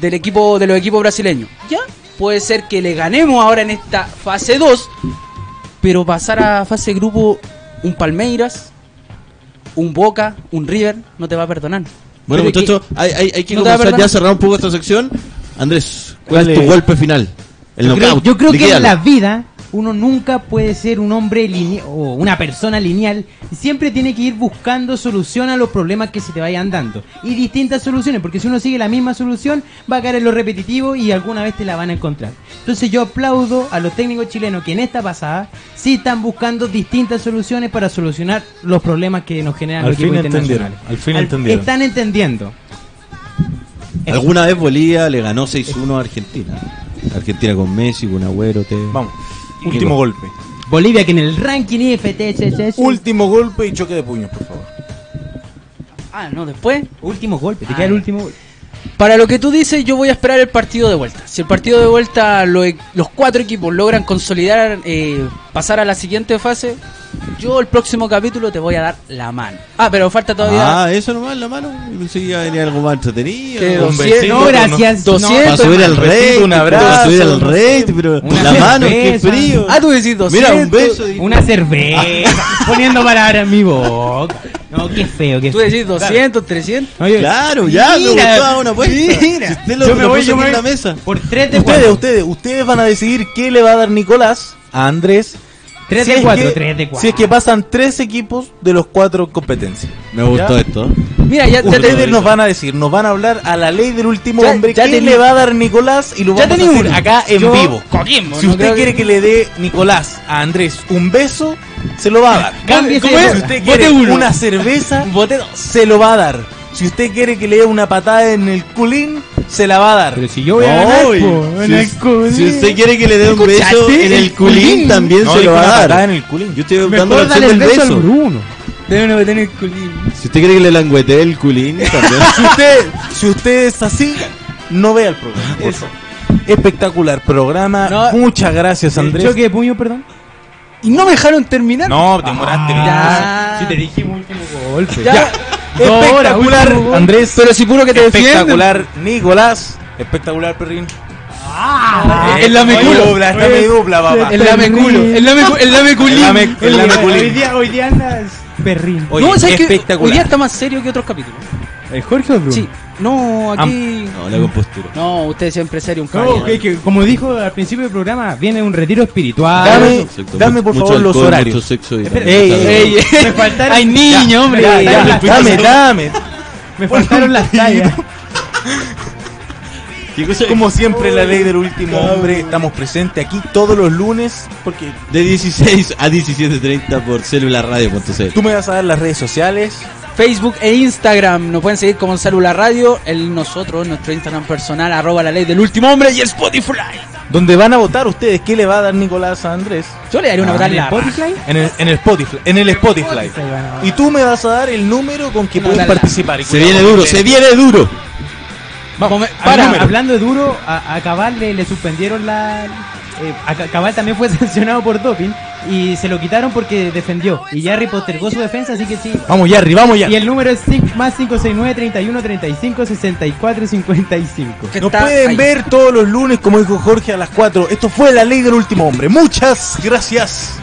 S4: del equipo, de los equipos brasileños. Ya, puede ser que le ganemos ahora en esta fase 2 pero pasar a fase de grupo un Palmeiras, un Boca, un River, no te va a perdonar.
S3: Bueno,
S4: Pero
S3: muchachos, hay, hay- hay que
S4: No te da
S3: comenzar
S4: verdad.
S3: ya a cerrar un poco esta sección. Andrés, ¿cuál
S1: Dale.
S3: es tu golpe final? El
S2: yo creo,
S3: knockout.
S2: yo creo que en
S3: liquídalo.
S2: la vida uno nunca puede ser un hombre lineal o una persona lineal. Siempre tiene que ir buscando solución a los problemas que se te vayan dando. Y distintas soluciones, porque si uno sigue la misma solución, va a caer en lo repetitivo y alguna vez te la van a encontrar. Entonces yo aplaudo a los técnicos chilenos que en esta pasada sí están buscando distintas soluciones para solucionar los problemas que nos generan
S1: Al
S2: los equipos
S1: fin entendieron,
S2: internacionales.
S1: al fin entendieron.
S2: Están entendiendo.
S3: Alguna vez Bolivia le ganó 6-1 a Argentina. Argentina con Messi, con Agüero, te...
S1: Vamos, último golpe.
S2: Bolivia que en el ranking IFTSS
S1: Último golpe y choque de puños, por favor.
S4: Ah, no, después.
S2: último golpe, te
S4: Ah,
S2: queda el
S4: ya.
S2: último golpe.
S4: Para lo que tú dices, yo voy a esperar el partido de vuelta. Si el partido de vuelta lo- e- los cuatro equipos logran consolidar, eh, pasar a la siguiente fase, yo el próximo capítulo te voy a dar la mano. Ah, pero falta todavía
S3: Ah, eso nomás, la mano. Yo pensé que iba a venir algo más entretenido.
S4: Que
S3: Para
S1: Un
S4: doscientos-
S1: besito,
S2: No, gracias.
S4: no.
S2: no.
S4: Doscientos-
S3: subir al
S1: Un besito,
S3: rey,
S1: un abrazo,
S3: Para subir al
S1: no
S3: rey, pero
S2: Una
S3: la mano, qué
S2: cerveza.
S3: frío.
S4: Ah, tú decís
S3: Mira, un
S4: 200.
S3: beso. dije.
S2: Una cerveza, poniendo palabras en mi boca. No, qué feo, qué
S4: Tú
S2: feo.
S4: decís 200, 300.
S2: No, yo-
S3: Claro, ya, me
S2: Mira,
S3: gustaba una apuesta.
S2: mira.
S3: Si usted lo
S2: Yo me voy,
S3: propuso
S2: yo
S3: aquí
S2: me
S3: en la
S2: voy.
S3: mesa.
S2: Por 3 de
S1: Ustedes,
S2: 4.
S1: ustedes, ustedes van a decidir qué le va a dar Nicolás a Andrés.
S2: 3
S1: si
S2: de
S1: es
S2: 4,
S1: que-
S2: 3 de 4.
S1: Si es que pasan tres equipos de los cuatro competencias.
S3: Me gustó
S1: ¿Ya?
S3: esto.
S4: Mira, ya, ya
S1: Ustedes
S4: te
S1: nos van a decir, nos van a hablar a la ley del último
S4: Ya-
S1: hombre,
S4: ya
S1: qué
S4: tení-
S1: le va a dar Nicolás y lo
S4: Ya
S1: vamos a
S4: tení
S1: hacer
S4: uno.
S1: acá en
S4: Yo-
S1: vivo.
S4: Coquimbo,
S1: Si
S4: no
S1: usted
S4: creo que-
S1: quiere que le dé Nicolás a Andrés un beso, se lo va a dar.
S2: Cámbiese
S4: ¿Cómo
S2: de
S4: es?
S1: Si
S2: boca.
S1: usted
S4: Bote
S1: quiere
S4: uno.
S1: una
S4: (laughs)
S1: cerveza,
S4: Bote dos.
S1: se lo va a dar. Si usted quiere que le dé una patada en el culín, se la va a dar.
S2: Pero si yo voy a ganar,
S3: Ay,
S2: po,
S3: si,
S2: en el
S3: us-
S2: culín.
S3: si usted quiere que le dé un
S2: ¿Escuchaste?
S3: beso en el culín, también
S1: No,
S3: se
S1: dijo
S3: lo
S1: una
S3: va a
S1: patada
S3: dar.
S1: en el culín.
S3: Yo estoy dando la
S2: Mejor
S3: opción
S2: dale
S3: del
S2: el beso al
S3: beso.
S2: Bruno.
S4: Debe no tener culín.
S3: Si usted quiere que le languete el culín, (laughs) también.
S1: Si usted, si usted es así, no vea el programa. por favor. Espectacular programa.
S4: No.
S1: Muchas gracias,
S2: El
S1: Andrés.
S2: choque de puño, perdón.
S4: Y no me dejaron terminar.
S1: No, te demoraste.
S4: Ya.
S2: Si te dije un último golpe.
S4: Ya.
S2: Ah, Dos horas,
S1: Espectacular,
S2: último gol.
S1: Andrés.
S4: Pero si puro que te defienden.
S1: espectacular, Nicolás. Espectacular, Perrin.
S2: Ah,
S4: el lameculo.
S1: Oye, dupla, Está mi dupla, papá.
S4: El lameculo, el lameculo, el lameculín.
S1: El lame- el
S2: Hoy-
S1: lameculín.
S2: Hoy día, hoy día andas perrín.
S1: Oye,
S4: no, ¿sabes qué?
S1: espectacular.
S4: Hoy día está más serio que otros capítulos.
S2: ¿El Jorge o Bruno?
S4: Sí, no, aquí.
S3: No, la compostura.
S4: No, usted siempre es serio, un
S2: No,
S4: caballero.
S2: que- que como dijo al principio del programa, viene un retiro espiritual.
S1: Dame,
S3: Exacto,
S1: dame por
S3: mucho
S1: favor los
S3: alcohol,
S1: horarios.
S3: mucho sexo y-
S2: Espera,
S1: Ey,
S3: Claro.
S1: ey,
S2: Me faltaron,
S4: Ay, niño, hombre.
S2: Ya,
S1: Ey,
S2: ya,
S1: ya,
S2: ya.
S1: dame, dame.
S2: me faltaron las
S1: (laughs)
S2: tallas.
S3: ¿Qué cosa?
S1: Como siempre, la ley del último hombre. Estamos presentes aquí todos los lunes porque
S3: De 16 a 17.30 por celularradio.cl.
S1: tú me vas a dar las redes sociales.
S4: Facebook e Instagram. Nos pueden seguir como Celular Radio. El nosotros, nuestro Instagram personal, arroba la ley del último hombre y Spotify.
S1: Donde van a votar ustedes qué le va a dar Nicolás a Andrés
S4: Yo le daré una
S1: Ah,
S4: batalla.
S1: ¿en
S4: en la raja.
S2: Spotify?
S1: en el, en el Spotify, en el Spotify.
S2: Spotify, bueno.
S1: Y tú me vas a dar el número con que
S4: No,
S1: puedes
S4: la, la.
S1: participar. Y
S3: Se
S1: cuidado,
S3: viene duro,
S1: porque-
S3: se viene duro.
S4: Come-
S2: Para,
S4: Para,
S2: Ah, hablando de duro, a, a Cabal le, le suspendieron la. eh, a Ca- Cabal también fue (laughs) sancionado por doping y se lo quitaron porque defendió. Y Jarry postergó su defensa, así que sí.
S1: Vamos, Jerry, vamos, ya
S2: Y el número es cinc- más 569 31 35 64 55.
S4: Que
S1: Nos
S4: está
S1: pueden
S4: ahí.
S1: ver todos los lunes, como dijo Jorge, a las 4. Esto fue La Ley del Último Hombre. Muchas gracias.